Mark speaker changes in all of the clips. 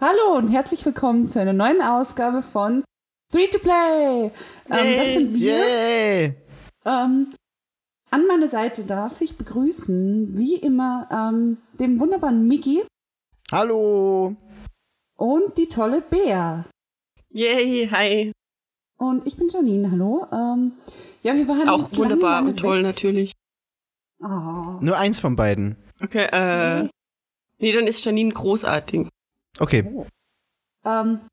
Speaker 1: Hallo und herzlich willkommen zu einer neuen Ausgabe von Free to Play. Ähm, das sind wir.
Speaker 2: Yay!
Speaker 1: Ähm, an meiner Seite darf ich begrüßen, wie immer, ähm, den wunderbaren Miki
Speaker 2: Hallo!
Speaker 1: und die tolle Bea.
Speaker 3: Yay, hi.
Speaker 1: Und ich bin Janine, hallo. Ähm, ja, wir waren
Speaker 3: Auch
Speaker 1: jetzt lange,
Speaker 3: wunderbar
Speaker 1: lange
Speaker 3: und toll
Speaker 1: weg.
Speaker 3: natürlich.
Speaker 1: Oh.
Speaker 2: Nur eins von beiden.
Speaker 3: Okay, äh.
Speaker 1: Nee.
Speaker 3: Nee. dann ist Janine großartig.
Speaker 2: Okay,
Speaker 1: Ähm, wir waren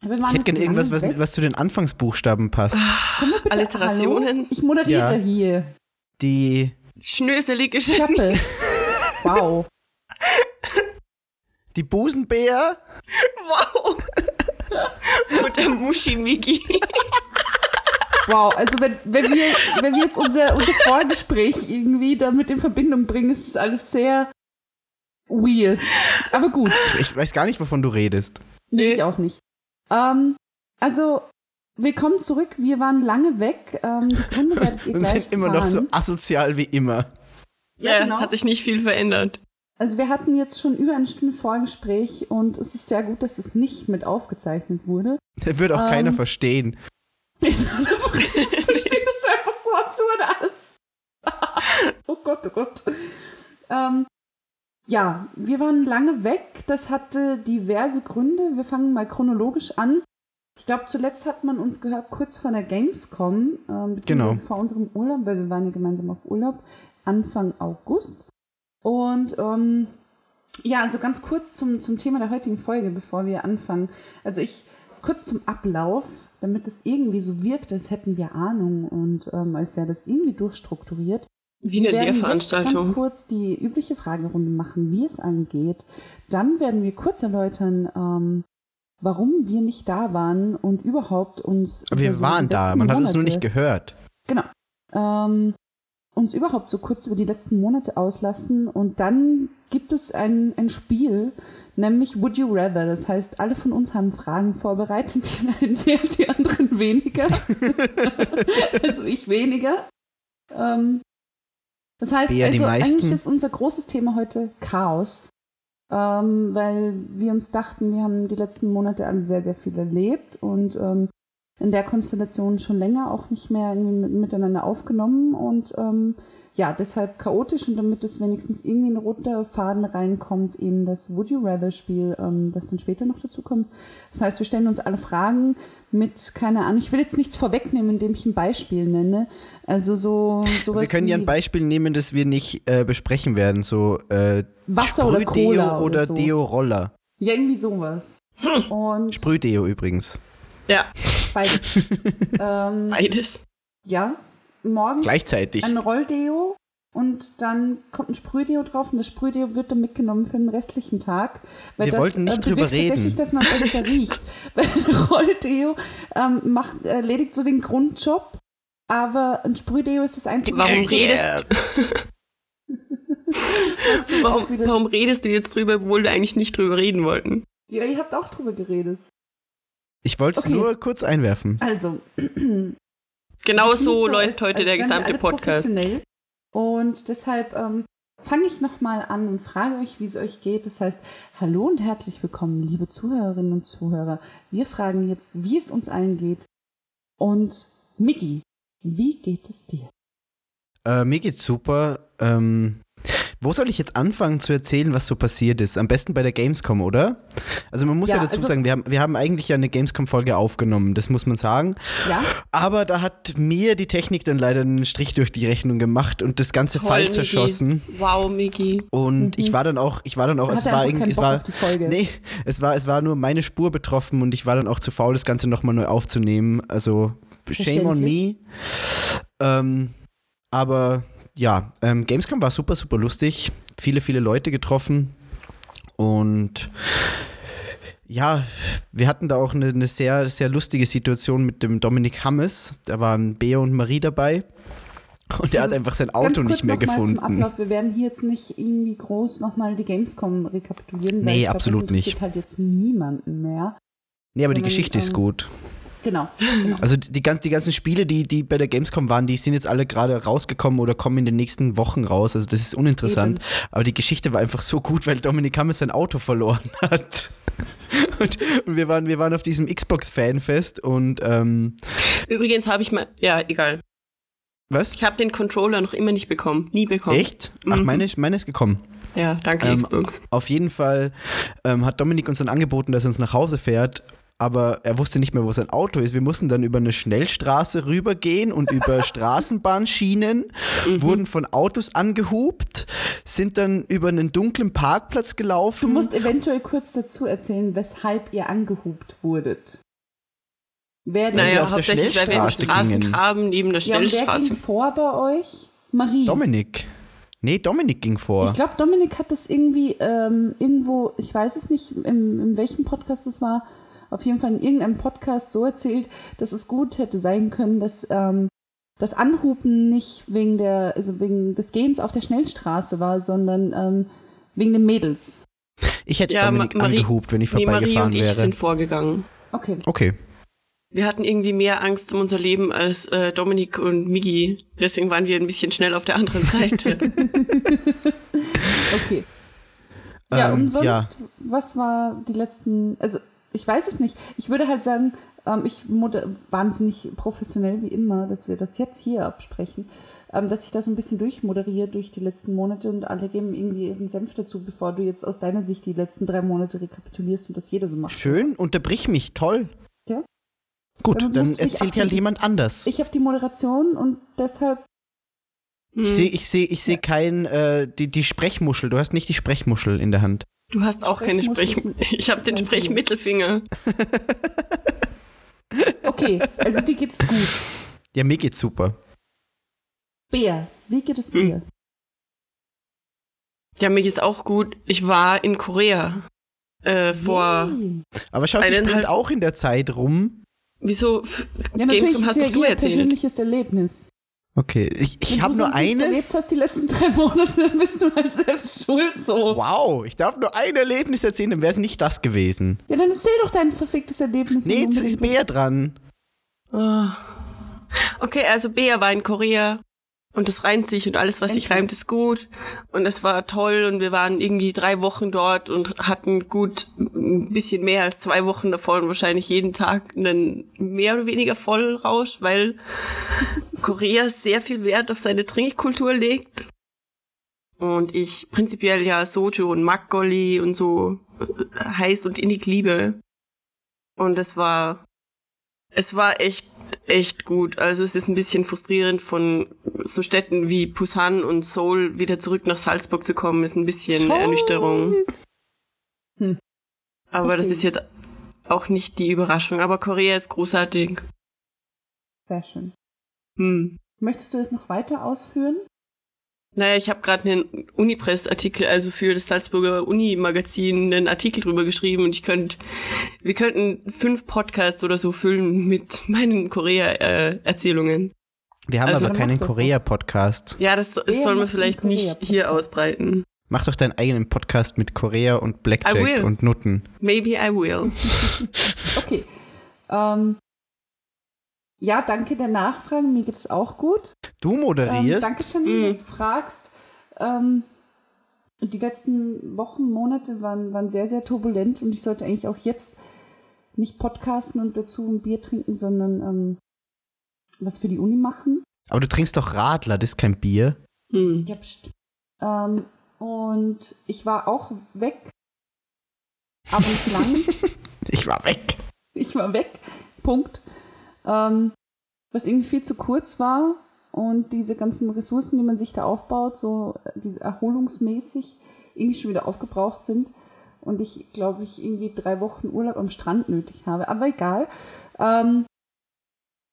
Speaker 2: ich hätte
Speaker 1: jetzt
Speaker 2: gerne irgendwas, was,
Speaker 1: lange weg. Ah.
Speaker 2: was zu den Anfangsbuchstaben passt.
Speaker 1: Komm mal bitte,
Speaker 3: Alliterationen.
Speaker 1: Hallo? Ich moderiere
Speaker 2: Ja.
Speaker 1: hier.
Speaker 2: Die,
Speaker 3: Schnöselige Janine.
Speaker 1: Klappe. wow.
Speaker 2: die Busenbär,
Speaker 3: Wow. und der Mushimigi.
Speaker 1: Wow, also wenn, wenn, wir, wenn wir jetzt unser, unser Vorgespräch irgendwie damit in Verbindung bringen, ist das alles sehr weird. Aber gut,
Speaker 2: ich weiß gar nicht, wovon du redest.
Speaker 1: nee.
Speaker 3: Nee.
Speaker 1: ich auch nicht. Ähm, also, willkommen zurück. Wir waren lange weg. Ähm, die Gründe werdet ihr
Speaker 2: Und
Speaker 1: gleich
Speaker 2: sind immer noch so
Speaker 1: erfahren.
Speaker 2: asozial wie immer.
Speaker 3: Ja,
Speaker 1: Ja, genau.
Speaker 3: es hat sich nicht viel verändert.
Speaker 1: Also wir hatten jetzt schon über eine Stunde Vorgespräch und es ist sehr gut, dass es nicht mit aufgezeichnet wurde.
Speaker 2: Das wird auch
Speaker 1: Ähm.
Speaker 2: keiner verstehen.
Speaker 1: Ich verstehe das war einfach so absurd alles. oh Gott, oh Gott. Ähm, ja, wir waren lange weg. Das hatte diverse Gründe. Wir fangen mal chronologisch an. Ich glaube, zuletzt hat man uns gehört kurz vor der Gamescom, ähm,
Speaker 2: Genau.
Speaker 1: beziehungsweise vor unserem Urlaub, weil wir waren ja gemeinsam auf Urlaub, Anfang August. Und ähm, ja, also ganz kurz zum, zum Thema der heutigen Folge, bevor wir anfangen. Also ich, kurz zum Ablauf, damit es irgendwie so wirkt, als hätten wir Ahnung und ähm, als wäre das irgendwie durchstrukturiert.
Speaker 3: Wie eine
Speaker 1: Wir werden jetzt Ganz
Speaker 3: Lehrveranstaltung.
Speaker 1: kurz die übliche Fragerunde machen, wie es angeht. Dann werden wir kurz erläutern, ähm, warum wir nicht da waren und überhaupt uns.
Speaker 2: Aber wir
Speaker 1: über so
Speaker 2: waren
Speaker 1: die
Speaker 2: da,
Speaker 1: letzten
Speaker 2: man hat uns nur
Speaker 1: Monate-
Speaker 2: nicht gehört.
Speaker 1: ähm, uns überhaupt so kurz über die letzten Monate auslassen und dann gibt es ein, ein Spiel, nämlich Would You Rather. Das heißt, alle von uns haben Fragen vorbereitet, die einen mehr, die anderen weniger. also ich weniger. Ähm, das heißt,
Speaker 2: Eher die
Speaker 1: also
Speaker 2: meisten.
Speaker 1: eigentlich ist unser großes Thema heute Chaos. Ähm, weil wir uns dachten, wir haben die letzten Monate alle sehr, sehr viel erlebt und ähm, in der Konstellation schon länger auch nicht mehr irgendwie mit, miteinander aufgenommen und ähm, ja, deshalb chaotisch und damit es wenigstens irgendwie in roter Faden reinkommt, eben das Would You Rather Spiel, ähm, das dann später noch dazu kommt. Das heißt, wir stellen uns alle Fragen mit, keine Ahnung, ich will jetzt nichts vorwegnehmen, indem ich ein Beispiel nenne. Also so sowas
Speaker 2: Wir können ja ein
Speaker 1: wie-
Speaker 2: Beispiel nehmen, das wir nicht äh, besprechen werden. So äh,
Speaker 1: Wasser oder
Speaker 2: Sprühdeo
Speaker 1: Cola oder
Speaker 2: oder Hm.
Speaker 1: so.
Speaker 2: Deo-Roller.
Speaker 1: Ja, irgendwie sowas. Und
Speaker 2: Sprühdeo übrigens.
Speaker 3: Ja,
Speaker 1: beides. ähm,
Speaker 3: beides.
Speaker 1: ja, morgens
Speaker 2: Gleichzeitig.
Speaker 1: ein Rolldeo und dann kommt ein Sprühdeo drauf und das Sprühdeo wird dann mitgenommen für den restlichen Tag. Weil
Speaker 2: Wir
Speaker 1: das
Speaker 2: wollten nicht
Speaker 1: äh,
Speaker 2: drüber
Speaker 1: bewirkt tatsächlich,
Speaker 2: reden.
Speaker 1: dass man besser riecht. Weil ein Rolldeo ähm, macht, erledigt so den Grundjob, aber ein Sprühdeo ist das einzige,
Speaker 3: Warum
Speaker 1: was-
Speaker 3: redest
Speaker 1: was so
Speaker 3: Warum,
Speaker 1: auch wie das-
Speaker 3: warum redest du jetzt drüber, obwohl wir eigentlich nicht drüber reden wollten?
Speaker 1: Ja, ihr habt auch drüber geredet.
Speaker 2: Ich wollte es
Speaker 1: Okay.
Speaker 2: nur kurz einwerfen.
Speaker 1: Also,
Speaker 3: Genau so
Speaker 1: klingt
Speaker 3: läuft
Speaker 1: als-
Speaker 3: heute
Speaker 1: als
Speaker 3: der
Speaker 1: wären wir
Speaker 3: gesamte
Speaker 1: alle
Speaker 3: Podcast.
Speaker 1: professionell. Und deshalb ähm, fange ich nochmal an und frage euch, wie es euch geht. Das heißt, hallo und herzlich willkommen, liebe Zuhörerinnen und Zuhörer. Wir fragen jetzt, wie es uns allen geht. Und Miki, wie geht es dir?
Speaker 2: Äh, mir geht's super. Ähm, wo soll ich jetzt anfangen zu erzählen, was so passiert ist? Am besten bei der Gamescom, oder? Also man muss ja,
Speaker 1: Ja,
Speaker 2: dazu
Speaker 1: also-
Speaker 2: sagen, wir haben, wir haben eigentlich ja eine Gamescom-Folge aufgenommen, das muss man sagen.
Speaker 1: Ja,
Speaker 2: Aber da hat mir die Technik dann leider einen Strich durch die Rechnung gemacht und das ganze
Speaker 3: Toll,
Speaker 2: Fall
Speaker 3: Migi.
Speaker 2: zerschossen.
Speaker 3: Wow, Migi.
Speaker 2: Und ich war dann auch, ich war dann auch,
Speaker 1: Da
Speaker 2: es
Speaker 1: hat er
Speaker 2: war
Speaker 1: Mhm. einfach
Speaker 2: irgendwie,
Speaker 1: keinen
Speaker 2: es
Speaker 1: Bock
Speaker 2: war,
Speaker 1: auf die Folge.
Speaker 2: nee, es war, es war nur meine Spur betroffen und ich war dann auch zu faul, das Ganze nochmal neu aufzunehmen. Also shame on me. Ähm, aber ja, ähm, Gamescom war super, super lustig. Viele, viele Leute getroffen und ja, wir hatten da auch eine, eine sehr, sehr lustige Situation mit dem Dominik Hammes. Da waren Bea und Marie dabei. Und er
Speaker 1: Also,
Speaker 2: hat einfach sein
Speaker 1: ganz
Speaker 2: Auto
Speaker 1: kurz
Speaker 2: nicht mehr
Speaker 1: noch mal
Speaker 2: gefunden.
Speaker 1: Zum Ablauf. Wir werden hier jetzt nicht irgendwie groß nochmal die Gamescom rekapitulieren. weil
Speaker 2: Nee,
Speaker 1: ich glaub,
Speaker 2: absolut
Speaker 1: das interessiert
Speaker 2: nicht.
Speaker 1: halt jetzt niemanden mehr.
Speaker 2: Nee, aber die
Speaker 1: sondern,
Speaker 2: Geschichte ist
Speaker 1: ähm,
Speaker 2: gut.
Speaker 1: Genau.
Speaker 2: Also die, die, ganz, die ganzen Spiele, die, die bei der Gamescom waren, die sind jetzt alle gerade rausgekommen oder kommen in den nächsten Wochen raus. Also das ist uninteressant. Aber die Geschichte war einfach so gut, weil Dominik Hammes sein Auto verloren hat. und, und wir, waren, wir waren auf diesem Xbox-Fanfest und ähm,
Speaker 3: Übrigens habe ich mal. Ja, egal.
Speaker 2: was?
Speaker 3: Ich habe den Controller noch immer nicht bekommen. Nie bekommen.
Speaker 2: Echt? Ach,
Speaker 3: Mhm.
Speaker 2: meine, ist- meine ist gekommen.
Speaker 3: Ja, danke,
Speaker 2: Ähm,
Speaker 3: Xbox.
Speaker 2: Auf jeden Fall ähm, hat Dominik uns dann angeboten, dass er uns nach Hause fährt, aber er wusste nicht mehr, wo sein Auto ist. Wir mussten dann über eine Schnellstraße rübergehen und über Straßenbahnschienen, wurden von Autos angehupt, sind dann über einen dunklen Parkplatz gelaufen.
Speaker 1: Du musst eventuell kurz dazu erzählen, weshalb ihr angehubt wurdet. Wer denn-
Speaker 2: wir
Speaker 3: Naja,
Speaker 2: auf der
Speaker 3: hauptsächlich, weil wir einen
Speaker 2: Schnellstraße gingen.
Speaker 3: Straßengraben neben der
Speaker 1: ja, und wer
Speaker 3: Schnellstraße.
Speaker 1: ging vor bei euch? Marie.
Speaker 2: Dominik. Nee, Dominik ging vor.
Speaker 1: Ich glaube, Dominik hat das irgendwie ähm, irgendwo, ich weiß es nicht, in, in welchem Podcast es war, auf jeden Fall in irgendeinem Podcast so erzählt, dass es gut hätte sein können, dass ähm, das Anhupen nicht wegen der, also wegen des Gehens auf der Schnellstraße war, sondern ähm, wegen den Mädels.
Speaker 2: Ich hätte
Speaker 3: Ja,
Speaker 2: Dominik
Speaker 3: Ma- Marie-
Speaker 2: angehupt, wenn ich
Speaker 3: nee, Marie
Speaker 2: vorbeigefahren
Speaker 3: und ich
Speaker 2: wäre.
Speaker 3: sind vorgegangen.
Speaker 1: Okay.
Speaker 2: Okay.
Speaker 3: Wir hatten irgendwie mehr Angst um unser Leben als äh, Dominik und Migi. Deswegen waren wir ein bisschen schnell auf der anderen Seite.
Speaker 1: Okay. Ja,
Speaker 2: Ähm,
Speaker 1: und sonst,
Speaker 2: ja.
Speaker 1: was war die letzten, also ich weiß es nicht. Ich würde halt sagen, ähm, ich moder wahnsinnig professionell wie immer, dass wir das jetzt hier absprechen, ähm, dass ich da so ein bisschen durchmoderiere durch die letzten Monate und alle geben irgendwie ihren Senf dazu, bevor du jetzt aus deiner Sicht die letzten drei Monate rekapitulierst und das jeder so macht.
Speaker 2: Schön, unterbrich mich, toll.
Speaker 1: Ja.
Speaker 2: Gut,
Speaker 1: Aber
Speaker 2: dann
Speaker 1: musst du dich
Speaker 2: erzählt ja
Speaker 1: ablenken.
Speaker 2: jemand anders.
Speaker 1: Ich habe die Moderation und deshalb,
Speaker 3: Hm.
Speaker 2: Ich sehe
Speaker 1: Mhm.
Speaker 2: ich seh, ich seh kein, äh, die, die Sprechmuschel. Du hast nicht die Sprechmuschel in der Hand.
Speaker 3: Du hast auch keine Sprech...
Speaker 1: Sprechmuschel sind-
Speaker 3: Ich habe den
Speaker 1: sind-
Speaker 3: Sprechmittelfinger.
Speaker 1: okay, also dir geht es gut.
Speaker 2: Ja, mir geht's super.
Speaker 1: Bea, wie geht es dir?
Speaker 3: Ja, mir geht's auch gut. Ich war in Korea. Äh, vor...
Speaker 1: Yay.
Speaker 2: Aber schau, sie
Speaker 3: Eineinhalb-
Speaker 2: springt auch in der Zeit rum.
Speaker 3: Wieso? F-
Speaker 1: Ja, natürlich
Speaker 3: Gamescom
Speaker 1: ist
Speaker 3: hast
Speaker 1: ja
Speaker 3: doch du
Speaker 1: ihr
Speaker 3: erzählt.
Speaker 1: persönliches Erlebnis.
Speaker 2: Okay, ich, ich
Speaker 1: Wenn
Speaker 2: habe
Speaker 1: du
Speaker 2: nur
Speaker 1: sonst nichts erlebt
Speaker 2: eines.
Speaker 1: hast die letzten drei Monate, dann bist du halt selbst schuld so.
Speaker 2: Wow, ich darf nur ein Erlebnis erzählen, dann wäre es nicht das gewesen.
Speaker 1: Ja, dann erzähl doch dein verficktes Erlebnis.
Speaker 2: Nee,
Speaker 1: wenn du
Speaker 2: jetzt ist
Speaker 1: unbedingt
Speaker 2: Bea dran.
Speaker 3: Ah. Okay, also Bea war in Korea und es reimt sich und alles, was sich reimt, ist gut. Und es war toll und wir waren irgendwie drei Wochen dort und hatten gut ein bisschen mehr als zwei Wochen davon, wahrscheinlich jeden Tag einen mehr oder weniger Vollrausch, weil Korea sehr viel Wert auf seine Trinkkultur legt. Und ich prinzipiell ja Soju und Makgeolli und so äh, heiß und innig liebe. Und es war es war echt, echt gut. Also es ist ein bisschen frustrierend, von so Städten wie Busan und Seoul wieder zurück nach Salzburg zu kommen, ist ein bisschen
Speaker 1: Seoul.
Speaker 3: Ernüchterung.
Speaker 1: Hm.
Speaker 3: Aber das
Speaker 1: Verstehe.
Speaker 3: ist jetzt auch nicht die Überraschung. Aber Korea ist großartig.
Speaker 1: Sehr schön.
Speaker 3: Hm.
Speaker 1: Möchtest du das noch weiter ausführen?
Speaker 3: Naja, ich habe gerade einen Unipress-Artikel, also für das Salzburger Uni-Magazin, einen Artikel drüber geschrieben und ich könnte, wir könnten fünf Podcasts oder so füllen mit meinen Korea-Erzählungen.
Speaker 2: Wir haben
Speaker 3: Also,
Speaker 2: aber
Speaker 1: dann
Speaker 2: keinen
Speaker 1: mach das doch.
Speaker 2: Korea-Podcast.
Speaker 3: Ja, das, das
Speaker 1: Wer
Speaker 3: soll man
Speaker 1: macht den
Speaker 3: vielleicht nicht
Speaker 1: Korea-Podcast?
Speaker 3: hier ausbreiten.
Speaker 2: Mach doch deinen eigenen Podcast mit Korea
Speaker 3: I
Speaker 2: und
Speaker 3: will.
Speaker 2: Blackjack und Nutten.
Speaker 3: Maybe I will.
Speaker 1: Okay. ähm, ja, danke der Nachfrage. Mir geht's auch gut.
Speaker 2: Du
Speaker 1: Ähm,
Speaker 2: moderierst.
Speaker 1: danke, Janine,
Speaker 3: Mm.
Speaker 1: dass du fragst. Ähm, die letzten Wochen, Monate waren, waren sehr, sehr turbulent und ich sollte eigentlich auch jetzt nicht podcasten und dazu ein Bier trinken, sondern ähm, was für die Uni machen.
Speaker 2: aber du trinkst doch Radler, das ist kein Bier.
Speaker 3: Hm.
Speaker 1: Ja, pst. Ähm, und ich war auch weg, aber nicht lang.
Speaker 2: Ich war weg.
Speaker 1: ich war weg, Punkt. Ähm, was irgendwie viel zu kurz war und diese ganzen Ressourcen, die man sich da aufbaut, so äh, diese erholungsmäßig, irgendwie schon wieder aufgebraucht sind. Und ich glaube, ich irgendwie drei Wochen Urlaub am Strand nötig habe. Aber egal. Ähm,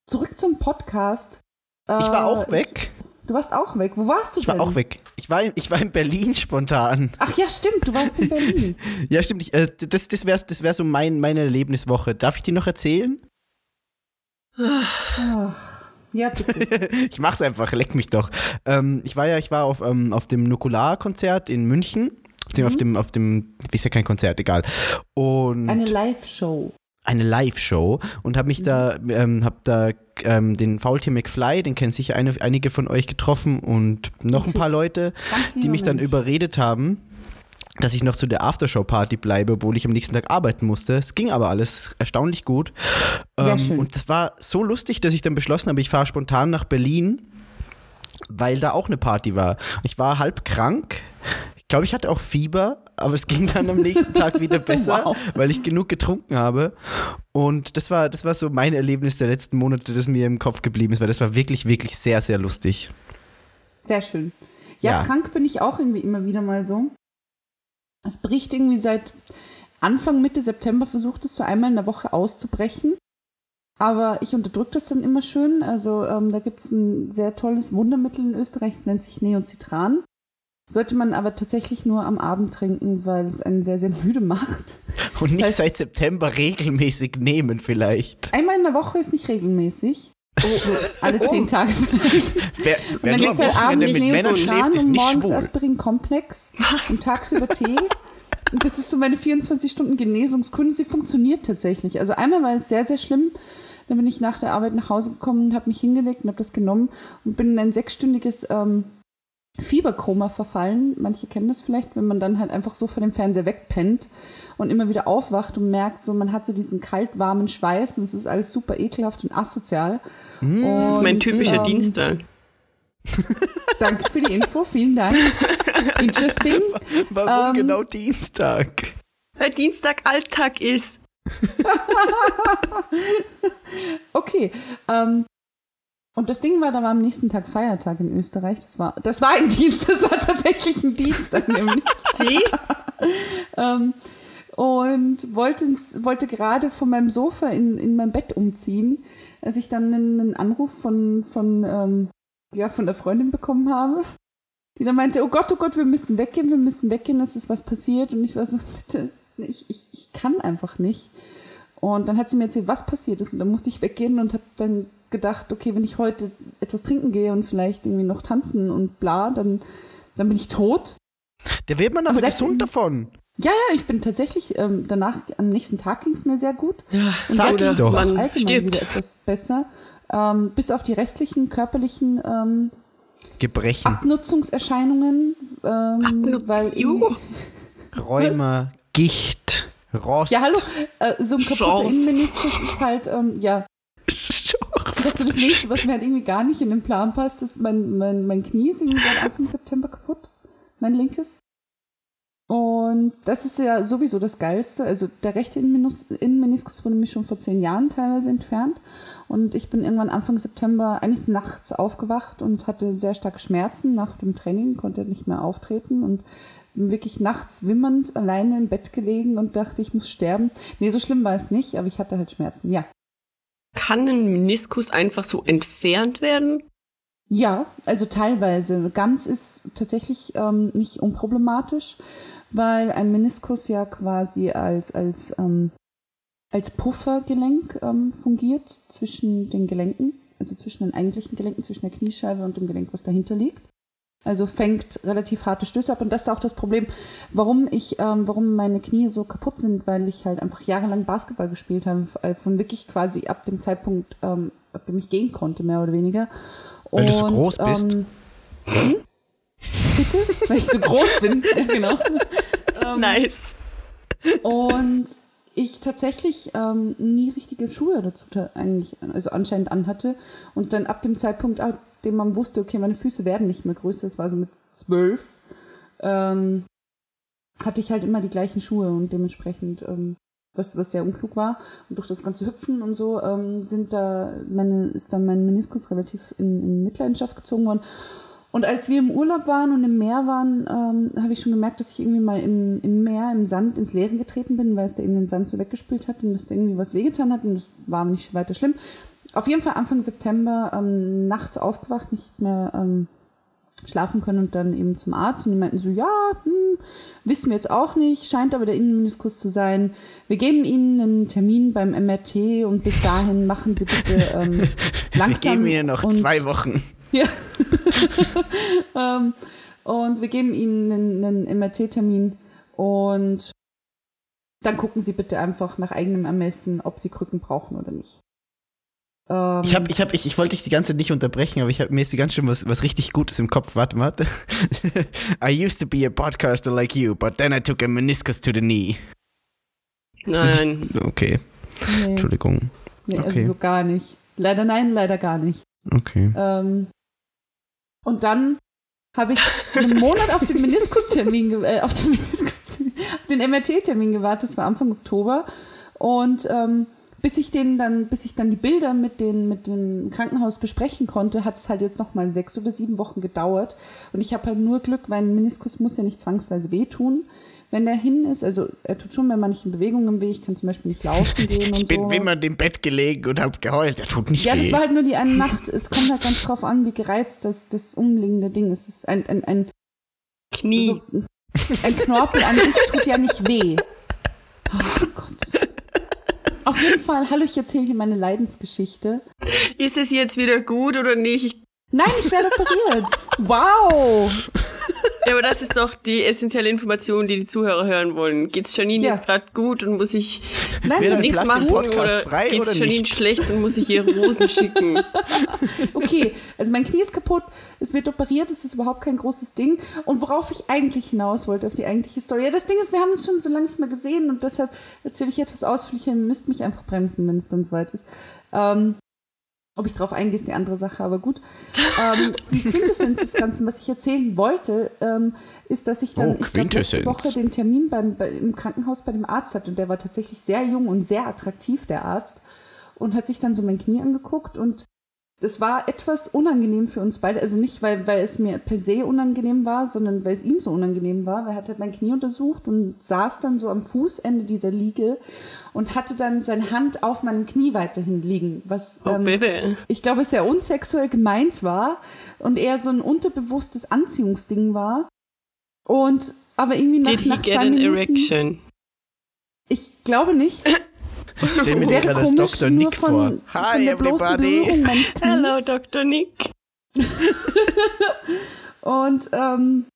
Speaker 1: zurück zum Podcast.
Speaker 2: Ich war auch
Speaker 1: Äh,
Speaker 2: weg.
Speaker 1: Ich, du warst auch weg. Wo warst du
Speaker 2: Ich war
Speaker 1: denn?
Speaker 2: auch weg. Ich war in, ich war in Berlin spontan.
Speaker 1: Ach ja, stimmt, du warst in Berlin.
Speaker 2: Ja, stimmt. Ich, äh, das das wäre das wär so mein, meine Erlebniswoche. Darf ich die noch erzählen?
Speaker 1: Ach, ja, bitte.
Speaker 2: ich mach's einfach, leck mich doch. Ähm, ich war ja, ich war auf, ähm, auf dem Nukular-Konzert in München. Auf dem, auf dem, auf dem, ist ja kein Konzert, egal. Und
Speaker 1: Eine Live-Show.
Speaker 2: eine Live-Show und habe mich da, ähm, hab da ähm, den Faultier McFly, den kennen sicher eine, einige von euch getroffen und noch ein paar
Speaker 1: Chris.
Speaker 2: Leute,
Speaker 1: Ganz lieber
Speaker 2: die mich dann
Speaker 1: Mensch.
Speaker 2: überredet haben, dass ich noch zu der Aftershow-Party bleibe, obwohl ich am nächsten Tag arbeiten musste. Es ging aber alles erstaunlich gut. Ähm,
Speaker 1: Sehr schön.
Speaker 2: Und das war so lustig, dass ich dann beschlossen habe, ich fahre spontan nach Berlin, weil da auch eine Party war. Ich war halb krank. Ich glaube, ich hatte auch Fieber, aber es ging dann am nächsten Tag wieder besser,
Speaker 1: Wow.
Speaker 2: weil ich genug getrunken habe. Und das war, das war so mein Erlebnis der letzten Monate, das mir im Kopf geblieben ist, weil das war wirklich, wirklich sehr, sehr lustig.
Speaker 1: Sehr schön. Ja,
Speaker 2: Ja.
Speaker 1: krank bin ich auch irgendwie immer wieder mal so. Es bricht irgendwie seit Anfang, Mitte September versucht es so einmal in der Woche auszubrechen. Aber ich unterdrücke das dann immer schön. Also ähm, da gibt es ein sehr tolles Wundermittel in Österreich, es nennt sich Neocitran. Sollte man aber tatsächlich nur am Abend trinken, weil es einen sehr, sehr müde macht.
Speaker 2: Und nicht
Speaker 1: heißt-
Speaker 2: seit September regelmäßig nehmen vielleicht.
Speaker 1: Einmal in der Woche ist nicht regelmäßig. Alle zehn Tage vielleicht.
Speaker 2: Wer,
Speaker 1: Man nimmt halt abends
Speaker 2: mit Männern schläft,
Speaker 1: Neositran
Speaker 2: ist
Speaker 1: und
Speaker 2: nicht
Speaker 1: morgens
Speaker 2: schwul.
Speaker 1: Aspirin-Komplex und tagsüber Tee. Und das ist so meine 24-Stunden-Genesungskunde. Sie funktioniert tatsächlich. Also einmal war es sehr, sehr schlimm. Dann bin ich nach der Arbeit nach Hause gekommen und habe mich hingelegt und habe das genommen und bin in ein sechsstündiges ähm, Fieberkoma verfallen. Manche kennen das vielleicht, wenn man dann halt einfach so vor dem Fernseher wegpennt und immer wieder aufwacht und merkt, so man hat so diesen kalt-warmen Schweiß und es ist alles super ekelhaft und asozial.
Speaker 2: Hm.
Speaker 3: Das ist mein
Speaker 1: Und,
Speaker 3: typischer
Speaker 1: ähm,
Speaker 3: Dienstag.
Speaker 1: Danke für die Info, vielen Dank. Interesting.
Speaker 2: Warum
Speaker 1: Ähm,
Speaker 2: genau Dienstag?
Speaker 3: Weil Dienstag Alltag ist.
Speaker 1: Okay. Ähm, und das Ding war, da war am nächsten Tag Feiertag in Österreich. Das war, das war ein Dienst, das war tatsächlich ein Dienstag nämlich.
Speaker 3: Sie?
Speaker 1: Ähm, und wollte, ins- wollte gerade von meinem Sofa in, in mein Bett umziehen, als ich dann einen, einen Anruf von, von, ähm, ja, von der Freundin bekommen habe, die dann meinte, oh Gott, oh Gott, wir müssen weggehen, wir müssen weggehen, es ist was passiert. Und ich war so, bitte, ich, ich, ich kann einfach nicht. Und dann hat sie mir erzählt, was passiert ist. Und dann musste ich weggehen und habe dann gedacht, okay, wenn ich heute etwas trinken gehe und vielleicht irgendwie noch tanzen und bla, dann, dann bin ich tot.
Speaker 2: Da wird man aber
Speaker 1: seit-
Speaker 2: gesund davon.
Speaker 1: Ja, ja, ich bin tatsächlich, ähm, danach, am nächsten Tag ging's mir sehr gut. Ja, und
Speaker 2: sag
Speaker 1: seitdem
Speaker 2: ich
Speaker 1: ist
Speaker 2: doch.
Speaker 1: es
Speaker 3: Man
Speaker 1: allgemein
Speaker 3: stirbt.
Speaker 1: wieder etwas besser. Ähm, bis auf die restlichen körperlichen ähm,
Speaker 2: Gebrechen,
Speaker 1: Ah, Abnutzungserscheinungen. Ähm,
Speaker 3: Abnu-
Speaker 1: weil
Speaker 3: Juhu.
Speaker 2: Rheuma, Gicht, Rost.
Speaker 1: ja, hallo, äh, so ein
Speaker 3: Schorf.
Speaker 1: kaputter Innenmeniskus ist halt, ähm, ja, das ist so das nächste, was mir halt irgendwie gar nicht in den Plan passt, ist mein, mein, mein Knie ist irgendwie seit Anfang September kaputt, mein linkes. Und das ist ja sowieso das Geilste. Also der rechte Innenmenis- Innenmeniskus wurde mir schon vor zehn Jahren teilweise entfernt. Und ich bin irgendwann Anfang September eines Nachts aufgewacht und hatte sehr starke Schmerzen nach dem Training, konnte nicht mehr auftreten und bin wirklich nachts wimmernd alleine im Bett gelegen und dachte, ich muss sterben. Nee, so schlimm war es nicht, aber ich hatte halt Schmerzen. Ja,
Speaker 3: Kann ein Meniskus einfach so entfernt werden?
Speaker 1: Ja, also teilweise. Ganz ist tatsächlich ähm, nicht unproblematisch, weil ein Meniskus ja quasi als, als, ähm, als Puffergelenk ähm, fungiert zwischen den Gelenken, also zwischen den eigentlichen Gelenken, zwischen der Kniescheibe und dem Gelenk, was dahinter liegt. Also fängt relativ harte Stöße ab. Und das ist auch das Problem, warum ich, ähm, warum meine Knie so kaputt sind, weil ich halt einfach jahrelang Basketball gespielt habe, äh, von wirklich quasi ab dem Zeitpunkt, ähm, ab dem ich gehen konnte, mehr oder weniger.
Speaker 2: Weil du so groß bist.
Speaker 1: Ähm, hm? Bitte? Weil ich so groß bin, ja, genau.
Speaker 3: nice.
Speaker 1: Und ich tatsächlich ähm, nie richtige Schuhe dazu ta- eigentlich, also anscheinend anhatte. Und dann ab dem Zeitpunkt, ab dem man wusste, okay, meine Füße werden nicht mehr größer, das war so mit zwölf, ähm, hatte ich halt immer die gleichen Schuhe und dementsprechend, ähm, was, was sehr unklug war. Und durch das ganze Hüpfen und so ähm, sind da meine, ist dann mein Meniskus relativ in, in Mitleidenschaft gezogen worden. Und als wir im Urlaub waren und im Meer waren, ähm, habe ich schon gemerkt, dass ich irgendwie mal im, im Meer, im Sand, ins Leeren getreten bin, weil es da eben den Sand so weggespült hat und dass da irgendwie was wehgetan hat und das war mir nicht weiter schlimm. Auf jeden Fall Anfang September ähm, nachts aufgewacht, nicht mehr ähm, schlafen können und dann eben zum Arzt und die meinten so, ja, hm, wissen wir jetzt auch nicht, scheint aber der Innenmeniskus zu sein. Wir geben Ihnen einen Termin beim MRT und bis dahin machen Sie bitte ähm,
Speaker 2: Wir
Speaker 1: langsam.
Speaker 2: geben ihr noch
Speaker 1: und
Speaker 2: zwei Wochen.
Speaker 1: ja. ähm, und wir geben Ihnen einen, einen MRT-Termin und dann gucken Sie bitte einfach nach eigenem Ermessen, ob Sie Krücken brauchen oder nicht.
Speaker 2: Ähm, ich, hab, ich, hab, ich, ich wollte dich die ganze Zeit nicht unterbrechen, aber ich hab, mir ist die ganze Zeit was, was richtig Gutes im Kopf. Warte, warte. I used to be a podcaster like you, but then I took a meniscus to the knee.
Speaker 3: Nein.
Speaker 2: Die, okay.
Speaker 1: Nee.
Speaker 2: Entschuldigung.
Speaker 1: Nee,
Speaker 2: Okay.
Speaker 1: also so gar nicht. Leider nein, leider gar nicht.
Speaker 2: Okay.
Speaker 1: Ähm, und dann habe ich einen Monat auf den Meniskustermin, ge- äh, auf den Meniskustermin, auf den MRT-Termin gewartet. Das war Anfang Oktober. Und ähm, bis ich den dann, bis ich dann die Bilder mit den, mit dem Krankenhaus besprechen konnte, hat es halt jetzt noch mal sechs oder sieben Wochen gedauert. Und ich habe halt nur Glück, weil ein Meniskus muss ja nicht zwangsweise wehtun, wenn der hin ist. Also er tut schon bei manchen Bewegungen weh. Ich kann zum Beispiel nicht laufen gehen und
Speaker 2: Ich bin
Speaker 1: sowas.
Speaker 2: wimmernd im Bett gelegen und hab geheult. Der tut nicht
Speaker 1: Ja,
Speaker 2: weh.
Speaker 1: das war halt nur die eine Nacht. Es kommt halt ganz drauf an, wie gereizt das, das umliegende Ding ist. Es ist ein, ein, ein,
Speaker 3: Knie.
Speaker 1: so, ein Knorpel an sich tut ja nicht weh. Oh Gott. Auf jeden Fall, hallo, ich erzähle hier meine Leidensgeschichte.
Speaker 3: Ist es jetzt wieder gut oder nicht? Ich,
Speaker 1: Nein, ich werde operiert. Wow.
Speaker 3: ja, aber das ist doch die essentielle Information, die die Zuhörer hören wollen. Geht's Janine
Speaker 1: Ja.
Speaker 3: jetzt gerade gut und muss ich
Speaker 2: wäre
Speaker 1: Nein,
Speaker 2: ein
Speaker 3: nichts
Speaker 2: Platz im
Speaker 3: machen
Speaker 2: Podcast
Speaker 3: oder
Speaker 2: frei
Speaker 3: geht's
Speaker 2: oder
Speaker 3: Janine
Speaker 2: nicht?
Speaker 3: schlecht und muss ich ihr Rosen schicken?
Speaker 1: okay. Also mein Knie ist kaputt, es wird operiert, es ist überhaupt kein großes Ding. Und worauf ich eigentlich hinaus wollte, auf die eigentliche Story. Ja, das Ding ist, wir haben uns schon so lange nicht mehr gesehen und deshalb erzähle ich etwas ausführlicher. Ihr müsst mich einfach bremsen, wenn es dann soweit ist. Ähm, ob ich drauf eingehe, ist die andere Sache, aber gut. Ähm, die Quintessenz des Ganzen, was ich erzählen wollte, ähm, ist, dass ich dann
Speaker 2: Oh,
Speaker 1: ich glaub, letzte
Speaker 2: Quintessenz.
Speaker 1: Woche den Termin beim, bei, im Krankenhaus bei dem Arzt hatte und der war tatsächlich sehr jung und sehr attraktiv, der Arzt, und hat sich dann so mein Knie angeguckt und das war etwas unangenehm für uns beide. Also nicht, weil, weil es mir per se unangenehm war, sondern weil es ihm so unangenehm war. Weil er hat halt mein Knie untersucht und saß dann so am Fußende dieser Liege und hatte dann seine Hand auf meinem Knie weiterhin liegen. Was
Speaker 3: Oh,
Speaker 1: ähm,
Speaker 3: bitte.
Speaker 1: ich glaube, sehr unsexuell gemeint war und eher so ein unterbewusstes Anziehungsding war. Und aber irgendwie nach,
Speaker 3: Did he
Speaker 1: nach
Speaker 3: get
Speaker 1: zwei
Speaker 3: an
Speaker 1: Minuten,
Speaker 3: erection?
Speaker 1: ich glaube nicht.
Speaker 2: Stell mir den
Speaker 1: Wäre
Speaker 2: gerade als
Speaker 1: komisch,
Speaker 2: Dr.
Speaker 1: nur
Speaker 2: Nick
Speaker 1: von,
Speaker 2: vor.
Speaker 1: von der bloßen Berührung meines Knies.
Speaker 3: Hello, Dr. Nick.
Speaker 1: Und ähm,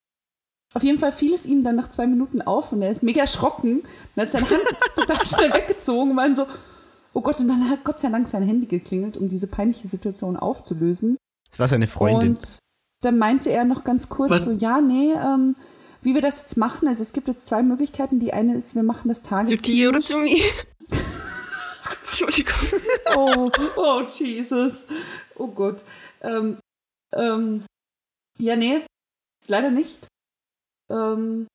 Speaker 1: auf jeden Fall fiel es ihm dann nach zwei Minuten auf und er ist mega erschrocken und hat seine Hand total schnell weggezogen und war dann so, oh Gott, und dann hat Gott sei Dank sein Handy geklingelt, um diese peinliche Situation aufzulösen.
Speaker 2: Das war seine Freundin.
Speaker 1: Und dann meinte er noch ganz kurz
Speaker 3: Was?
Speaker 1: so, ja, nee, ähm, wie wir das jetzt machen, also es gibt jetzt zwei Möglichkeiten. Die eine ist, wir machen das
Speaker 3: Zu
Speaker 1: Tages...
Speaker 3: dir oder zu mir? Entschuldigung.
Speaker 1: oh, oh Jesus. Oh Gott. Ähm, ähm, ja, nee, leider nicht. Ähm,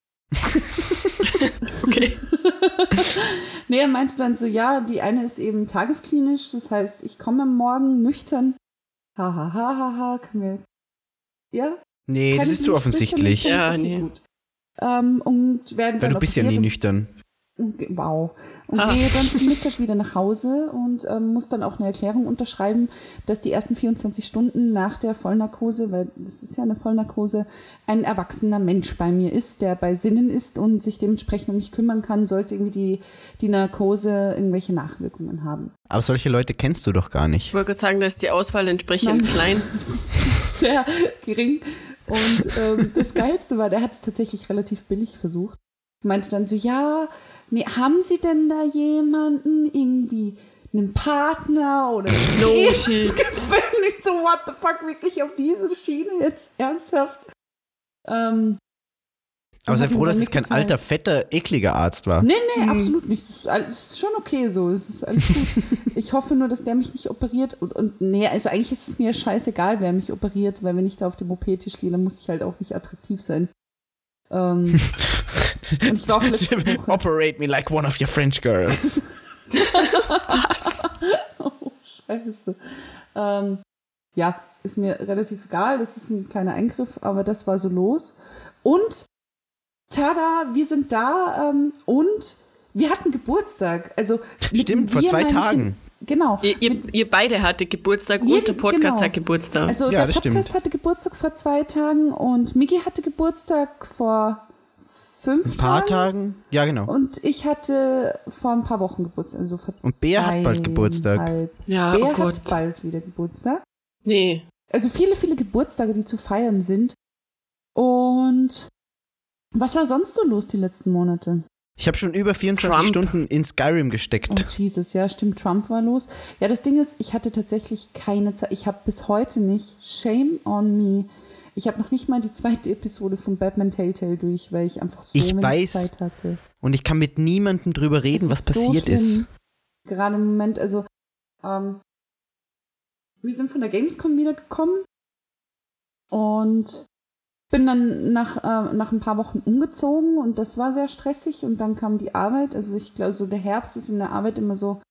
Speaker 3: Okay.
Speaker 1: Nee, er meinte dann so, ja, die eine ist eben tagesklinisch, das heißt, ich komme am Morgen nüchtern. Ha, ha, ha, ha, ha, können wir... Ja?
Speaker 2: nee, das
Speaker 1: Keine
Speaker 2: ist zu offensichtlich.
Speaker 1: Dienstbrüche,
Speaker 3: Ja,
Speaker 1: okay,
Speaker 3: nee.
Speaker 1: gut. Ähm, und werden
Speaker 2: Weil
Speaker 1: dann
Speaker 2: du bist ja nie
Speaker 1: operiert
Speaker 2: nüchtern.
Speaker 1: und, und- Wow. Und
Speaker 3: Ah.
Speaker 1: gehe dann zum Mittag wieder nach Hause und ähm, muss dann auch eine Erklärung unterschreiben, dass die ersten 24 Stunden nach der Vollnarkose, weil das ist ja eine Vollnarkose, ein erwachsener Mensch bei mir ist, der bei Sinnen ist und sich dementsprechend um mich kümmern kann, sollte irgendwie die, die Narkose irgendwelche Nachwirkungen haben.
Speaker 2: Aber solche Leute kennst du doch gar
Speaker 3: Ich
Speaker 2: nicht.
Speaker 3: wollte gerade sagen, da ist die Auswahl entsprechend
Speaker 1: Nein.
Speaker 3: klein.
Speaker 1: Das ist sehr gering. Und ähm, das Geilste war, der hat es tatsächlich relativ billig versucht. Meinte dann so, ja, nee, haben Sie denn da jemanden, irgendwie einen Partner oder
Speaker 3: No
Speaker 1: Ehe?
Speaker 3: shit.
Speaker 1: Das gefällt mir nicht so, what the fuck, wirklich auf diese Schiene jetzt ernsthaft. Ähm,
Speaker 2: Aber sei
Speaker 1: hab ihm
Speaker 2: froh, dass
Speaker 1: dann
Speaker 2: es kein
Speaker 1: mitgeteilt.
Speaker 2: alter, fetter, ekliger Arzt war.
Speaker 1: Nee, nee, absolut nicht. Das ist, alles, das ist schon okay so. Es ist alles gut. ich hoffe nur, dass der mich nicht operiert. Und, und nee, also eigentlich ist es mir scheißegal, wer mich operiert, weil wenn ich da auf dem OP-Tisch liege, dann muss ich halt auch nicht attraktiv sein. Ähm, und ich war auch letzte Woche.
Speaker 2: Operate me like one of your French girls.
Speaker 1: Oh, scheiße. Ähm, ja, ist mir relativ egal. Das ist ein kleiner Eingriff, aber das war so los. Und tada, wir sind da ähm, und wir hatten Geburtstag. Also mit dem
Speaker 2: Stimmt, vor
Speaker 1: wir
Speaker 2: zwei
Speaker 1: meine ich-
Speaker 2: Tagen.
Speaker 1: Genau.
Speaker 3: Ihr, ihr, ihr beide hattet Geburtstag
Speaker 1: Wir-
Speaker 3: und der Podcast
Speaker 1: genau.
Speaker 3: hat Geburtstag.
Speaker 1: Also
Speaker 2: Ja,
Speaker 1: der
Speaker 2: das
Speaker 1: Podcast
Speaker 2: stimmt.
Speaker 1: hatte Geburtstag vor zwei Tagen und Migi hatte Geburtstag vor fünf
Speaker 2: Ein paar
Speaker 1: Tagen.
Speaker 2: Tagen? Ja, genau.
Speaker 1: Und ich hatte vor ein paar Wochen Geburtstag. Also vor
Speaker 2: Und Bea hat bald Geburtstag.
Speaker 1: zweieinhalb-
Speaker 3: ja,
Speaker 1: Bea
Speaker 3: oh Gott.
Speaker 1: hat bald wieder Geburtstag.
Speaker 3: Nee.
Speaker 1: Also viele, viele Geburtstage, die zu feiern sind. Und was war sonst so los die letzten Monate?
Speaker 2: Ich habe schon über 24
Speaker 3: Trump.
Speaker 2: Stunden in Skyrim gesteckt.
Speaker 1: Oh Jesus, ja, stimmt, Trump war los. Ja, das Ding ist, ich hatte tatsächlich keine Zeit. Ich habe bis heute nicht, shame on me, ich habe noch nicht mal die zweite Episode von Batman Telltale durch, weil ich einfach so
Speaker 2: Ich
Speaker 1: wenig
Speaker 2: weiß,
Speaker 1: Zeit hatte.
Speaker 2: Und ich kann mit niemandem drüber reden,
Speaker 1: Es
Speaker 2: was
Speaker 1: ist so
Speaker 2: passiert
Speaker 1: schlimm.
Speaker 2: ist.
Speaker 1: Gerade im Moment, also, ähm, wir sind von der Gamescom wiedergekommen und bin dann nach, äh, nach ein paar Wochen umgezogen und das war sehr stressig und dann kam die Arbeit. Also ich glaube, so der Herbst ist in der Arbeit immer so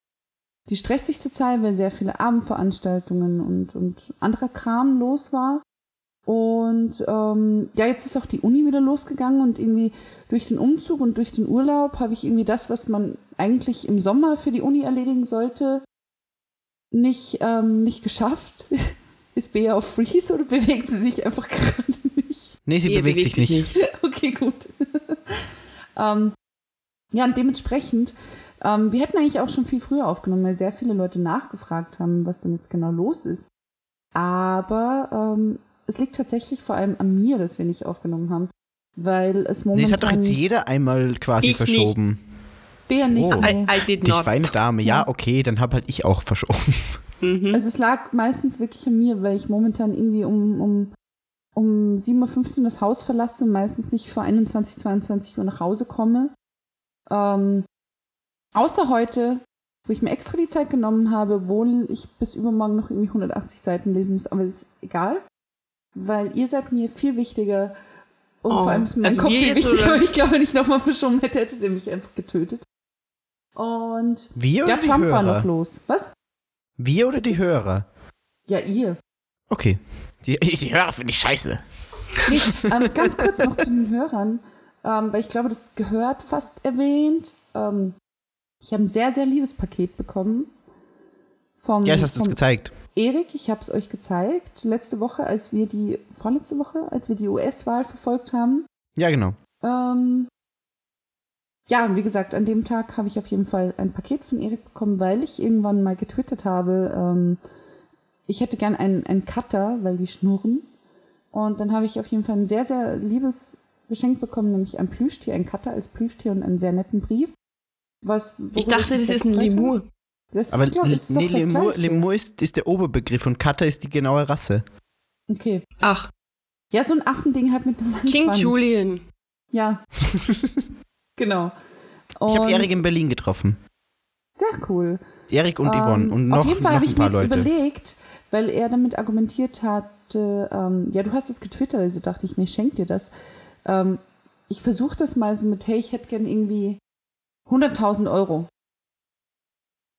Speaker 1: die stressigste Zeit, weil sehr viele Abendveranstaltungen und, und anderer Kram los war. Und ähm, ja, jetzt ist auch die Uni wieder losgegangen und irgendwie durch den Umzug und durch den Urlaub habe ich irgendwie das, was man eigentlich im Sommer für die Uni erledigen sollte, nicht, ähm, nicht geschafft. Ist Bea auf Freeze oder bewegt sie sich einfach gerade nicht?
Speaker 2: Nee, sie
Speaker 3: Ihr
Speaker 2: bewegt, sich nicht.
Speaker 1: Okay, gut. ähm, ja, und dementsprechend, ähm, wir hätten eigentlich auch schon viel früher aufgenommen, weil sehr viele Leute nachgefragt haben, was denn jetzt genau los ist. Aber ähm, es liegt tatsächlich vor allem an mir, dass wir nicht aufgenommen haben. Weil es
Speaker 2: Nee,
Speaker 1: momentan.
Speaker 2: es hat doch jetzt jeder einmal quasi
Speaker 3: Ich
Speaker 2: verschoben.
Speaker 1: Bea nicht.
Speaker 2: Oh.
Speaker 1: nee.
Speaker 3: I, I did
Speaker 2: Die
Speaker 3: not.
Speaker 2: feine Dame, ja, okay, dann hab halt ich auch verschoben.
Speaker 3: Mhm.
Speaker 1: Also es lag meistens wirklich an mir, weil ich momentan irgendwie um, um, um 7.15 Uhr das Haus verlasse und meistens nicht vor 21, 22 Uhr nach Hause komme. Ähm, außer heute, wo ich mir extra die Zeit genommen habe, obwohl ich bis übermorgen noch irgendwie 180 Seiten lesen muss, aber ist egal, weil ihr seid mir viel wichtiger und
Speaker 3: Oh,
Speaker 1: vor allem ist mir mein
Speaker 3: also
Speaker 1: Kopf
Speaker 3: wir
Speaker 1: viel
Speaker 3: jetzt,
Speaker 1: wichtiger,
Speaker 3: oder?
Speaker 1: und ich glaube, wenn ich nochmal verschoben hätte, hättet ihr mich einfach getötet. Und
Speaker 2: Wir oder
Speaker 1: ja,
Speaker 2: die
Speaker 1: Trump
Speaker 2: Hörer?
Speaker 1: war noch los. Was?
Speaker 2: Wir oder die Hörer?
Speaker 1: Ja, ihr.
Speaker 2: Okay. Die, die Hörer finde ich scheiße.
Speaker 1: Nee, ähm, ganz kurz noch zu den Hörern, ähm, weil ich glaube, das gehört fast erwähnt. Ähm, ich habe ein sehr, sehr liebes Paket bekommen. Vom,
Speaker 2: Ja, das hast du uns
Speaker 1: vom
Speaker 2: gezeigt.
Speaker 1: Erik, ich habe es euch gezeigt. Letzte Woche, als wir die, vorletzte Woche, als wir die US-Wahl verfolgt haben.
Speaker 2: Ja, genau.
Speaker 1: Ähm, ja, wie gesagt, an dem Tag habe ich auf jeden Fall ein Paket von Erik bekommen, weil ich irgendwann mal getwittert habe, ähm, ich hätte gern einen, einen Cutter, weil die schnurren. Und dann habe ich auf jeden Fall ein sehr, sehr liebes Geschenk bekommen, nämlich ein Plüschtier, ein Cutter als Plüschtier und einen sehr netten Brief. Was,
Speaker 3: Ich
Speaker 1: worüber
Speaker 3: dachte,
Speaker 1: mich
Speaker 3: das
Speaker 1: sehr
Speaker 3: ist ein
Speaker 1: gefreut habe.
Speaker 3: Lemur.
Speaker 1: Das
Speaker 2: Aber
Speaker 1: glaub, ist doch
Speaker 2: nee,
Speaker 1: das
Speaker 2: Lemur,
Speaker 1: Gleiche.
Speaker 2: Lemur ist, ist der Oberbegriff und Cutter ist die genaue Rasse.
Speaker 1: Okay.
Speaker 3: Ach,
Speaker 1: Ja, so ein Affending halt mit einem langen
Speaker 3: King
Speaker 1: Schwanz.
Speaker 3: Julian.
Speaker 1: Ja. genau.
Speaker 2: Ich habe
Speaker 1: Und-
Speaker 2: Erik in Berlin getroffen.
Speaker 1: Sehr cool.
Speaker 2: Erik und Yvonne
Speaker 1: Ähm,
Speaker 2: und noch,
Speaker 1: auf jeden Fall
Speaker 2: noch
Speaker 1: habe
Speaker 2: ein
Speaker 1: ich mir
Speaker 2: paar
Speaker 1: jetzt
Speaker 2: Leute.
Speaker 1: überlegt, weil er damit argumentiert hatte, ähm, ja, du hast es getwittert, also dachte ich mir, schenk dir das. Ähm, ich versuche das mal so mit, hey, ich hätte gern irgendwie 100.000 Euro.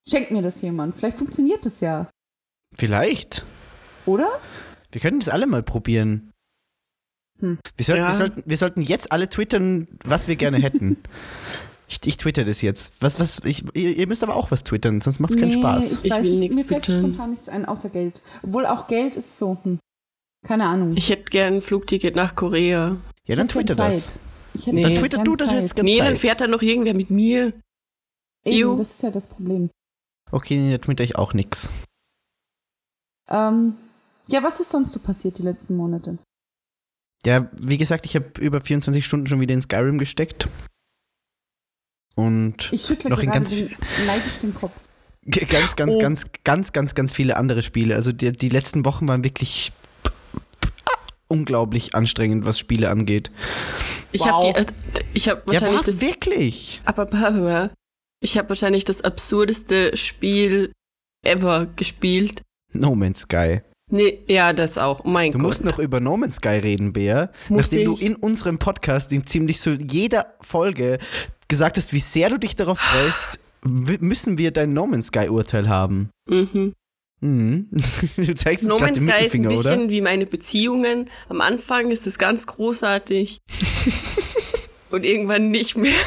Speaker 1: Schenkt mir das jemand. Vielleicht funktioniert das ja,
Speaker 2: Vielleicht.
Speaker 1: oder?
Speaker 2: Wir könnten das alle mal probieren.
Speaker 1: Hm.
Speaker 2: Wir, sollten,
Speaker 3: Ja.
Speaker 2: wir, sollten, wir sollten jetzt alle twittern, was wir gerne hätten. ich, ich twitter das jetzt. Was, was, ich, ihr ihr müsst aber auch was twittern, sonst macht es keinen Spaß.
Speaker 1: Ich,
Speaker 3: Ich
Speaker 1: weiß
Speaker 3: will
Speaker 1: nicht,
Speaker 3: nichts
Speaker 1: mir fällt
Speaker 3: bitte.
Speaker 1: spontan nichts ein, außer Geld. Obwohl auch Geld ist so, hm. keine Ahnung.
Speaker 3: Ich hätte gern ein Flugticket nach Korea.
Speaker 2: Ja,
Speaker 1: hätte gern
Speaker 2: dann twitter das.
Speaker 1: Zeit. Ich hätte
Speaker 3: Nee.
Speaker 2: Dann
Speaker 1: gern
Speaker 2: twitter du das
Speaker 1: Zeit.
Speaker 2: jetzt ganz
Speaker 3: nee, dann
Speaker 2: Zeit.
Speaker 3: fährt da noch irgendwer mit mir.
Speaker 1: Eben,
Speaker 3: Ew.
Speaker 1: das ist ja das Problem.
Speaker 2: Okay, nee, dann twitter ich auch nix.
Speaker 1: Ähm, ja, was ist sonst so passiert die letzten Monate?
Speaker 2: Ja, wie gesagt, ich habe über 24 Stunden schon wieder in Skyrim gesteckt. Und
Speaker 1: Ich schüttle
Speaker 2: Noch in
Speaker 1: gerade
Speaker 2: ganz
Speaker 1: den, neidisch den Kopf.
Speaker 2: g- ganz, ganz,
Speaker 3: Oh.
Speaker 2: ganz, ganz, ganz, ganz viele andere Spiele. Also die, die letzten Wochen waren wirklich unglaublich anstrengend, was Spiele angeht.
Speaker 3: Ich
Speaker 1: Wow.
Speaker 3: habe die. Äh, ich habe
Speaker 2: ja,
Speaker 3: wahrscheinlich
Speaker 2: was?
Speaker 3: das.
Speaker 2: Wirklich?
Speaker 3: Aber, aber, aber ich habe wahrscheinlich das absurdeste Spiel ever gespielt.
Speaker 2: No Man's Sky.
Speaker 3: Nee, ja, das auch. Oh Mein
Speaker 2: Du
Speaker 3: Gott.
Speaker 2: musst noch über No Man's Sky reden, Bea.
Speaker 3: Muss
Speaker 2: nachdem du
Speaker 3: ich?
Speaker 2: in unserem Podcast in ziemlich so jeder Folge gesagt hast, wie sehr du dich darauf freust, w- müssen wir dein No Man's Sky Urteil haben.
Speaker 3: mhm.
Speaker 2: Mhm. Du zeigst uns
Speaker 3: No Man's
Speaker 2: gerade den
Speaker 3: Sky ist ein
Speaker 2: Mittelfinger,
Speaker 3: bisschen
Speaker 2: oder?
Speaker 3: wie meine Beziehungen. Am Anfang ist es ganz großartig. Und irgendwann nicht mehr.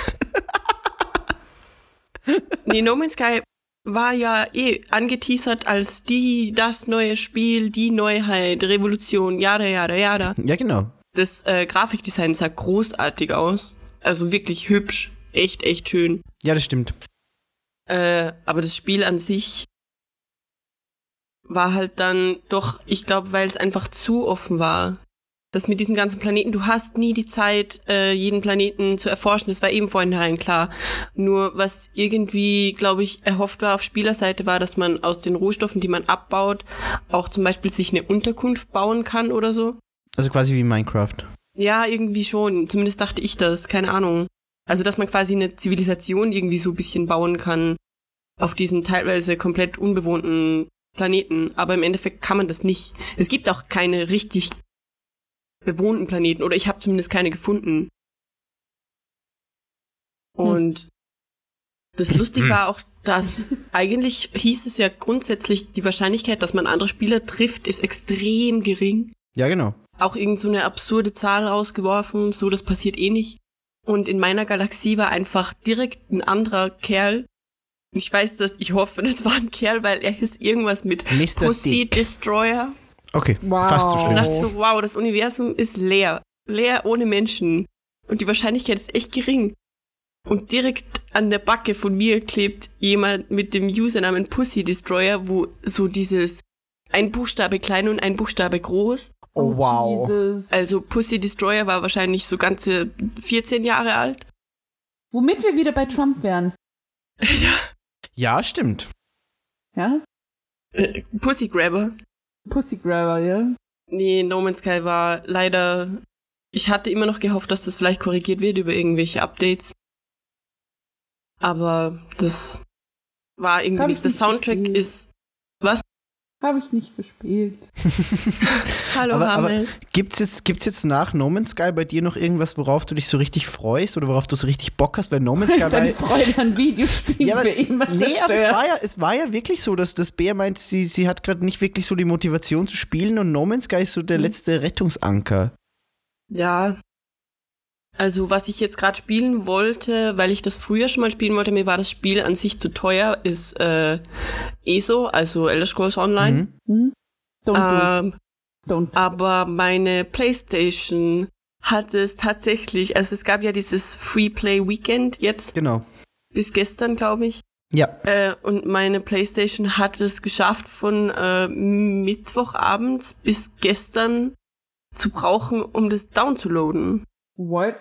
Speaker 3: nee, No Man's Sky war ja eh angeteasert als die, das neue Spiel, die Neuheit, Revolution, jada, jada, jada.
Speaker 2: Ja, genau.
Speaker 3: Das äh, Grafikdesign sah großartig aus. Also wirklich hübsch. Echt, echt schön.
Speaker 2: Ja, das stimmt.
Speaker 3: Äh, aber das Spiel an sich war halt dann doch, ich glaube, weil es einfach zu offen war. das mit diesen ganzen Planeten, du hast nie die Zeit, äh, jeden Planeten zu erforschen. Das war eben vorhin klar. Nur was irgendwie, glaube ich, erhofft war auf Spielerseite war, dass man aus den Rohstoffen, die man abbaut, auch zum Beispiel sich eine Unterkunft bauen kann oder so.
Speaker 2: Also quasi wie Minecraft.
Speaker 3: Ja, irgendwie schon. Zumindest dachte ich das. Keine Ahnung. Also, dass man quasi eine Zivilisation irgendwie so ein bisschen bauen kann auf diesen teilweise komplett unbewohnten Planeten. Aber im Endeffekt kann man das nicht. Es gibt auch keine richtig bewohnten Planeten oder ich habe zumindest keine gefunden. Und hm. das Lustige war auch, dass eigentlich hieß es ja grundsätzlich, die Wahrscheinlichkeit, dass man andere Spieler trifft, ist extrem gering.
Speaker 2: Ja, genau.
Speaker 3: Auch irgend so eine absurde Zahl rausgeworfen, so das passiert eh nicht. Und in meiner Galaxie war einfach direkt ein anderer Kerl. Und ich weiß das, ich hoffe, das war ein Kerl, weil er hieß irgendwas mit
Speaker 2: Mr.
Speaker 3: Pussy
Speaker 2: Dick.
Speaker 3: Destroyer.
Speaker 2: Okay,
Speaker 1: Wow.
Speaker 2: fast so
Speaker 3: Und
Speaker 2: schlimm.
Speaker 3: dachte so, wow, das Universum ist leer. Leer ohne Menschen. Und die Wahrscheinlichkeit ist echt gering. Und direkt an der Backe von mir klebt jemand mit dem Usernamen Pussy Destroyer, wo so dieses ein Buchstabe klein und ein Buchstabe groß.
Speaker 2: Oh, wow.
Speaker 1: Jesus.
Speaker 3: Also Pussy Destroyer war wahrscheinlich so ganze 14 Jahre alt.
Speaker 1: Womit wir wieder bei Trump wären.
Speaker 2: Ja, stimmt.
Speaker 1: Ja?
Speaker 3: Äh, Pussy Grabber.
Speaker 1: Pussy Grabber, ja?
Speaker 3: Nee, No Man's Sky war leider. Ich hatte immer noch gehofft, dass das vielleicht korrigiert wird über irgendwelche Updates. Aber das war irgendwie
Speaker 1: Hab ich
Speaker 3: nichts. Der
Speaker 1: nicht
Speaker 3: Soundtrack
Speaker 1: gespielt.
Speaker 3: ist.
Speaker 1: Habe ich nicht gespielt.
Speaker 3: Hallo,
Speaker 2: Aber- aber-
Speaker 3: Hamel.
Speaker 2: Gibt's jetzt, gibt's jetzt nach No Man's Sky bei dir noch irgendwas, worauf du dich so richtig freust oder worauf du so richtig Bock hast? Weil No Man's Sky
Speaker 1: Ist deine
Speaker 2: war-
Speaker 1: Freude an Videospielen
Speaker 2: aber-
Speaker 1: für immer
Speaker 2: nee,
Speaker 1: zerstört.
Speaker 2: aber es war, ja, es war ja wirklich so, dass das Bär meint, sie, sie hat gerade nicht wirklich so die Motivation zu spielen und No Man's Sky ist so der letzte Rettungsanker.
Speaker 3: Ja. Also, was ich jetzt gerade spielen wollte, weil ich das früher schon mal spielen wollte, mir war das Spiel an sich zu teuer, ist äh, ESO, also Elder Scrolls Online.
Speaker 2: Mhm.
Speaker 1: Hm? Don't
Speaker 3: Ähm,
Speaker 1: do it. Don't.
Speaker 3: Aber meine Playstation hatte es tatsächlich, also es gab ja dieses Free Play Weekend jetzt,
Speaker 2: Genau.
Speaker 3: bis gestern, glaube ich.
Speaker 2: Ja.
Speaker 3: Äh, und meine Playstation hat es geschafft, von äh, Mittwochabend bis gestern zu brauchen, um das downzuladen.
Speaker 1: What?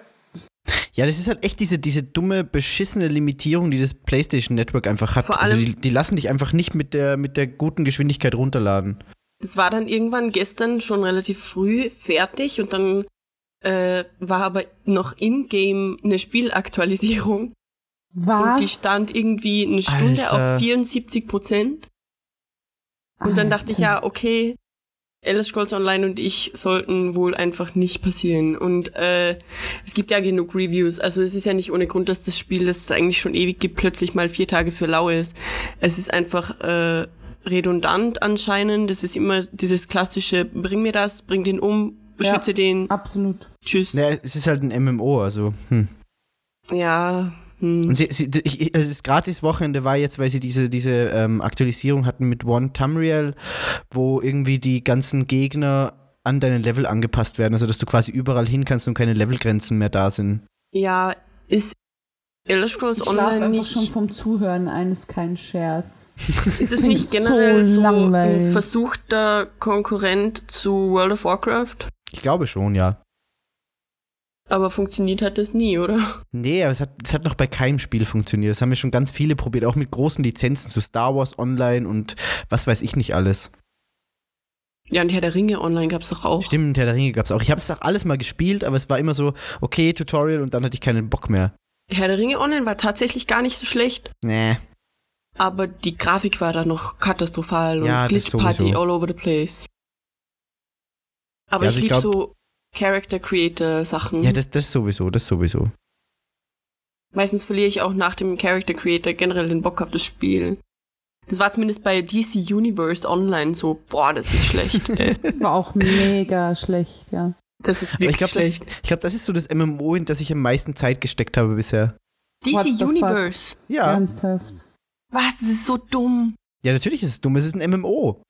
Speaker 2: Ja, das ist halt echt diese, diese dumme, beschissene Limitierung, die das PlayStation Network einfach hat.
Speaker 3: Vor
Speaker 2: also
Speaker 3: allem-
Speaker 2: die, die lassen dich einfach nicht mit der, mit der guten Geschwindigkeit runterladen.
Speaker 3: Das war dann irgendwann gestern schon relativ früh fertig und dann äh, war aber noch in-game eine Spielaktualisierung.
Speaker 1: Was?
Speaker 3: Und die stand irgendwie eine Stunde
Speaker 2: Alter.
Speaker 3: auf 74 Prozent. Und dann dachte ich,
Speaker 1: Alter.
Speaker 3: ja, okay, Elder Scrolls Online und ich sollten wohl einfach nicht passieren. Und äh, es gibt ja genug Reviews. Also es ist ja nicht ohne Grund, dass das Spiel, das es eigentlich schon ewig gibt, plötzlich mal vier Tage für lau ist. Es ist einfach äh, redundant anscheinend. Das ist immer dieses klassische, bring mir das, bring den um, beschütze den,
Speaker 1: Absolut.
Speaker 3: tschüss.
Speaker 2: Naja, es ist halt ein MMO, also. Hm.
Speaker 3: Ja, hm.
Speaker 2: Und sie, sie, ich, ich- also das Gratis-Wochenende war jetzt, weil sie diese, diese ähm, Aktualisierung hatten mit One Tamriel, wo irgendwie die ganzen Gegner an deinen Level angepasst werden, also dass du quasi überall hin kannst und keine Levelgrenzen mehr da sind.
Speaker 3: ja, ist Elder Scrolls
Speaker 1: Ich schlafe
Speaker 3: Online
Speaker 1: einfach
Speaker 3: nicht...
Speaker 1: schon vom Zuhören eines kein Scherz.
Speaker 3: Ist es
Speaker 1: Klingt
Speaker 3: nicht generell
Speaker 1: so
Speaker 3: so,
Speaker 1: langweilig.
Speaker 3: ein versuchter Konkurrent zu World of Warcraft?
Speaker 2: Ich glaube schon, ja.
Speaker 3: Aber funktioniert hat das nie, oder?
Speaker 2: Nee, aber es hat, es hat noch bei keinem Spiel funktioniert. Das haben ja schon ganz viele probiert, auch mit großen Lizenzen zu Star Wars Online und was weiß ich nicht alles.
Speaker 3: Ja, und Herr der Ringe online gab's doch auch.
Speaker 2: Stimmt, Herr der Ringe gab es auch. Ich habe es auch alles mal gespielt, aber es war immer so, okay, Tutorial und dann hatte ich keinen Bock mehr.
Speaker 3: Herr der Ringe online war tatsächlich gar nicht so schlecht,
Speaker 2: Nee.
Speaker 3: aber die Grafik war da noch katastrophal
Speaker 2: Ja,
Speaker 3: und
Speaker 2: das
Speaker 3: Glitchparty
Speaker 2: sowieso.
Speaker 3: all over the place. Aber
Speaker 2: Ja,
Speaker 3: ich
Speaker 2: also ich
Speaker 3: liebe
Speaker 2: glaub-
Speaker 3: so Character Creator Sachen.
Speaker 2: Ja, das, das sowieso, das sowieso.
Speaker 3: Meistens verliere ich auch nach dem Character Creator generell den Bock auf das Spiel. Das war zumindest bei DC Universe Online so, boah, das ist schlecht. ey.
Speaker 1: Das war auch mega schlecht, ja.
Speaker 3: Das ist
Speaker 2: Aber ich
Speaker 3: wirklich
Speaker 2: glaube, das,
Speaker 3: schlecht.
Speaker 2: ich glaub, das ist so das MMO, in das ich am meisten Zeit gesteckt habe bisher.
Speaker 1: What the
Speaker 3: DC
Speaker 1: fuck?
Speaker 3: Universe.
Speaker 2: Ja.
Speaker 1: Ernsthaft.
Speaker 3: Was? Das ist so dumm.
Speaker 2: Ja, natürlich ist es dumm, es ist ein MMO.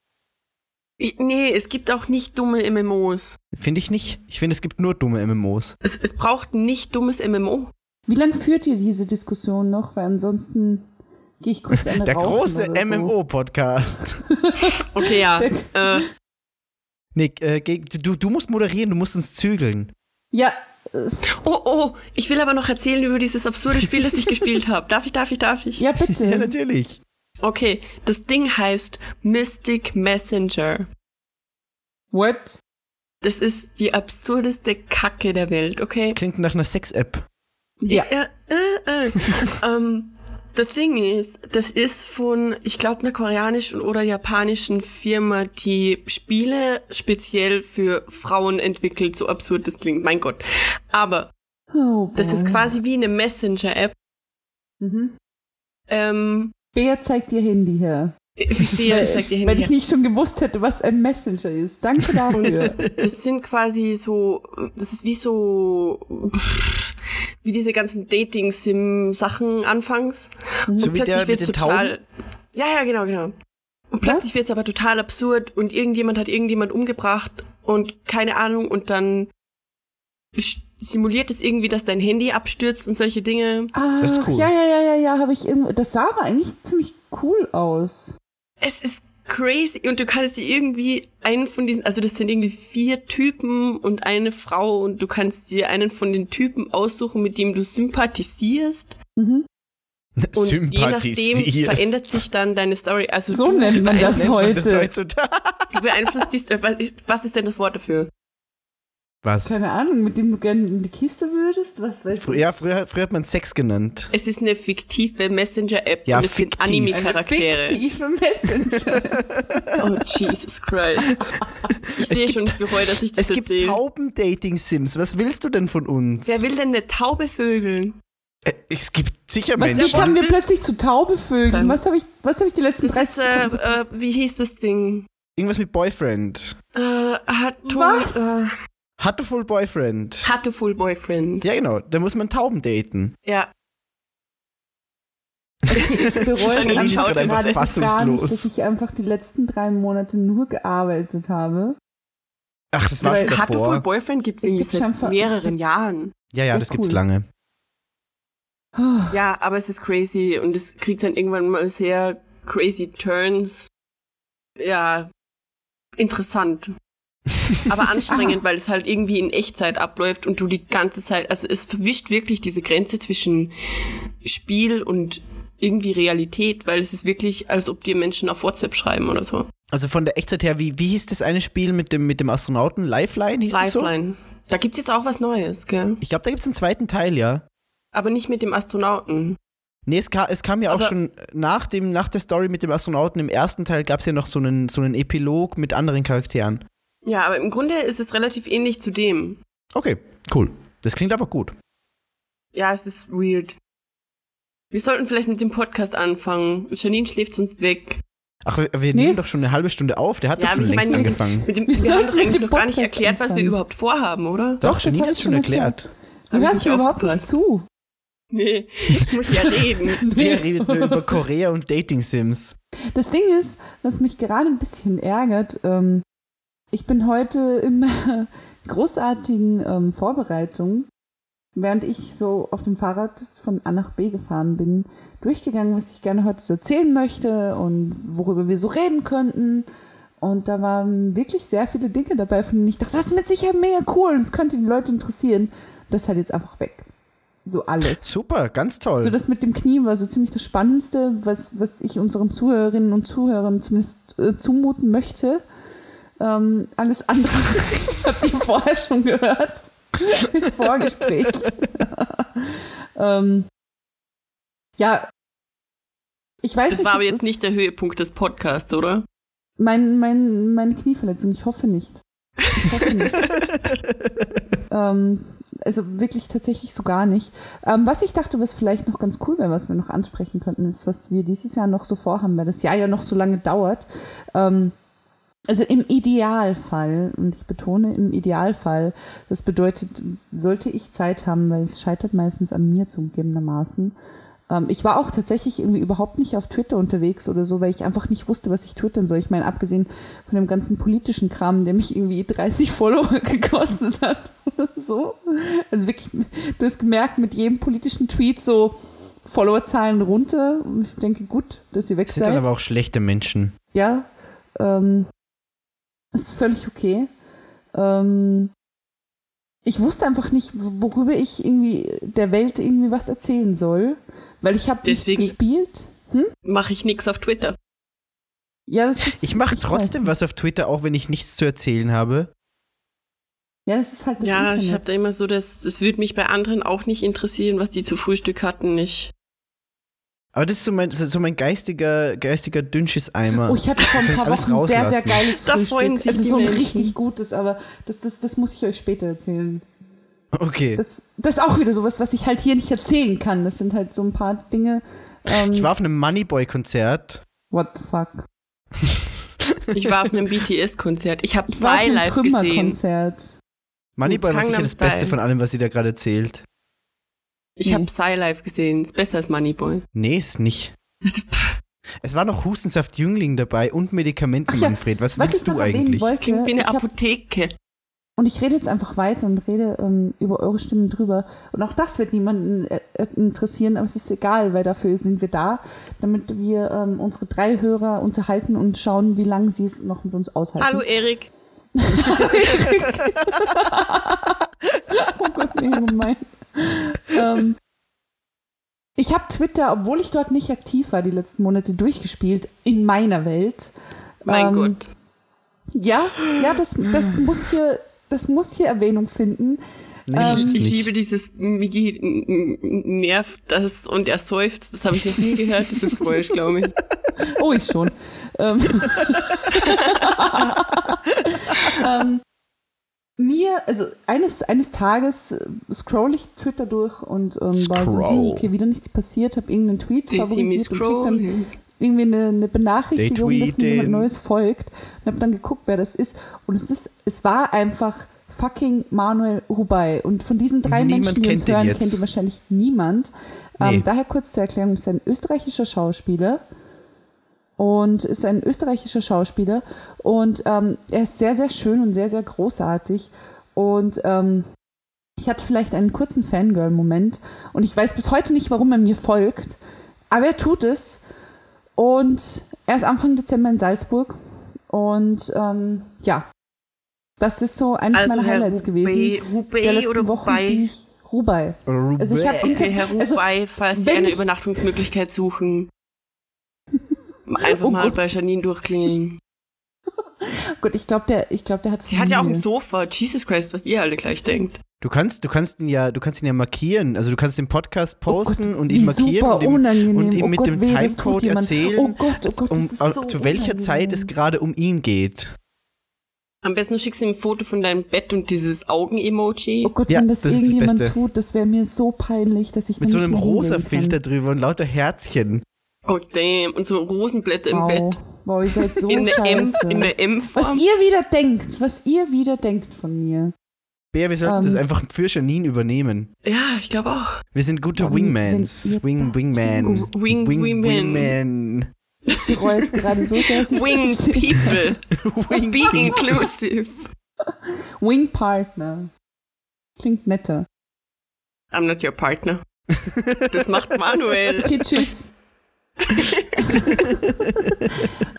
Speaker 3: Ich, nee, es gibt auch nicht dumme MMOs.
Speaker 2: Finde ich nicht. Ich finde, es gibt nur dumme MMOs.
Speaker 3: Es, es braucht ein nicht dummes MMO.
Speaker 1: Wie lange führt ihr diese Diskussion noch? Weil ansonsten gehe ich kurz eine
Speaker 2: Der
Speaker 1: rauchen
Speaker 2: große
Speaker 1: oder so.
Speaker 2: MMO-Podcast.
Speaker 3: Okay, ja.
Speaker 1: Der-
Speaker 3: äh,
Speaker 2: Nick, äh, ge- du, du musst moderieren, du musst uns zügeln.
Speaker 1: Ja, äh,
Speaker 3: Oh, oh, ich will aber noch erzählen über dieses absurde Spiel, das ich gespielt habe. Darf ich, darf ich, darf ich?
Speaker 1: ja bitte.
Speaker 2: Ja, natürlich.
Speaker 3: Okay, das Ding heißt Mystic Messenger.
Speaker 1: What?
Speaker 3: Das ist die absurdeste Kacke der Welt, okay?
Speaker 2: Klingt nach einer Sex-App.
Speaker 1: Ja.
Speaker 3: Äh, äh, äh. ähm, the thing is, das ist von, ich glaube, einer koreanischen oder japanischen Firma, die Spiele speziell für Frauen entwickelt. So absurd das klingt, mein Gott. Aber
Speaker 1: Oh, boy.
Speaker 3: das ist quasi wie eine Messenger-App.
Speaker 1: Mhm.
Speaker 3: Ähm,
Speaker 1: Bea zeigt ihr Handy her.
Speaker 3: ich sehe, ich zeig dir
Speaker 1: Wenn ich
Speaker 3: hinterher.
Speaker 1: nicht schon gewusst hätte, was ein Messenger ist. Danke dafür.
Speaker 3: Das sind quasi so, das ist wie so, pff, wie diese ganzen Dating-Sim-Sachen anfangs.
Speaker 2: So wie der mit
Speaker 3: wird's
Speaker 2: den Tauben.
Speaker 3: Ja, ja, genau, genau. Und plötzlich wird's aber total absurd und irgendjemand hat irgendjemand umgebracht und keine Ahnung und dann sch- simuliert es irgendwie, dass dein Handy abstürzt und solche Dinge.
Speaker 1: Ach,
Speaker 2: Das ist cool.
Speaker 1: Ah, Ja, ja, ja, ja, ja, habe ich irgendwo. Das sah aber eigentlich ziemlich cool aus.
Speaker 3: Es ist crazy und du kannst dir irgendwie einen von diesen, also das sind irgendwie vier Typen und eine Frau und du kannst dir einen von den Typen aussuchen, mit dem du sympathisierst
Speaker 1: Mhm.
Speaker 3: und je nachdem
Speaker 2: Sympathisierst.
Speaker 3: verändert sich dann deine Story. Also
Speaker 1: So
Speaker 3: du,
Speaker 1: nennt man das
Speaker 2: Nennt man das
Speaker 1: heute.
Speaker 2: heutzutage.
Speaker 3: du beeinflusst die Story. Was ist- Was ist denn das Wort dafür?
Speaker 2: Was?
Speaker 1: Keine Ahnung, mit dem du gerne in die Kiste würdest, was weiß
Speaker 2: Fr-
Speaker 1: ich.
Speaker 2: Ja, früher, früher hat man Sex genannt.
Speaker 3: Es ist eine fiktive Messenger-App
Speaker 2: Ja,
Speaker 3: und es sind
Speaker 2: fiktiv.
Speaker 1: Eine
Speaker 3: Anime-Charaktere.
Speaker 1: fiktive Messenger.
Speaker 3: Oh, Jesus Christ. Ich sehe schon, ich bereue, dass ich das
Speaker 2: Es gibt
Speaker 3: erzähle.
Speaker 2: Tauben-Dating-Sims. Was willst du denn von uns?
Speaker 3: Wer will denn eine Taube vögeln?
Speaker 2: Äh, es gibt sicher
Speaker 1: Was, wie
Speaker 2: Menschen.
Speaker 1: kamen wir plötzlich zu Taube vögeln?
Speaker 3: Dann-
Speaker 1: Was habe ich, was hab ich die letzten
Speaker 3: Das
Speaker 1: 30
Speaker 3: ist, äh,
Speaker 1: Sekunden?
Speaker 3: äh, wie hieß das Ding?
Speaker 2: Irgendwas mit Boyfriend.
Speaker 3: Äh, hat
Speaker 1: Was?
Speaker 3: Äh,
Speaker 2: Hateful Boyfriend.
Speaker 3: Hateful Boyfriend.
Speaker 2: ja, genau. Da muss man Tauben daten.
Speaker 3: Ja.
Speaker 1: Okay, ich bereue es
Speaker 3: Wahrscheinlich
Speaker 1: einfach
Speaker 3: ist gerade
Speaker 1: gerade
Speaker 3: einfach
Speaker 1: so gar nicht,
Speaker 2: fassungslos.
Speaker 1: dass ich einfach die letzten drei Monate nur gearbeitet habe.
Speaker 2: Ach, das
Speaker 1: Das
Speaker 2: war's
Speaker 1: ist
Speaker 3: Hateful
Speaker 2: davor.
Speaker 3: Boyfriend gibt es
Speaker 1: Ich
Speaker 3: irgendwie
Speaker 1: hab schon
Speaker 3: seit
Speaker 1: ver-
Speaker 3: mehreren Jahren.
Speaker 2: ja, ja,
Speaker 1: Ja,
Speaker 2: das gibt's
Speaker 1: cool.
Speaker 2: lange.
Speaker 3: Ja, aber es ist crazy und es kriegt dann irgendwann mal sehr crazy Turns. Ja, interessant. Aber anstrengend, weil es halt irgendwie in Echtzeit abläuft und du die ganze Zeit, also es verwischt wirklich diese Grenze zwischen Spiel und irgendwie Realität, weil es ist wirklich, als ob dir Menschen auf WhatsApp schreiben oder so.
Speaker 2: Also von der Echtzeit her, wie, wie hieß das eine Spiel mit dem, mit dem Astronauten? Lifeline hieß es so?
Speaker 3: Lifeline. Da gibt's jetzt auch was Neues, gell?
Speaker 2: Ich glaube, da gibt's einen zweiten Teil, ja.
Speaker 3: Aber nicht mit dem Astronauten.
Speaker 2: Nee, es, ka es kam ja auch
Speaker 3: Aber-
Speaker 2: schon nach, dem, nach der Story mit dem Astronauten. Im ersten Teil gab's ja noch so einen, so einen Epilog mit anderen Charakteren.
Speaker 3: Ja, aber im Grunde ist es relativ ähnlich zu dem.
Speaker 2: Okay, cool. Das klingt aber gut.
Speaker 3: Ja, es ist weird. Wir sollten vielleicht mit dem Podcast anfangen. Janine schläft sonst weg.
Speaker 2: Ach, wir wir
Speaker 1: Nee,
Speaker 2: nehmen
Speaker 1: es-
Speaker 2: doch schon eine halbe Stunde auf. Der hat
Speaker 3: Ja,
Speaker 2: doch
Speaker 3: aber
Speaker 2: schon
Speaker 3: ich
Speaker 2: längst
Speaker 3: meine, wir-
Speaker 2: angefangen.
Speaker 3: Mit dem,
Speaker 1: Wir
Speaker 3: wir haben
Speaker 1: sollten
Speaker 3: doch
Speaker 1: mit
Speaker 3: eigentlich
Speaker 1: dem
Speaker 3: noch gar nicht
Speaker 1: Podcast
Speaker 3: erklärt, was wir
Speaker 1: anfangen.
Speaker 3: überhaupt vorhaben, oder?
Speaker 1: Doch,
Speaker 2: Doch,
Speaker 1: das
Speaker 2: Janine
Speaker 1: hab
Speaker 2: hat
Speaker 1: ich
Speaker 2: schon
Speaker 1: schon
Speaker 2: erklärt.
Speaker 1: Du
Speaker 3: Hab ich
Speaker 1: hörst
Speaker 3: nicht
Speaker 1: mir überhaupt nicht
Speaker 3: aufgepasst.
Speaker 1: zu.
Speaker 3: Nee, ich muss ja reden.
Speaker 2: Wir reden nur über Korea und Dating-Sims.
Speaker 1: Das Ding ist, was mich gerade ein bisschen ärgert, ähm, ich bin heute in meiner großartigen ähm, Vorbereitung, während ich so auf dem Fahrrad von A nach B gefahren bin, durchgegangen, was ich gerne heute so erzählen möchte und worüber wir so reden könnten. Und da waren wirklich sehr viele Dinge dabei, von denen ich dachte, das ist mit Sicherheit mega cool, das könnte die Leute interessieren. Das ist halt jetzt einfach weg. So alles.
Speaker 2: Super, ganz toll.
Speaker 1: So das mit dem Knie war so ziemlich das Spannendste, was, was ich unseren Zuhörerinnen und Zuhörern zumindest äh, zumuten möchte. Ähm, alles andere habt ihr vorher schon gehört im Vorgespräch. ähm, ja, ich weiß
Speaker 3: Das
Speaker 1: nicht.
Speaker 3: war aber
Speaker 1: es
Speaker 3: jetzt
Speaker 1: ist
Speaker 3: nicht der Höhepunkt des Podcasts, oder?
Speaker 1: Mein, mein, meine Knieverletzung, ich hoffe nicht. Ich hoffe nicht. ähm, also wirklich tatsächlich so gar nicht. Ähm, was ich dachte, was vielleicht noch ganz cool wäre, was wir noch ansprechen könnten, ist, was wir dieses Jahr noch so vorhaben, weil das Jahr ja noch so lange dauert. Ähm, also im Idealfall, und ich betone im Idealfall, das bedeutet, sollte ich Zeit haben, weil es scheitert meistens an mir zugegebenermaßen. Ähm, ich war auch tatsächlich irgendwie überhaupt nicht auf Twitter unterwegs oder so, weil ich einfach nicht wusste, was ich twittern soll. Ich meine, abgesehen von dem ganzen politischen Kram, der mich irgendwie 30 Follower gekostet hat oder so. Also wirklich, du hast gemerkt, mit jedem politischen Tweet so Followerzahlen runter. Und Ich denke, gut, dass ihr weg
Speaker 2: das sind dann
Speaker 1: seid.
Speaker 2: aber auch schlechte Menschen.
Speaker 1: Ja, ähm, Ist völlig okay. Ähm, ich wusste einfach nicht, worüber ich irgendwie der Welt irgendwie was erzählen soll, weil ich habe nichts
Speaker 3: Deswegen-
Speaker 1: gespielt. Hm?
Speaker 3: Mache ich nichts auf Twitter.
Speaker 1: Ja, das ist,
Speaker 2: Ich mache
Speaker 1: weiß
Speaker 2: trotzdem
Speaker 1: nicht.
Speaker 2: was auf Twitter, auch wenn ich nichts zu erzählen habe.
Speaker 1: Ja, das ist halt das
Speaker 3: ja,
Speaker 1: Internet.
Speaker 3: ich habe da immer so, dass es würde mich bei anderen auch nicht interessieren, was die zu Frühstück hatten. Ich
Speaker 2: Aber das ist so mein, so so mein geistiger, geistiger Dünnschiss-Eimer.
Speaker 1: Oh, ich hatte vor ein paar
Speaker 2: Alles
Speaker 1: Wochen ein sehr, sehr
Speaker 2: rauslassen.
Speaker 1: geiles
Speaker 3: Da freuen
Speaker 1: Frühstück.
Speaker 3: sich
Speaker 1: Also
Speaker 3: die
Speaker 1: so ein
Speaker 3: Menschen.
Speaker 1: richtig gutes, aber das, das, das muss ich euch später erzählen.
Speaker 2: okay.
Speaker 1: Das, das ist auch wieder sowas, was ich halt hier nicht erzählen kann. Das sind halt so ein paar Dinge. Ähm,
Speaker 2: Ich war auf einem Moneyboy-Konzert.
Speaker 1: what the fuck?
Speaker 3: Ich war auf einem BTS-Konzert. Ich habe
Speaker 1: Ich war auf
Speaker 3: zwei
Speaker 1: einem
Speaker 3: live gesehen.
Speaker 1: Trümmerkonzert.
Speaker 2: Moneyboy war
Speaker 3: Gangnam
Speaker 2: sicher das
Speaker 3: Style.
Speaker 2: Beste von allem, was sie da gerade erzählt.
Speaker 3: Ich habe Psy live gesehen. Ist besser als Moneyboy.
Speaker 2: Nee, ist nicht. Es war noch Hustensaft Jüngling dabei und Medikamenten,
Speaker 1: Ach ja,
Speaker 2: Manfred. Was,
Speaker 1: was ich
Speaker 2: willst
Speaker 1: noch
Speaker 2: du
Speaker 1: erwähnen
Speaker 2: eigentlich?
Speaker 1: wollte-
Speaker 3: Das klingt wie eine
Speaker 1: Ich hab-
Speaker 3: Apotheke.
Speaker 1: Und ich rede jetzt einfach weiter und rede ähm, über eure Stimmen drüber. Und auch das wird niemanden äh, äh, interessieren, aber es ist egal, weil dafür sind wir da, damit wir ähm, unsere drei Hörer unterhalten und schauen, wie lange sie es noch mit uns aushalten.
Speaker 3: Hallo Erik.
Speaker 1: oh Gott, wie gemein. Ähm, ich habe Twitter, obwohl ich dort nicht aktiv war die letzten Monate, durchgespielt in meiner Welt.
Speaker 3: Mein
Speaker 1: Ähm,
Speaker 3: Gott.
Speaker 1: Ja, ja, das, das muss hier, das muss hier Erwähnung finden.
Speaker 2: Nee, das
Speaker 1: ähm,
Speaker 2: ist
Speaker 3: Ich
Speaker 2: nicht.
Speaker 3: liebe dieses Migi n- n- n- nervt das und er seufzt. Das habe ich noch nie gehört. Das ist komisch, glaube ich.
Speaker 1: Oh, ich schon. ähm, ähm, mir, also eines, eines Tages äh, scroll ich Twitter durch und ähm, war so, hm,
Speaker 2: Scroll.
Speaker 1: okay, wieder nichts passiert, habe irgendeinen Tweet
Speaker 3: Daisy Miss
Speaker 1: favorisiert und krieg dann
Speaker 3: Crow.
Speaker 1: irgendwie eine, eine Benachrichtigung, dass mir jemand
Speaker 2: Retweeten.
Speaker 1: Neues folgt und habe dann geguckt, wer das ist. Und es ist, es war einfach fucking Manuel Hubei. Und von diesen drei
Speaker 2: Niemand
Speaker 1: Menschen, die
Speaker 2: kennt
Speaker 1: uns
Speaker 2: den
Speaker 1: hören,
Speaker 2: jetzt.
Speaker 1: kennt ihn wahrscheinlich niemand.
Speaker 2: Nee.
Speaker 1: Ähm, daher kurz zur Erklärung, es ist ein österreichischer Schauspieler und ist ein österreichischer Schauspieler und ähm, er ist sehr, sehr schön und sehr, sehr großartig und ähm, ich hatte vielleicht einen kurzen Fangirl-Moment und ich weiß bis heute nicht, warum er mir folgt, aber er tut es und er ist Anfang Dezember in Salzburg und ähm, ja, das ist so eines
Speaker 2: Also
Speaker 3: Also,
Speaker 1: meiner Highlights gewesen der
Speaker 3: Hubei
Speaker 1: letzten
Speaker 3: oder
Speaker 1: Wochen, die
Speaker 3: Hubei.
Speaker 1: ich Rubai. Also ich habe
Speaker 3: Okay, Herr
Speaker 1: also
Speaker 3: Hubei, falls Sie
Speaker 1: wenn
Speaker 3: eine
Speaker 1: ich-
Speaker 3: Übernachtungsmöglichkeit suchen. Einfach
Speaker 1: Oh
Speaker 3: mal
Speaker 1: Gott.
Speaker 3: bei Janine durchklingeln.
Speaker 1: gut, ich glaube der, ich glaube der hat.
Speaker 3: Sie hat ja auch ein
Speaker 1: Familie.
Speaker 3: Sofa. Jesus Christ, was ihr alle gleich denkt.
Speaker 2: Du kannst, du kannst ihn ja, du kannst ihn ja markieren. Also du kannst den Podcast posten
Speaker 1: Oh Gott,
Speaker 2: und
Speaker 1: wie
Speaker 2: ihn markieren
Speaker 1: super
Speaker 2: und ihm,
Speaker 1: unangenehm.
Speaker 2: und ihm
Speaker 1: Oh
Speaker 2: mit
Speaker 1: Gott,
Speaker 2: dem
Speaker 1: weh, das tut
Speaker 2: Timecode
Speaker 1: jemand.
Speaker 2: erzählen,
Speaker 1: Oh Gott, oh Gott, das
Speaker 2: um,
Speaker 1: ist so
Speaker 2: zu welcher Zeit es
Speaker 1: unangenehm.
Speaker 2: gerade um ihn geht.
Speaker 3: Am besten schickst du ihm ein Foto von deinem Bett und dieses Augen-Emoji.
Speaker 1: Oh Gott,
Speaker 2: Ja,
Speaker 1: wenn das,
Speaker 2: das ist das
Speaker 1: irgendjemand
Speaker 2: Beste.
Speaker 1: tut, das wäre mir so peinlich, dass ich
Speaker 2: Mit
Speaker 1: da
Speaker 2: so
Speaker 1: nicht
Speaker 2: einem
Speaker 1: mehr hingehen
Speaker 2: rosa
Speaker 1: kann.
Speaker 2: Filter drüber und lauter Herzchen.
Speaker 3: Oh damn. Und so Rosenblätter im
Speaker 1: wow.
Speaker 3: Bett.
Speaker 1: Wow, ihr seid so
Speaker 3: in der M,
Speaker 1: scheiße.
Speaker 3: in der
Speaker 1: was
Speaker 3: M-Form.
Speaker 1: ihr wieder denkt, was ihr wieder denkt von mir.
Speaker 2: Bea, wir sollten
Speaker 1: Ähm.
Speaker 2: das einfach für Janine übernehmen.
Speaker 3: Ja, ich glaube auch.
Speaker 2: Wir sind gute
Speaker 1: Wenn- wenn
Speaker 2: Wingmans.
Speaker 1: ihr
Speaker 2: Wing,
Speaker 1: das
Speaker 2: Wingman.
Speaker 3: tut. Wing- Wingman.
Speaker 2: Wingman.
Speaker 1: Ich bereue es gerade so sehr, dass ich das
Speaker 3: Wing
Speaker 1: erzähle.
Speaker 3: People.
Speaker 2: Wing,
Speaker 3: Be inclusive.
Speaker 1: Wing Partner. Klingt netter.
Speaker 3: I'm not your partner. Das macht Manuel.
Speaker 1: Okay, tschüss.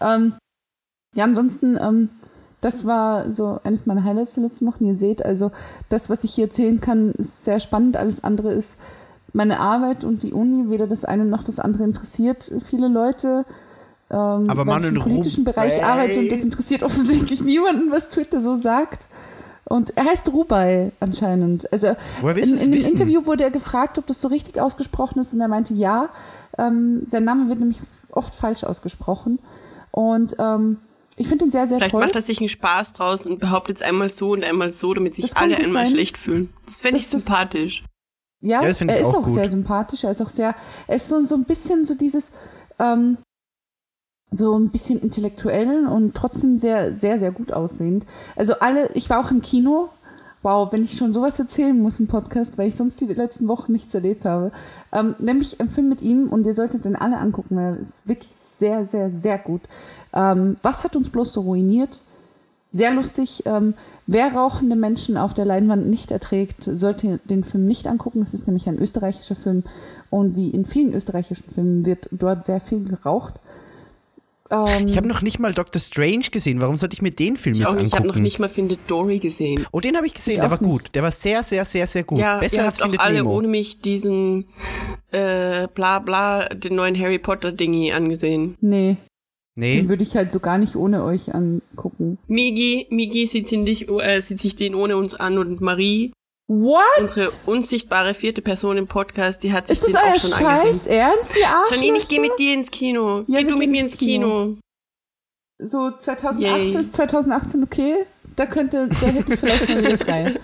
Speaker 1: ähm, ja, ansonsten, ähm, das war so eines meiner Highlights der letzten Wochen. Ihr seht, also das, was ich hier erzählen kann, ist sehr spannend. Alles andere ist meine Arbeit und die Uni. Weder das eine noch das andere interessiert viele Leute. Ähm,
Speaker 2: Aber
Speaker 1: weil
Speaker 2: Manuel
Speaker 1: ich im politischen
Speaker 2: Rubey-
Speaker 1: Bereich arbeite und das interessiert offensichtlich niemanden, was Twitter so sagt. Und er heißt Rubai anscheinend. Also
Speaker 2: Woher willst
Speaker 1: in,
Speaker 2: du das
Speaker 1: in dem
Speaker 2: wissen?
Speaker 1: Interview wurde er gefragt, ob das so richtig ausgesprochen ist und er meinte ja. Ähm, sein Name wird nämlich oft falsch ausgesprochen. Und ähm, ich finde ihn sehr, sehr
Speaker 3: Vielleicht
Speaker 1: toll.
Speaker 3: macht er sich einen Spaß draus und behauptet es einmal so und einmal so, damit sich
Speaker 1: Das kann
Speaker 3: alle
Speaker 1: gut
Speaker 3: einmal
Speaker 1: sein.
Speaker 3: schlecht fühlen. Das fände ich
Speaker 1: Das ist-
Speaker 3: sympathisch.
Speaker 1: Ja,
Speaker 2: Ja, das finde
Speaker 1: er
Speaker 2: ich
Speaker 1: ist
Speaker 2: auch
Speaker 1: auch
Speaker 2: gut.
Speaker 1: sehr sympathisch, er ist auch sehr, er ist so, so ein bisschen so dieses, ähm, so ein bisschen intellektuell und trotzdem sehr, sehr, sehr gut aussehend. Also alle, ich war auch im Kino. Wow, wenn ich schon sowas erzählen muss im Podcast, weil ich sonst die letzten Wochen nichts erlebt habe. Ähm, nämlich im Film mit ihm und ihr solltet den alle angucken, weil er ist wirklich sehr, sehr, sehr gut. Ähm, was hat uns bloß so ruiniert? Sehr lustig. Ähm, wer rauchende Menschen auf der Leinwand nicht erträgt, sollte den Film nicht angucken. Es ist nämlich ein österreichischer Film und wie in vielen österreichischen Filmen wird dort sehr viel geraucht. Ähm,
Speaker 2: Ich habe noch nicht mal Dr. Strange gesehen. Warum sollte ich mir den Film
Speaker 3: Ich,
Speaker 2: jetzt
Speaker 3: auch nicht.
Speaker 2: angucken?
Speaker 3: ich habe noch nicht mal Findet Dory gesehen.
Speaker 2: oh, den habe ich gesehen,
Speaker 1: Ich
Speaker 2: der
Speaker 1: auch
Speaker 2: war gut.
Speaker 1: nicht.
Speaker 2: Der war sehr, sehr, sehr, sehr gut.
Speaker 3: Ja,
Speaker 2: Oh, Besser
Speaker 3: ihr
Speaker 2: als
Speaker 3: habt auch
Speaker 2: Findet
Speaker 3: alle
Speaker 2: Nemo.
Speaker 3: ohne mich diesen äh, bla bla, den neuen Harry Potter Dingy angesehen.
Speaker 1: nee, den
Speaker 2: nee,
Speaker 1: würde ich halt so gar nicht ohne euch angucken.
Speaker 3: Migi, Migi sieht, ihn nicht, äh, sieht sich den ohne uns an und Marie,
Speaker 1: What?
Speaker 3: unsere unsichtbare vierte Person im Podcast, die hat sich
Speaker 1: Ist das
Speaker 3: den auch
Speaker 1: euer
Speaker 3: schon
Speaker 1: Scheiß
Speaker 3: angesehen.
Speaker 1: Ernst, die Arschlöcher?
Speaker 3: Janine, ich gehe mit dir ins Kino.
Speaker 1: Ja, wir
Speaker 3: geh du mit
Speaker 1: gehen
Speaker 3: mir
Speaker 1: ins
Speaker 3: ins Kino.
Speaker 1: So 2018
Speaker 3: Yay.
Speaker 1: ist 2018 okay? Da könnte, da hätte ich vielleicht mal wieder frei.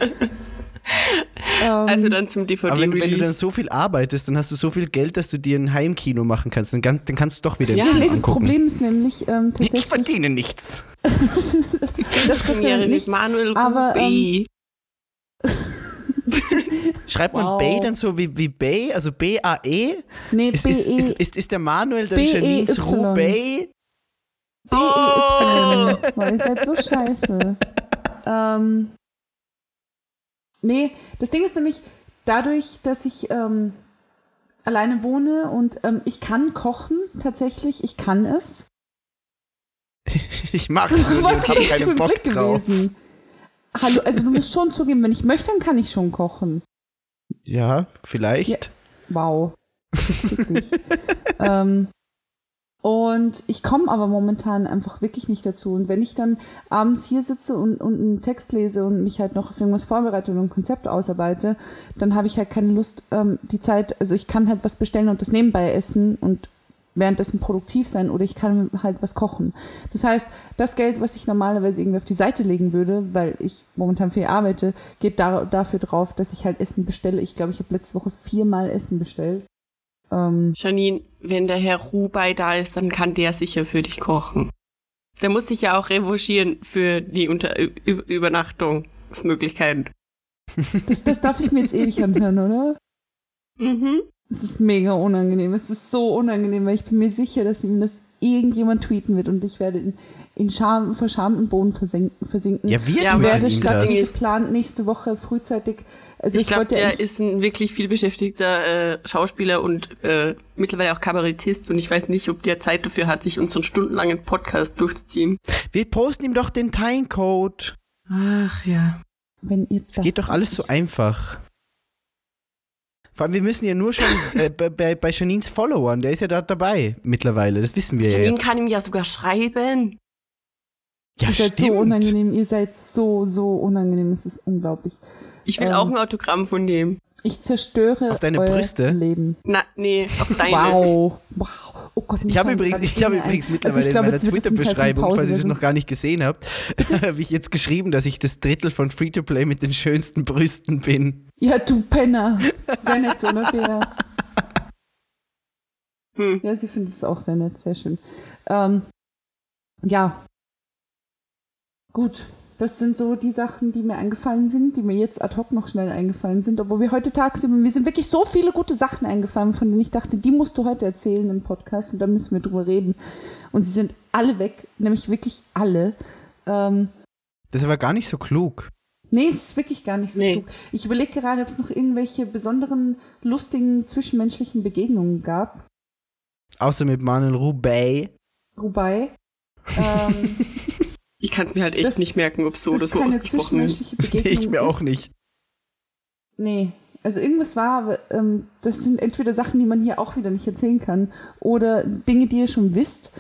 Speaker 1: Ähm,
Speaker 3: Also dann zum
Speaker 2: aber wenn, wenn du dann
Speaker 3: DVD-Release.
Speaker 2: so viel arbeitest, dann hast du so viel Geld, dass du dir ein Heimkino machen kannst. Dann, kann- dann kannst du doch wieder
Speaker 3: Ja,
Speaker 2: im Kino
Speaker 1: nee, das
Speaker 2: angucken.
Speaker 1: Problem ist nämlich ähm,
Speaker 2: ich
Speaker 1: tatsächlich.
Speaker 2: verdiene nichts.
Speaker 1: das das Gott sei
Speaker 3: Premiere
Speaker 1: Dank
Speaker 3: mit
Speaker 1: nicht.
Speaker 3: Manuel
Speaker 1: aber, ähm,
Speaker 3: Rubey.
Speaker 2: Schreibt man
Speaker 1: Wow. E
Speaker 2: Bay dann so wie, wie Bay, also B-A-E?
Speaker 1: Nee,
Speaker 2: Ist, ist,
Speaker 1: BE
Speaker 2: ist, ist, ist der Manuel dann
Speaker 1: B-E-Y.
Speaker 2: Janines Rubey?
Speaker 1: BEY. E
Speaker 2: Oh!
Speaker 1: Boah, ihr seid so scheiße. ähm, nee, das Ding ist nämlich, dadurch, dass ich ähm, alleine wohne und ähm, ich kann kochen, tatsächlich, ich kann es.
Speaker 2: Ich mag's nur,
Speaker 1: Was
Speaker 2: ich
Speaker 1: ist
Speaker 2: hab
Speaker 1: das jetzt für
Speaker 2: keinen
Speaker 1: ein
Speaker 2: Bock
Speaker 1: Blick
Speaker 2: drauf.
Speaker 1: gewesen? Hallo, also du musst schon zugeben, wenn ich möchte, dann kann ich schon kochen.
Speaker 2: Ja, vielleicht.
Speaker 1: Ja. Wow. Wirklich. ähm, und ich komme aber momentan einfach wirklich nicht dazu. Und wenn ich dann abends hier sitze und, und einen Text lese und mich halt noch auf irgendwas vorbereite und ein Konzept ausarbeite, dann habe ich halt keine Lust, ähm, die Zeit, also ich kann halt was bestellen und das nebenbei essen und währenddessen produktiv sein oder ich kann halt was kochen. Das heißt, das Geld, was ich normalerweise irgendwie auf die Seite legen würde, weil ich momentan viel arbeite, geht da, dafür drauf, dass ich halt Essen bestelle. Ich glaube, ich habe letzte Woche viermal Essen bestellt. Ähm,
Speaker 3: Janine, wenn der Herr Rubey da ist, dann kann der sicher für dich kochen. Der muss sich ja auch revanchieren für die Unter Ü Ü- Übernachtungsmöglichkeiten.
Speaker 1: das, das darf ich mir jetzt ewig anhören, oder?
Speaker 3: Mhm.
Speaker 1: Es ist mega unangenehm. Es ist so unangenehm, weil ich bin mir sicher, dass ihm das irgendjemand tweeten wird und ich werde in, in Scham, verschamten Boden versenken, versinken.
Speaker 2: Ja, wir
Speaker 3: Ja,
Speaker 2: tun
Speaker 3: aber-
Speaker 1: werde
Speaker 2: ihm
Speaker 1: statt
Speaker 2: das.
Speaker 3: Ding ist-
Speaker 1: geplant nächste Woche frühzeitig. Also ich,
Speaker 3: ich glaube,
Speaker 1: wollte ja
Speaker 3: der
Speaker 1: eigentlich-
Speaker 3: ist ein wirklich vielbeschäftigter äh, Schauspieler und äh, mittlerweile auch Kabarettist und ich weiß nicht, ob der Zeit dafür hat, sich unseren stundenlangen Podcast durchzuziehen.
Speaker 2: Wir posten ihm doch den Timecode.
Speaker 3: Ach ja.
Speaker 1: wenn ihr
Speaker 2: Es geht doch alles so einfach. Vor allem, wir müssen ja nur schon äh, bei, bei, bei Janines Followern, der ist ja da dabei mittlerweile, das wissen wir ja
Speaker 3: Janine
Speaker 2: jetzt.
Speaker 3: kann ihm ja sogar schreiben.
Speaker 2: ja,
Speaker 1: Ihr seid
Speaker 2: stimmt.
Speaker 1: halt so unangenehm, ihr seid so, so unangenehm, es ist unglaublich.
Speaker 3: Ich will
Speaker 1: Ähm.
Speaker 3: auch ein Autogramm von dem.
Speaker 1: Ich zerstöre
Speaker 2: Auf deine
Speaker 1: euer
Speaker 2: Brüste?
Speaker 1: Leben.
Speaker 3: Na, nee, auf deine.
Speaker 1: Wow. Wow. Oh Gott, mir
Speaker 2: Ich habe
Speaker 1: fallen
Speaker 2: übrigens,
Speaker 1: gerade
Speaker 2: ich habe
Speaker 1: Dinge ein.
Speaker 2: übrigens mittlerweile
Speaker 1: also ich glaube,
Speaker 2: in meiner
Speaker 1: jetzt wird es eine Zeit für
Speaker 2: Twitter-Beschreibung,
Speaker 1: Pause,
Speaker 2: falls ihr
Speaker 1: weil
Speaker 2: das noch
Speaker 1: sonst-
Speaker 2: gar nicht gesehen habt, habe ich jetzt geschrieben, dass ich das Drittel von Free-to-Play mit den schönsten Brüsten bin.
Speaker 1: Ja, du Penner. Sehr nett, oder? Bea?
Speaker 3: Hm.
Speaker 1: Ja, sie findet es auch sehr nett, sehr schön. Ähm, ja. Gut. Das sind so die Sachen, die mir eingefallen sind, die mir jetzt ad hoc noch schnell eingefallen sind, obwohl wir heute tagsüber, mir sind wirklich so viele gute Sachen eingefallen, von denen ich dachte, die musst du heute erzählen im Podcast und da müssen wir drüber reden. Und sie sind alle weg, nämlich wirklich alle. Ähm,
Speaker 2: Das war gar nicht so klug.
Speaker 1: Nee, es ist wirklich gar nicht so
Speaker 3: Nee.
Speaker 1: klug. Ich überlege gerade, ob es noch irgendwelche besonderen, lustigen, zwischenmenschlichen Begegnungen gab.
Speaker 2: Außer mit Manuel Roubaix.
Speaker 1: Wobei, ähm,
Speaker 3: Ich kann es mir halt echt
Speaker 1: Das-
Speaker 3: nicht merken, ob so
Speaker 1: das
Speaker 3: oder so
Speaker 1: keine
Speaker 3: ausgesprochen wird.
Speaker 1: zwischenmenschliche Begegnung
Speaker 2: ich mir auch
Speaker 1: ist.
Speaker 2: nicht.
Speaker 1: Nee, also irgendwas war, aber ähm, das sind entweder Sachen, die man hier auch wieder nicht erzählen kann oder Dinge, die ihr schon wisst.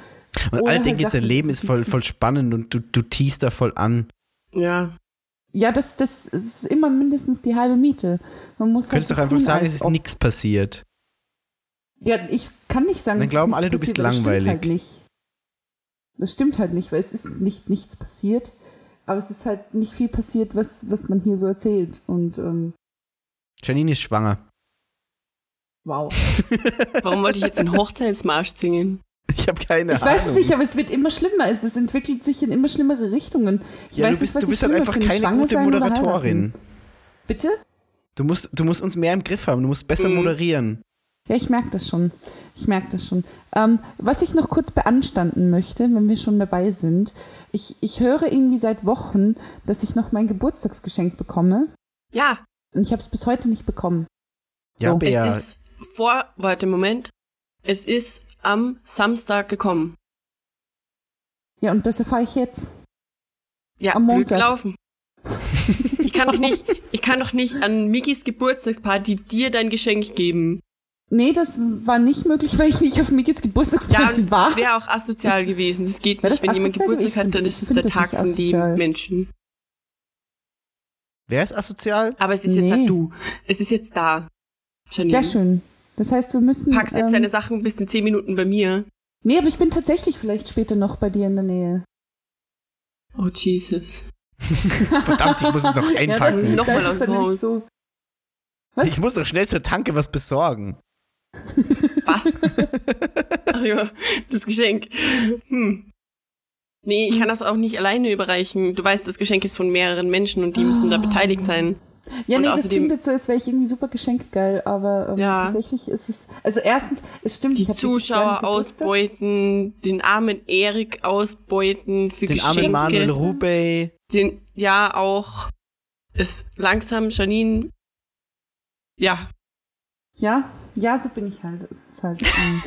Speaker 2: Und
Speaker 1: Oder
Speaker 2: all Ding
Speaker 1: halt
Speaker 2: ist, dein
Speaker 1: Sachen,
Speaker 2: Leben
Speaker 1: die
Speaker 2: ist voll,
Speaker 1: nicht-
Speaker 2: voll spannend und du, du teast da voll an.
Speaker 3: Ja.
Speaker 1: Ja, das, das ist immer mindestens die halbe Miete. Man muss
Speaker 2: Du könntest
Speaker 1: halt
Speaker 2: doch
Speaker 1: so
Speaker 2: einfach
Speaker 1: tun,
Speaker 2: sagen,
Speaker 1: als
Speaker 2: es ist
Speaker 1: ob-
Speaker 2: nichts passiert.
Speaker 1: Ja, ich kann nicht sagen,
Speaker 2: Dann
Speaker 1: dass es
Speaker 2: glauben
Speaker 1: nichts
Speaker 2: alle, du bist
Speaker 1: passiert, aber
Speaker 2: langweilig.
Speaker 1: Das stimmt halt nicht. Das stimmt halt nicht, weil es ist nicht nichts passiert, aber es ist halt nicht viel passiert, was, was man hier so erzählt. Und ähm,
Speaker 2: Janine ist schwanger.
Speaker 1: wow.
Speaker 3: Warum wollte ich jetzt einen Hochzeitsmarsch singen?
Speaker 2: Ich habe keine
Speaker 1: ich
Speaker 2: Ahnung.
Speaker 1: weiß es nicht, aber es wird immer schlimmer. Es, es entwickelt sich in immer schlimmere Richtungen. Ich
Speaker 2: ja,
Speaker 1: weiß
Speaker 2: du
Speaker 1: nicht,
Speaker 2: bist,
Speaker 1: was
Speaker 2: du
Speaker 1: ich
Speaker 2: bist halt
Speaker 1: schlimmer
Speaker 2: einfach
Speaker 1: finde,
Speaker 2: keine
Speaker 1: schwanger
Speaker 2: gute
Speaker 1: sein oder
Speaker 2: Moderatorin.
Speaker 1: heiraten. Bitte?
Speaker 2: Du musst, du musst uns mehr im Griff haben, du musst besser
Speaker 3: Mhm.
Speaker 2: moderieren.
Speaker 1: Ja, ich merke das schon. Ich merke das schon. Ähm, was ich noch kurz beanstanden möchte, wenn wir schon dabei sind, ich, ich höre irgendwie seit Wochen, dass ich noch mein Geburtstagsgeschenk bekomme.
Speaker 3: Ja,
Speaker 1: Und ich habe es bis heute nicht bekommen.
Speaker 2: Ja,
Speaker 1: So.
Speaker 2: Bea.
Speaker 3: es ist vor, warte, Moment. Es ist am Samstag gekommen.
Speaker 1: Ja, und das erfahre ich jetzt.
Speaker 3: Ja,
Speaker 1: Am
Speaker 3: blöd
Speaker 1: Montag.
Speaker 3: gelaufen. ich kann doch nicht, ich kann doch nicht an Mikis Geburtstagsparty dir dein Geschenk geben.
Speaker 1: Nee, das war nicht möglich, weil ich nicht auf Mikis
Speaker 3: Ja, und
Speaker 1: Geburtstagsparty war.
Speaker 3: das wäre auch asozial gewesen. Das geht
Speaker 1: Wäre
Speaker 3: nicht.
Speaker 1: das
Speaker 3: Wenn jemand
Speaker 1: asozial
Speaker 3: Geburtstag
Speaker 1: gewesen?
Speaker 3: hat, dann
Speaker 1: Ich
Speaker 3: ist es
Speaker 1: find
Speaker 3: der
Speaker 1: das
Speaker 3: Tag
Speaker 1: nicht
Speaker 3: von
Speaker 1: asozial.
Speaker 3: dem Menschen.
Speaker 2: Wer ist asozial?
Speaker 3: Aber es ist jetzt
Speaker 1: Nee.
Speaker 3: halt du. Es ist jetzt da. Janine.
Speaker 1: Sehr schön. Das heißt, wir müssen. ähm,
Speaker 3: Packst jetzt deine Sachen und bist in zehn Minuten bei mir.
Speaker 1: nee, aber ich bin tatsächlich vielleicht später noch bei dir in der Nähe.
Speaker 3: Oh Jesus.
Speaker 2: Verdammt, ich muss es noch
Speaker 1: Ja,
Speaker 2: einpacken.
Speaker 1: das,
Speaker 3: Nochmal
Speaker 1: das
Speaker 3: aus
Speaker 1: ist dann
Speaker 3: dem
Speaker 1: nämlich
Speaker 3: Haus.
Speaker 1: so. was?
Speaker 2: Ich muss doch schnell zur Tanke was besorgen.
Speaker 3: Was? Ach ja, das Geschenk. Hm. Nee, ich kann das auch nicht alleine überreichen. Du weißt, das Geschenk ist von mehreren Menschen und die müssen da
Speaker 1: Ah.
Speaker 3: beteiligt sein.
Speaker 1: Ja,
Speaker 3: Und
Speaker 1: nee, das
Speaker 3: außerdem-
Speaker 1: klingt jetzt so, als wäre ich irgendwie super geschenkegeil, aber ähm,
Speaker 3: Ja.
Speaker 1: tatsächlich ist es. Also, erstens, es stimmt,
Speaker 3: Die
Speaker 1: ich hab wirklich gerne
Speaker 3: Zuschauer
Speaker 1: Geburtstag.
Speaker 3: ausbeuten, den armen Erik ausbeuten für
Speaker 2: Den
Speaker 3: Geschenke.
Speaker 2: armen Manuel Rubey.
Speaker 3: den, ja, auch ist langsam Janine. Ja,
Speaker 1: Ja, ja, so bin ich halt. Es ist halt ähm,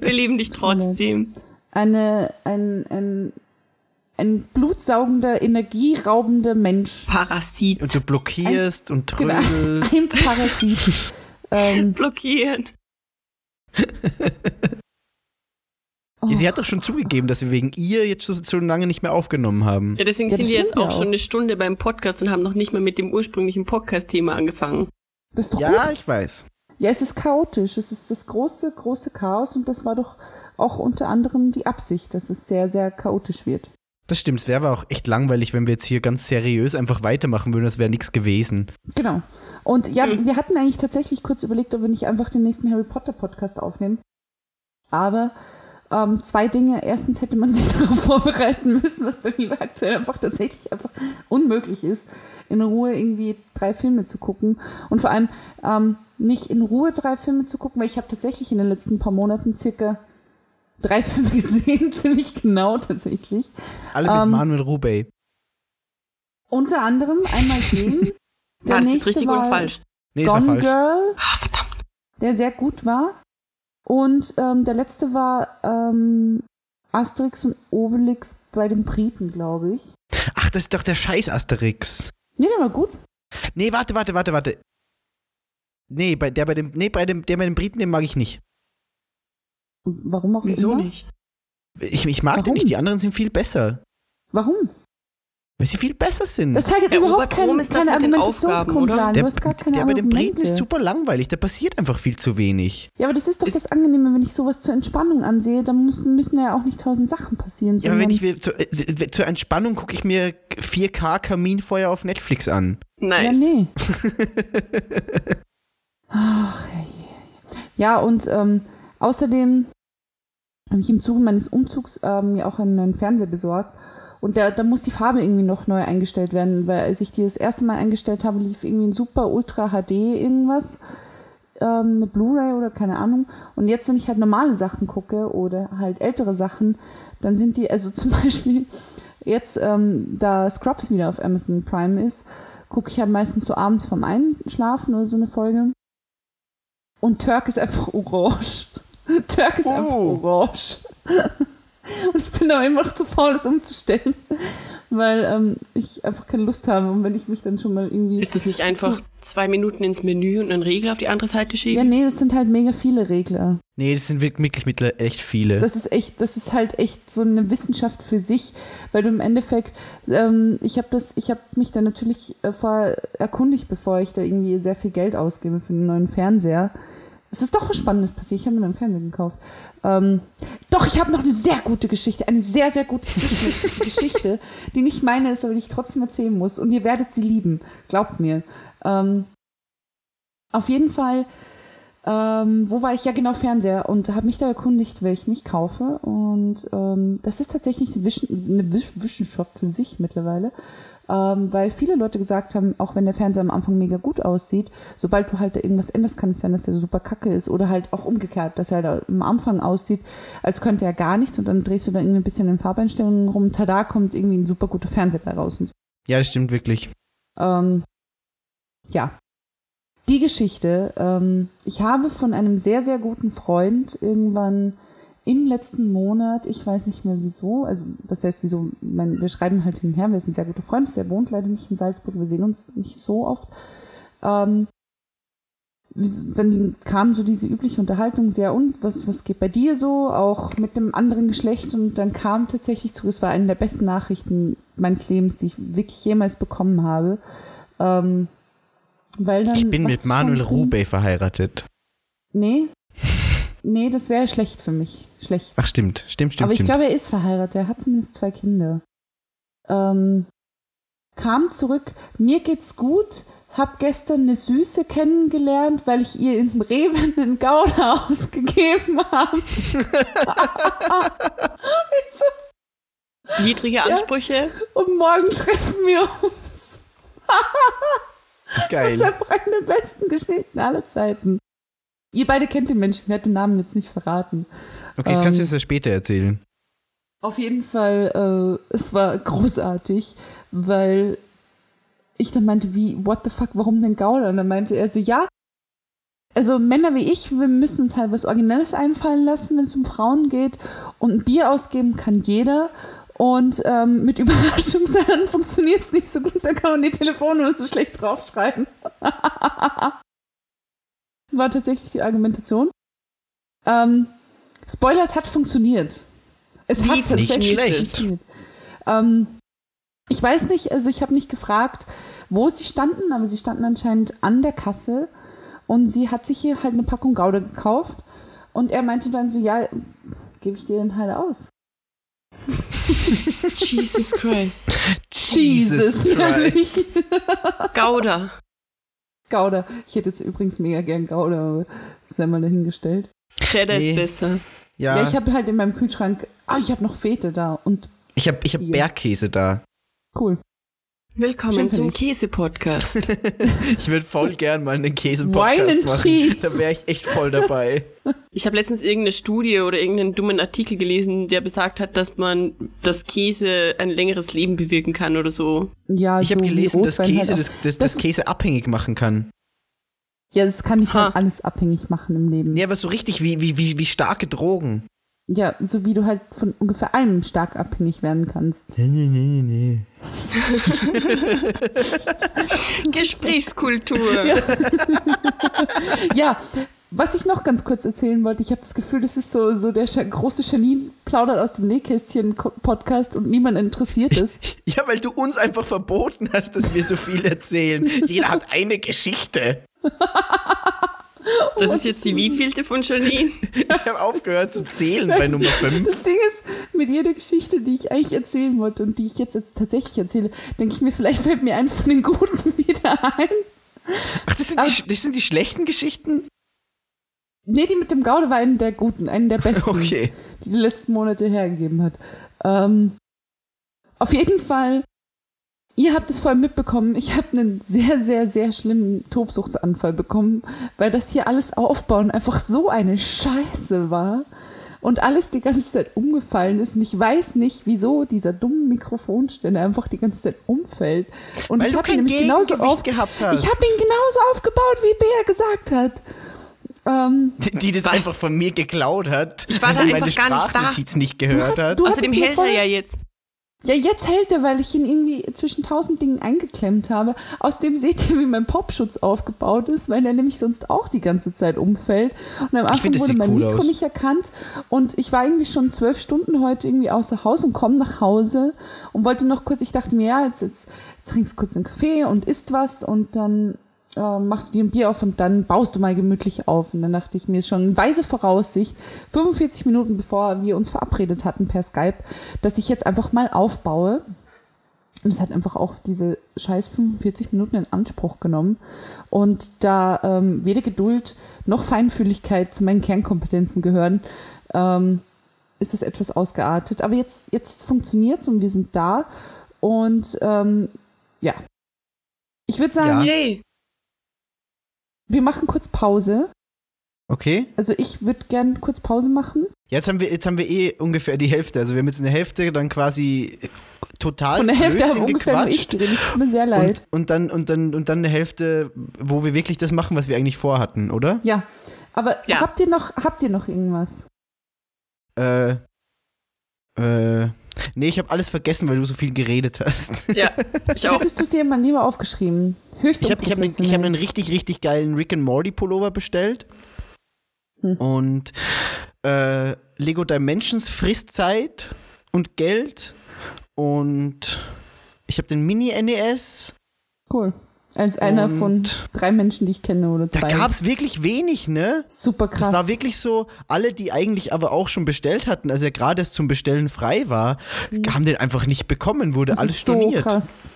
Speaker 3: wir lieben dich
Speaker 1: mir leid.
Speaker 3: trotzdem.
Speaker 1: eine, ein, ein, ein blutsaugender, energieraubender Mensch.
Speaker 3: Parasit.
Speaker 2: Und du blockierst und
Speaker 1: Genau.
Speaker 2: trödelst.
Speaker 1: Ein Parasit. ähm,
Speaker 3: Blockieren.
Speaker 1: oh,
Speaker 2: Ja, Sie hat doch schon zugegeben, dass wir wegen ihr jetzt schon, schon lange nicht mehr aufgenommen haben.
Speaker 3: Ja, deswegen
Speaker 1: Ja, das
Speaker 3: sind wir jetzt
Speaker 1: stimmt ja
Speaker 3: auch schon
Speaker 1: auch.
Speaker 3: eine Stunde beim Podcast und haben noch nicht mal mit dem ursprünglichen Podcast-Thema angefangen.
Speaker 1: oh, das ist doch gut.
Speaker 2: Ja, ich weiß.
Speaker 1: Ja, es ist chaotisch. Es ist das große, große Chaos und das war doch auch unter anderem die Absicht, dass es sehr, sehr chaotisch wird.
Speaker 2: Das stimmt. Es wäre aber auch echt langweilig, wenn wir jetzt hier ganz seriös einfach weitermachen würden. Das wäre nichts gewesen.
Speaker 1: Genau. Und ja, wir hatten eigentlich tatsächlich kurz überlegt, ob wir nicht einfach den nächsten Harry Potter Podcast aufnehmen. Aber ähm, zwei Dinge. Erstens hätte man sich darauf vorbereiten müssen, was bei mir aktuell einfach tatsächlich einfach unmöglich ist, in Ruhe irgendwie drei Filme zu gucken. Und vor allem ähm, nicht in Ruhe drei Filme zu gucken, weil ich habe tatsächlich in den letzten paar Monaten circa drei Filme gesehen, ziemlich genau tatsächlich.
Speaker 2: Alle mit
Speaker 1: Ähm,
Speaker 2: Manuel Rubey.
Speaker 1: Unter anderem einmal den. Der
Speaker 3: war das jetzt
Speaker 1: nächste
Speaker 3: richtig
Speaker 1: war
Speaker 3: oder falsch?
Speaker 2: Nee, ist war
Speaker 1: Gone
Speaker 2: falsch.
Speaker 1: Girl.
Speaker 3: Ah, verdammt.
Speaker 1: der sehr gut war. Und ähm, der letzte war ähm, Asterix und Obelix bei den Briten, glaube ich.
Speaker 2: Ach, das ist doch der Scheiß Asterix.
Speaker 1: Nee, der war gut.
Speaker 2: Nee, warte, warte, warte, warte. Nee, bei, der bei dem, nee, bei dem, der bei den Briten, den mag ich nicht.
Speaker 1: Warum auch
Speaker 3: Wieso
Speaker 1: immer.
Speaker 3: nicht?
Speaker 2: Ich, ich mag den
Speaker 1: Warum?
Speaker 2: nicht. Die anderen sind viel besser.
Speaker 1: Warum?
Speaker 2: Hm. Weil sie viel besser sind.
Speaker 1: Das hat
Speaker 3: Ja,
Speaker 1: überhaupt
Speaker 3: Robert Rom
Speaker 1: keine,
Speaker 3: ist das
Speaker 1: keine
Speaker 3: mit den Aufgaben,
Speaker 1: Argumentationsgrundlagen.
Speaker 2: der
Speaker 1: Du hast gar keine
Speaker 2: der bei den Briten
Speaker 1: Argumente.
Speaker 2: ist super langweilig. Da passiert einfach viel zu wenig.
Speaker 1: ja, aber das ist doch
Speaker 3: Ist-
Speaker 1: das Angenehme, wenn ich sowas zur Entspannung ansehe, dann müssen, müssen ja auch nicht tausend Sachen passieren.
Speaker 2: Ja, aber wenn
Speaker 1: sondern-
Speaker 2: ich will, zur, äh, zur Entspannung gucke ich mir 4K Kaminfeuer auf Netflix an.
Speaker 3: Nice.
Speaker 1: Ja, nee. Ach, ja, ja, ja. ja, und ähm, außerdem habe ich im Zuge meines Umzugs ähm, mir auch einen neuen Fernseher besorgt. Und da, da muss die Farbe irgendwie noch neu eingestellt werden, weil als ich die das erste Mal eingestellt habe, lief irgendwie ein super Ultra HD irgendwas, ähm, eine Blu-ray oder keine Ahnung. Und jetzt, wenn ich halt normale Sachen gucke oder halt ältere Sachen, dann sind die, also zum Beispiel jetzt, ähm, da Scrubs wieder auf Amazon Prime ist, gucke ich halt meistens so abends vorm Einschlafen oder so eine Folge. Und Turk ist einfach orange. Turk ist einfach
Speaker 2: Oh.
Speaker 1: orange. Und ich bin aber immer noch zu faul, das umzustellen, weil ähm, ich einfach keine Lust habe. Und wenn ich mich dann schon mal irgendwie.
Speaker 3: Ist das nicht einfach zwei Minuten ins Menü und einen Regel auf die andere
Speaker 1: Ja,
Speaker 3: Seite schieben?
Speaker 1: nee, das sind halt mega viele Regler.
Speaker 2: Nee, das sind wirklich wirklich mittler echt viele.
Speaker 1: Das ist echt, das ist halt echt so eine Wissenschaft für sich, weil du im Endeffekt, ähm, ich habe das, ich habe mich da natürlich äh, vorher erkundigt, bevor ich da irgendwie sehr viel Geld ausgebe für einen neuen Fernseher. Es ist doch was Spannendes passiert. Ich habe mir einen Fernseher gekauft. Ähm, doch, ich habe noch eine sehr gute Geschichte, eine sehr, sehr gute zwischenmenschliche Geschichte, die nicht meine ist, aber die ich trotzdem erzählen muss. Und ihr werdet sie lieben, glaubt mir. Ähm, auf jeden Fall ähm, wo war ich? Ja, genau, Fernseher. Und habe mich da erkundigt, welchen ich kaufe. Und ähm, das ist tatsächlich eine, Wischen, eine Wisch- Wissenschaft für sich mittlerweile. Ähm, weil viele Leute gesagt haben, auch wenn der Fernseher am Anfang mega gut aussieht, sobald du halt da irgendwas änderst, kann es sein, dass der super kacke ist. Oder halt auch umgekehrt, dass er da am Anfang aussieht, als könnte er gar nichts. Und dann drehst du da irgendwie ein bisschen in Farbeinstellungen rum. Tada, kommt irgendwie ein super guter Fernseher bei raus. Und
Speaker 2: Ja, das stimmt wirklich.
Speaker 1: ähm, ja. Die Geschichte. Ähm, ich habe von einem sehr, sehr guten Freund irgendwann im letzten Monat, ich weiß nicht mehr wieso, also was heißt wieso, mein, wir schreiben halt hin und her, wir sind sehr gute Freunde, der wohnt leider nicht in Salzburg, wir sehen uns nicht so oft. Ähm, dann kam so diese übliche Unterhaltung, sehr und was, was geht bei dir so, auch mit dem anderen Geschlecht und dann kam tatsächlich zurück, es war eine der besten Nachrichten meines Lebens, die ich wirklich jemals bekommen habe. Ähm, weil dann,
Speaker 2: ich bin mit Manuel Rube verheiratet.
Speaker 1: Nee. Nee, das wäre schlecht für mich. Schlecht.
Speaker 2: Ach, stimmt, stimmt, stimmt.
Speaker 1: Aber ich
Speaker 2: stimmt.
Speaker 1: glaube, er ist verheiratet. Er hat zumindest zwei Kinder. Ähm, kam zurück. Mir geht's gut. Hab gestern eine Süße kennengelernt, weil ich ihr in Rewe einen Gauner ausgegeben habe. Wieso?
Speaker 3: Niedrige Ansprüche. Ja.
Speaker 1: Und morgen treffen wir uns.
Speaker 2: Geil.
Speaker 1: Das ist einfach eine der besten Geschichten aller Zeiten. Ihr beide kennt den Menschen, ich werde den Namen jetzt nicht verraten.
Speaker 2: Okay, das kannst
Speaker 1: Ähm,
Speaker 2: du uns ja später erzählen.
Speaker 1: Auf jeden Fall, äh, es war großartig, weil ich dann meinte, wie, what the fuck, warum denn Gauder? Und dann meinte er so, ja, also Männer wie ich, wir müssen uns halt was Originelles einfallen lassen, wenn es um Frauen geht. Und ein Bier ausgeben kann jeder. Und ähm, mit Überraschungssachen funktioniert es nicht so gut, da kann man die Telefonnummer so schlecht draufschreiben. war tatsächlich die Argumentation. Ähm, Spoiler, es hat funktioniert. Es
Speaker 2: Lief
Speaker 1: hat tatsächlich
Speaker 2: nicht schlecht.
Speaker 1: funktioniert. Ähm, ich weiß nicht, also ich habe nicht gefragt, wo sie standen, aber sie standen anscheinend an der Kasse und sie hat sich hier halt eine Packung Gouda gekauft und er meinte dann so, ja, gebe ich dir den halt aus.
Speaker 3: Jesus Christ.
Speaker 2: Jesus Christ.
Speaker 1: nämlich.
Speaker 3: Gouda.
Speaker 1: Gouda. Ich hätte jetzt übrigens mega gern Gouda, aber das sei mal dahingestellt.
Speaker 3: Cheddar
Speaker 2: Nee.
Speaker 3: ist besser.
Speaker 2: Ja,
Speaker 1: Ja, ich habe halt in meinem Kühlschrank, ah, ich habe noch Fete da und
Speaker 2: ich habe ich hab
Speaker 1: Ja.
Speaker 2: Bergkäse da.
Speaker 1: cool.
Speaker 3: Willkommen
Speaker 1: Stimmt
Speaker 3: zum
Speaker 1: nicht.
Speaker 3: Käse-Podcast.
Speaker 2: Ich würde voll gern mal einen
Speaker 1: Wine
Speaker 2: Käse-Podcast
Speaker 1: and
Speaker 2: machen.
Speaker 1: cheese.
Speaker 2: Da wäre ich echt voll dabei.
Speaker 3: Ich habe letztens irgendeine Studie oder irgendeinen dummen Artikel gelesen, der besagt hat, dass man, dass Käse ein längeres Leben bewirken kann oder so.
Speaker 1: Ja,
Speaker 2: Ich
Speaker 1: so
Speaker 2: habe
Speaker 1: wie
Speaker 2: gelesen, dass
Speaker 1: Also, Rotwein
Speaker 2: Käse,
Speaker 1: halt
Speaker 2: das,
Speaker 1: auch-
Speaker 2: das, das Käse abhängig machen kann.
Speaker 1: Ja, das kann ich
Speaker 3: Ha.
Speaker 1: halt alles abhängig machen im Leben.
Speaker 2: Nee, aber so richtig wie, wie, wie, wie starke Drogen.
Speaker 1: Ja, so wie du halt von ungefähr allem stark abhängig werden kannst.
Speaker 2: Nee, nee, nee, nee.
Speaker 3: Gesprächskultur.
Speaker 1: Ja. Ja, was ich noch ganz kurz erzählen wollte, ich habe das Gefühl, das ist so, so der Scha- große Janine plaudert aus dem Nähkästchen-Podcast und niemand interessiert es.
Speaker 2: Ja, weil du uns einfach verboten hast, dass wir so viel erzählen. Jeder hat eine Geschichte.
Speaker 3: Das ist jetzt die wievielte von Janine?
Speaker 2: Ich habe aufgehört zu zählen bei Nummer 5.
Speaker 1: Das Ding ist, mit jeder Geschichte, die ich eigentlich erzählen wollte und die ich jetzt, jetzt tatsächlich erzähle, denke ich mir, vielleicht fällt mir eine von den Guten wieder ein.
Speaker 2: Ach, das
Speaker 1: Ah.
Speaker 2: sind, die, sch- das sind die schlechten Geschichten?
Speaker 1: Nee, die mit dem Gaude war eine der Guten, eine der Besten.
Speaker 2: Okay.
Speaker 1: die die letzten Monate hergegeben hat. Ähm, auf jeden Fall, ihr habt es vorhin mitbekommen, ich habe einen sehr, sehr, sehr schlimmen Tobsuchtsanfall bekommen, weil das hier alles aufbauen einfach so eine Scheiße war und alles die ganze Zeit umgefallen ist und ich weiß nicht, wieso dieser dumme Mikrofonständer einfach die ganze Zeit umfällt. Und
Speaker 2: Weil
Speaker 1: ich
Speaker 2: du
Speaker 1: habe
Speaker 2: kein
Speaker 1: ihn nämlich genauso
Speaker 2: Gegengewicht
Speaker 1: auf,
Speaker 2: gehabt
Speaker 1: Ich habe
Speaker 2: hast.
Speaker 1: ihn genauso aufgebaut, wie Bea gesagt hat. Ähm,
Speaker 2: Die, die das einfach von mir geklaut hat. Ich
Speaker 3: war da einfach gar nicht da.
Speaker 2: Sprachnotiz nicht gehört hat.
Speaker 1: du hattest
Speaker 3: Außerdem
Speaker 1: mir
Speaker 3: hält er
Speaker 1: vorher-
Speaker 3: ja jetzt.
Speaker 1: Ja, jetzt hält er, weil ich ihn irgendwie zwischen tausend Dingen eingeklemmt habe. Außerdem seht ihr, wie mein Popschutz aufgebaut ist, weil er nämlich sonst auch die ganze Zeit umfällt. Und am Anfang
Speaker 2: find, das
Speaker 1: wurde
Speaker 2: sieht
Speaker 1: mein
Speaker 2: cool
Speaker 1: Mikro
Speaker 2: aus.
Speaker 1: nicht erkannt und ich war irgendwie schon zwölf Stunden heute irgendwie außer Haus und komme nach Hause und wollte noch kurz, ich dachte mir, ja, jetzt, jetzt, jetzt trinkst du kurz einen Kaffee und isst was und dann äh, machst du dir ein Bier auf und dann baust du mal gemütlich auf. Und dann dachte ich mir, ist schon weise Voraussicht, 45 Minuten bevor wir uns verabredet hatten per Skype, dass ich jetzt einfach mal aufbaue. Und es hat einfach auch diese scheiß 45 Minuten in Anspruch genommen. Und da ähm, weder Geduld noch Feinfühligkeit zu meinen Kernkompetenzen gehören, ähm, ist es etwas ausgeartet. Aber jetzt, jetzt funktioniert es und wir sind da. Und ähm, ja. Ich würde sagen,
Speaker 2: Ja.
Speaker 3: Yay.
Speaker 1: wir machen kurz Pause.
Speaker 2: Okay.
Speaker 1: Also ich würde gerne kurz Pause machen.
Speaker 2: Jetzt haben, wir, jetzt haben wir eh ungefähr die Hälfte. Also wir haben jetzt eine Hälfte dann quasi äh, total
Speaker 1: Von der Hälfte
Speaker 2: Blödsinn
Speaker 1: haben ungefähr nur ich
Speaker 2: gequatscht.
Speaker 1: geredet. Es tut mir sehr leid.
Speaker 2: Und, und, dann, und, dann, und dann eine Hälfte, wo wir wirklich das machen, was wir eigentlich vorhatten, oder?
Speaker 1: ja. Aber
Speaker 3: Ja.
Speaker 1: habt ihr noch, habt ihr noch irgendwas?
Speaker 2: Äh, äh, nee, ich habe alles vergessen, weil du so viel geredet hast.
Speaker 3: Ja, ich auch.
Speaker 1: Hättest du es dir mal lieber aufgeschrieben? Höchst
Speaker 2: Ich habe ich hab einen, ich hab einen richtig, richtig geilen Rick and Morty Pullover bestellt.
Speaker 1: Hm.
Speaker 2: Und äh, Lego Dimensions frisst Zeit und Geld. Und ich habe den E Mini-NES.
Speaker 1: cool. Als einer von
Speaker 2: Und-
Speaker 1: drei Menschen, die ich kenne oder
Speaker 2: Da
Speaker 1: zwei.
Speaker 2: gab es wirklich wenig, ne?
Speaker 1: Super krass.
Speaker 2: Das war wirklich so, alle, die eigentlich aber auch schon bestellt hatten, als er gerade erst zum Bestellen frei war, haben den einfach nicht bekommen, wurde
Speaker 1: Hm. das
Speaker 2: alles
Speaker 1: ist so
Speaker 2: storniert.
Speaker 1: krass.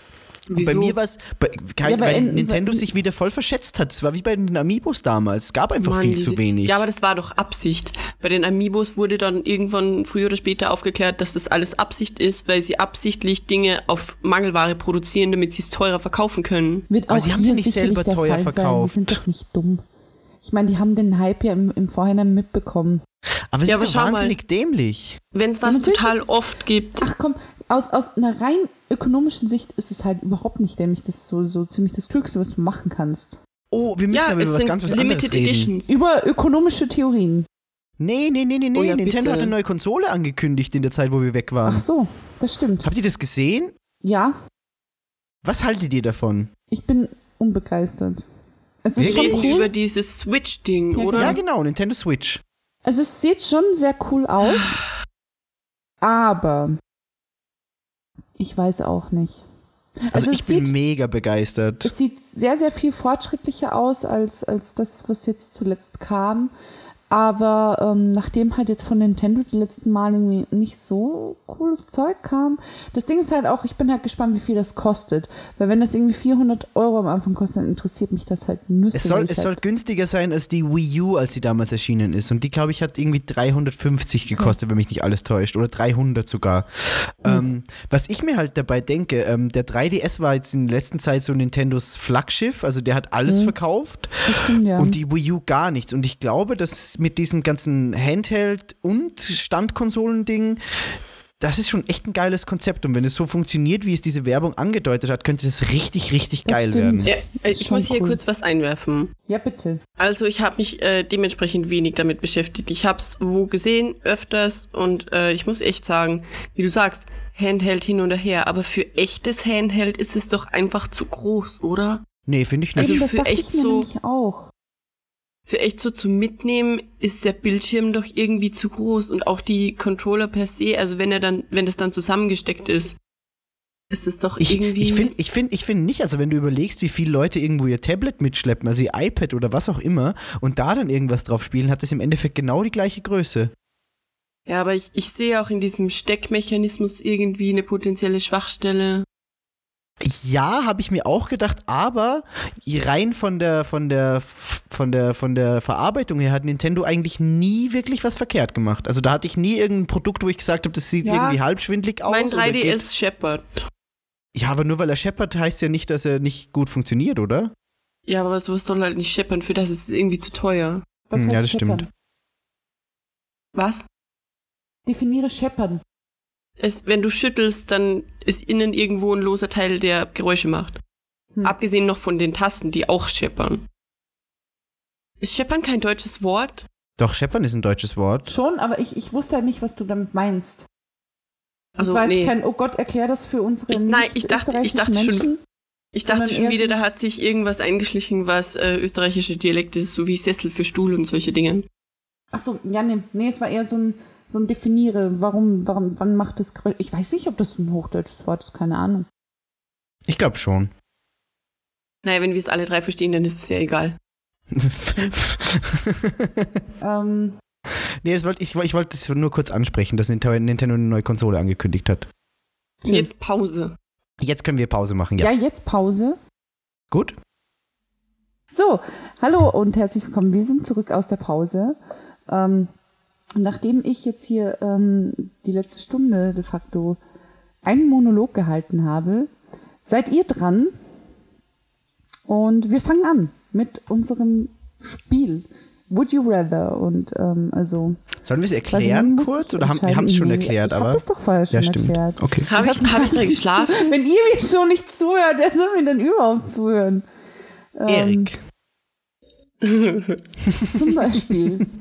Speaker 2: Und bei mir war es, bei- kein-
Speaker 1: Ja, aber
Speaker 2: weil
Speaker 1: in-
Speaker 2: Nintendo
Speaker 1: in-
Speaker 2: sich wieder voll verschätzt hat. Es war wie bei den Amiibos damals. Es gab einfach
Speaker 3: Mann,
Speaker 2: viel
Speaker 3: diese-
Speaker 2: zu wenig.
Speaker 3: Ja, aber das war doch Absicht. Bei den Amiibos wurde dann irgendwann früher oder später aufgeklärt, dass das alles Absicht ist, weil sie absichtlich Dinge auf Mangelware produzieren, damit sie es teurer verkaufen können.
Speaker 1: Wird
Speaker 2: Aber
Speaker 1: auch
Speaker 2: sie haben
Speaker 1: hier
Speaker 2: sie nicht
Speaker 1: sicherlich
Speaker 2: selber
Speaker 1: der
Speaker 2: teuer
Speaker 1: Fall Sein. Die
Speaker 2: verkauft.
Speaker 1: sind doch nicht dumm. Ich meine, die haben den Hype ja im, im Vorhinein mitbekommen.
Speaker 2: aber es
Speaker 3: Ja,
Speaker 2: ist
Speaker 3: aber
Speaker 2: so
Speaker 3: schau mal.
Speaker 2: wahnsinnig dämlich.
Speaker 3: Wenn es was
Speaker 1: natürlich
Speaker 3: total
Speaker 1: ist-
Speaker 3: oft gibt.
Speaker 1: Ach komm, aus, aus einer rein ökonomischen Sicht ist es halt überhaupt nicht dämlich. Das ist so, so ziemlich das Klügste, was du machen kannst.
Speaker 2: Oh, wir müssen
Speaker 3: ja,
Speaker 2: aber
Speaker 3: es
Speaker 2: über was
Speaker 3: sind
Speaker 2: ganz was anderes
Speaker 3: Limited
Speaker 2: reden.
Speaker 3: Editions.
Speaker 1: Über ökonomische Theorien.
Speaker 2: Nee, nee, nee, nee, nee.
Speaker 3: Oh ja,
Speaker 2: Nintendo
Speaker 3: bitte.
Speaker 2: hat eine neue Konsole angekündigt in der Zeit, wo wir weg waren.
Speaker 1: Ach so, das stimmt.
Speaker 2: Habt ihr das gesehen?
Speaker 1: Ja,
Speaker 2: Was haltet ihr davon?
Speaker 1: ich bin unbegeistert. Es
Speaker 3: Wir
Speaker 1: ist schon
Speaker 3: reden über
Speaker 1: cool.
Speaker 3: dieses Switch-Ding,
Speaker 1: Ja,
Speaker 3: oder?
Speaker 2: Ja, genau, Nintendo Switch.
Speaker 1: Also es sieht schon sehr cool aus. Aber ich weiß auch nicht.
Speaker 2: Also,
Speaker 1: Also es
Speaker 2: ich bin
Speaker 1: sieht-
Speaker 2: mega begeistert.
Speaker 1: Es sieht sehr, sehr viel fortschrittlicher aus als, als das, was jetzt zuletzt kam. Aber ähm, nachdem halt jetzt von Nintendo die letzten Male irgendwie nicht so cooles Zeug kam, das Ding ist halt auch, ich bin halt gespannt, wie viel das kostet. Weil wenn das irgendwie 400 Euro am Anfang kostet, dann interessiert mich das halt nüsse.
Speaker 2: Es soll,
Speaker 1: weil ich
Speaker 2: es
Speaker 1: halt-
Speaker 2: soll günstiger sein als die Wii U, als sie damals erschienen ist. Und die, glaube ich, hat irgendwie 350 gekostet, wenn mich nicht alles täuscht. Oder 300 sogar.
Speaker 1: Hm.
Speaker 2: Ähm, was ich mir halt dabei denke, ähm, der 3DS war jetzt in der letzten Zeit so Nintendos Flaggschiff. Also der hat alles verkauft.
Speaker 1: Das stimmt, Hm. ja.
Speaker 2: Und die Wii U gar nichts. Und ich glaube, dass mit diesem ganzen Handheld- und Standkonsolending, das ist schon echt ein geiles Konzept. Und wenn es so funktioniert, wie es diese Werbung angedeutet hat, könnte das richtig, richtig
Speaker 1: Das
Speaker 2: geil
Speaker 1: stimmt.
Speaker 2: werden.
Speaker 3: Ja, ich
Speaker 1: Schon
Speaker 3: muss hier
Speaker 1: cool.
Speaker 3: kurz was einwerfen.
Speaker 1: ja, bitte.
Speaker 3: Also ich habe mich äh, dementsprechend wenig damit beschäftigt. Ich habe es wo gesehen, öfters und äh, ich muss echt sagen, wie du sagst, Handheld hin und her, aber für echtes Handheld ist es doch einfach zu groß, oder?
Speaker 2: Nee, finde ich nicht.
Speaker 3: Also
Speaker 1: Eben, das
Speaker 3: für
Speaker 1: dachte
Speaker 3: echt
Speaker 1: ich mir
Speaker 3: so-
Speaker 1: nämlich auch.
Speaker 3: Für echt so zum Mitnehmen ist der Bildschirm doch irgendwie zu groß und auch die Controller per se, also wenn er dann, wenn das dann zusammengesteckt ist, ist es doch
Speaker 2: Ich,
Speaker 3: irgendwie.
Speaker 2: ich finde ich find, ich find nicht, also wenn du überlegst, wie viele Leute irgendwo ihr Tablet mitschleppen, also ihr iPad oder was auch immer, und da dann irgendwas drauf spielen, hat das im Endeffekt genau die gleiche Größe.
Speaker 3: ja, aber ich, ich sehe auch in diesem Steckmechanismus irgendwie eine potenzielle Schwachstelle.
Speaker 2: Ja, habe ich mir auch gedacht, aber rein von der, von, der, von, der, von der Verarbeitung her hat Nintendo eigentlich nie wirklich was verkehrt gemacht. Also da hatte ich nie irgendein Produkt, wo ich gesagt habe, das sieht
Speaker 1: Ja.
Speaker 2: irgendwie halbschwindlig aus.
Speaker 3: mein
Speaker 2: oder geht-
Speaker 3: 3DS Shepard.
Speaker 2: Ja, aber nur weil er scheppert, heißt ja nicht, dass er nicht gut funktioniert, oder?
Speaker 3: Ja, aber sowas soll halt nicht scheppern, für das ist es irgendwie zu teuer.
Speaker 1: Was
Speaker 2: Hm, ja,
Speaker 1: heißt
Speaker 2: das
Speaker 1: scheppern?
Speaker 2: stimmt.
Speaker 3: Was?
Speaker 1: Definiere scheppern.
Speaker 3: Es, wenn du schüttelst, dann ist innen irgendwo ein loser Teil, der Geräusche macht.
Speaker 1: Hm.
Speaker 3: Abgesehen noch von den Tasten, die auch scheppern. Ist scheppern kein deutsches Wort?
Speaker 2: Doch, scheppern ist ein deutsches Wort.
Speaker 1: Schon, aber ich, ich wusste halt nicht, was du damit meinst. Das
Speaker 3: Also,
Speaker 1: war jetzt
Speaker 3: nee.
Speaker 1: kein, oh Gott, erklär das für unsere
Speaker 3: Ich- nein, ich dachte- ich
Speaker 1: nicht-österreichischen
Speaker 3: dachte schon-
Speaker 1: Menschen.
Speaker 3: ich dachte
Speaker 1: sondern
Speaker 3: schon
Speaker 1: eher
Speaker 3: wieder,
Speaker 1: so-
Speaker 3: da hat sich irgendwas eingeschlichen, was äh, österreichische Dialekte ist, so wie Sessel für Stuhl und solche Dinge.
Speaker 1: Achso, ja, nee, nee, es war eher so ein, so ein Definiere. Warum, warum, wann macht das Geräusch? Ich weiß nicht, ob das ein hochdeutsches Wort ist, keine Ahnung.
Speaker 2: Ich glaube schon.
Speaker 3: Naja, wenn wir es alle drei verstehen, dann ist es ja egal.
Speaker 1: Ähm,
Speaker 2: Nee, das wollt, ich, woll- ich wollte es nur kurz ansprechen, dass Nintendo Nintendo eine neue Konsole angekündigt hat.
Speaker 1: schön.
Speaker 3: Jetzt Pause.
Speaker 2: Jetzt können wir Pause machen, ja.
Speaker 1: ja. jetzt Pause.
Speaker 2: Gut.
Speaker 1: So, hallo und herzlich willkommen. Wir sind zurück aus der Pause. Ähm, nachdem ich jetzt hier ähm, die letzte Stunde de facto einen Monolog gehalten habe, seid ihr dran und wir fangen an mit unserem Spiel. Would you rather? Und ähm, also
Speaker 2: Sollen wir es
Speaker 1: weiß ich, man
Speaker 2: erklären
Speaker 1: muss
Speaker 2: kurz?
Speaker 1: sich
Speaker 2: Oder haben, wir
Speaker 1: entscheiden.
Speaker 2: haben es schon
Speaker 1: Nee,
Speaker 2: erklärt,
Speaker 1: ich
Speaker 2: aber.
Speaker 1: Ich hab das doch vorher schon
Speaker 2: ja, stimmt.
Speaker 1: erklärt.
Speaker 2: Okay.
Speaker 3: Habe ich, hab ich da geschlafen?
Speaker 1: Wenn ihr mir schon nicht zuhört, wer soll mir denn überhaupt zuhören? Ähm,
Speaker 2: Erik.
Speaker 1: Zum Beispiel.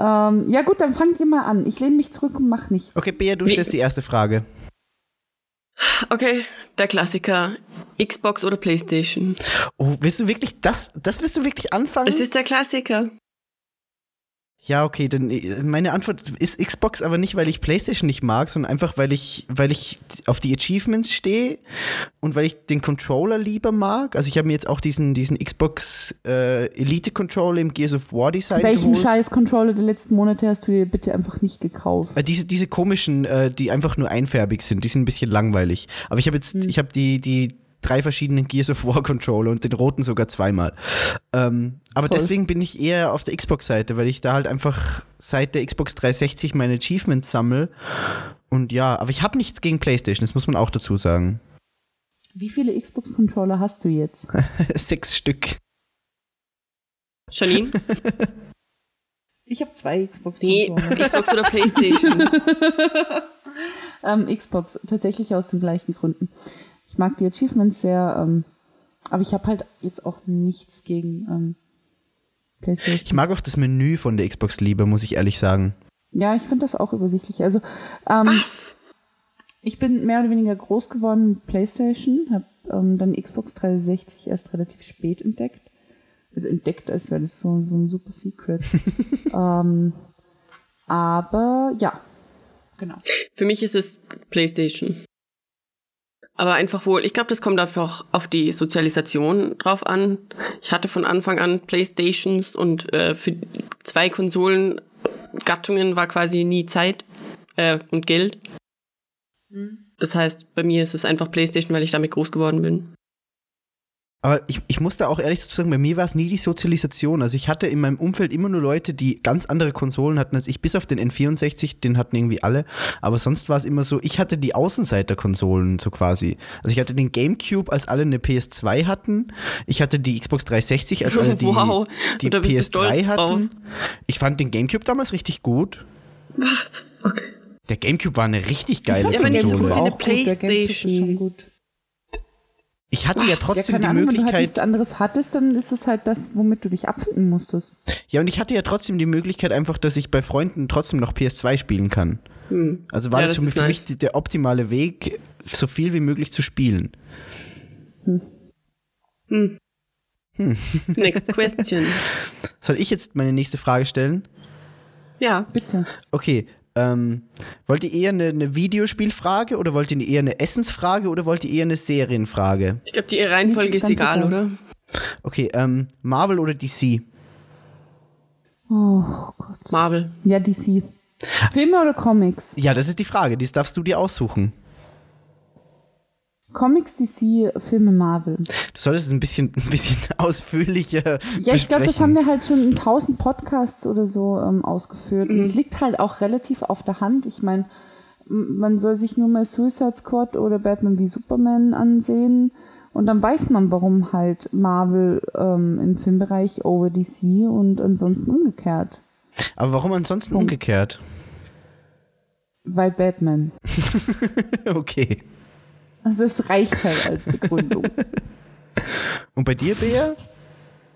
Speaker 1: Ähm, ja gut, dann fangt ihr mal an. Ich lehne mich zurück und mach nichts.
Speaker 2: Okay, Bea, du stellst die erste Frage.
Speaker 3: Okay, der Klassiker. Xbox oder Playstation?
Speaker 2: Oh, willst du wirklich das, das willst du wirklich anfangen?
Speaker 3: Es ist der Klassiker.
Speaker 2: Ja, okay, dann äh, meine Antwort ist Xbox, aber nicht, weil ich PlayStation nicht mag, sondern einfach, weil ich, weil ich auf die Achievements stehe und weil ich den Controller lieber mag. Also ich habe mir jetzt auch diesen, diesen Xbox äh, Elite Controller im Gears of War Design
Speaker 1: Welchen
Speaker 2: geholt.
Speaker 1: scheiß Controller der letzten Monate hast du dir bitte einfach nicht gekauft?
Speaker 2: Äh, diese, diese komischen, äh, die einfach nur einfärbig sind, die sind ein bisschen langweilig. Aber ich habe jetzt, ich habe die, die drei verschiedenen Gears of War Controller und den roten sogar zweimal. Ähm, aber
Speaker 1: Toll.
Speaker 2: deswegen bin ich eher auf der Xbox-Seite, weil ich da halt einfach seit der Xbox 360 meine Achievements sammle. Und ja, aber ich habe nichts gegen PlayStation, das muss man auch dazu sagen.
Speaker 1: Wie viele Xbox-Controller hast du jetzt?
Speaker 2: Sechs Stück.
Speaker 3: Janine?
Speaker 1: Ich habe zwei
Speaker 3: Nee,
Speaker 1: Xbox-Controller.
Speaker 3: Xbox oder Playstation?
Speaker 1: ähm, Xbox, tatsächlich aus den gleichen Gründen. Ich mag die Achievements sehr, ähm, aber ich habe halt jetzt auch nichts gegen ähm, PlayStation.
Speaker 2: Ich mag auch das Menü von der Xbox lieber, muss ich ehrlich sagen.
Speaker 1: ja, ich finde das auch übersichtlich. Also ähm,
Speaker 3: Was?
Speaker 1: ich bin mehr oder weniger groß geworden mit PlayStation, habe ähm, dann Xbox 360 erst relativ spät entdeckt. Also entdeckt, als wäre das so, so ein super Secret. ähm, aber ja, genau.
Speaker 3: Für mich ist es Playstation. Aber einfach wohl, ich glaube, das kommt einfach auf die Sozialisation drauf an. Ich hatte von Anfang an Playstations und äh, für zwei Konsolengattungen war quasi nie Zeit äh, und Geld. Das heißt, bei mir ist es einfach Playstation, weil ich damit groß geworden bin.
Speaker 2: Aber ich, ich muss da auch ehrlich dazu sagen, bei mir war es nie die Sozialisation. Also ich hatte in meinem Umfeld immer nur Leute, die ganz andere Konsolen hatten als ich, bis auf den N64, den hatten irgendwie alle. Aber sonst war es immer so, ich hatte die Außenseiterkonsolen so quasi. Also ich hatte den GameCube, als alle eine PS2 hatten. Ich hatte die Xbox 360, als alle die,
Speaker 3: Wow.
Speaker 2: die
Speaker 3: Und da bist du
Speaker 2: PS3
Speaker 3: stolz drauf.
Speaker 2: hatten. Ich fand den GameCube damals richtig gut.
Speaker 3: Was? Okay.
Speaker 2: Der GameCube war eine richtig geile
Speaker 1: fand
Speaker 3: Ja, aber
Speaker 2: Konsole.
Speaker 3: nicht so gut wie eine
Speaker 1: Auch gut, der Gamecube ist
Speaker 3: Playstation.
Speaker 1: schon gut.
Speaker 2: ich hatte ja trotzdem
Speaker 1: ja, keine
Speaker 2: die
Speaker 1: Ahnung, wenn du halt
Speaker 2: Möglichkeit,
Speaker 1: nichts anderes hattest, dann ist es halt das, womit du dich abfinden musstest.
Speaker 2: Ja, und ich hatte ja trotzdem die Möglichkeit einfach, dass ich bei Freunden trotzdem noch PS2 spielen kann. Also war
Speaker 3: Ja,
Speaker 2: das,
Speaker 3: das
Speaker 2: für, mich-
Speaker 3: ist
Speaker 2: für mich
Speaker 3: nice.
Speaker 2: die- der optimale Weg, so viel wie möglich zu spielen.
Speaker 3: Next question.
Speaker 2: Soll ich jetzt meine nächste Frage stellen?
Speaker 3: ja.
Speaker 1: Bitte.
Speaker 2: Okay, ähm, wollt ihr eher eine, eine Videospielfrage oder wollt ihr eher eine Essensfrage oder wollt ihr eher eine Serienfrage?
Speaker 3: Ich glaube, die Reihenfolge
Speaker 1: Das ist
Speaker 3: ist,
Speaker 1: ganz
Speaker 3: egal,
Speaker 1: egal.
Speaker 3: oder?
Speaker 2: Okay, ähm, Marvel oder DC?
Speaker 1: Oh Gott.
Speaker 3: Marvel.
Speaker 1: Ja, DC. Filme oder Comics?
Speaker 2: Ja, das ist die Frage, die darfst du dir aussuchen.
Speaker 1: Comics, DC, Filme, Marvel.
Speaker 2: Du solltest es ein bisschen, ein bisschen ausführlicher
Speaker 1: Ja, ich glaube, das
Speaker 2: besprechen.
Speaker 1: haben wir halt schon in tausend Podcasts oder so ähm, ausgeführt. Und es
Speaker 3: Mhm.
Speaker 1: liegt halt auch relativ auf der Hand. Ich meine, m- man soll sich nur mal Suicide Squad oder Batman wie Superman ansehen. Und dann weiß man, warum halt Marvel ähm, im Filmbereich over DC und ansonsten umgekehrt.
Speaker 2: Aber warum ansonsten umgekehrt?
Speaker 1: Weil Batman.
Speaker 2: Okay.
Speaker 1: Also es reicht halt als Begründung.
Speaker 2: Und bei dir, Bea?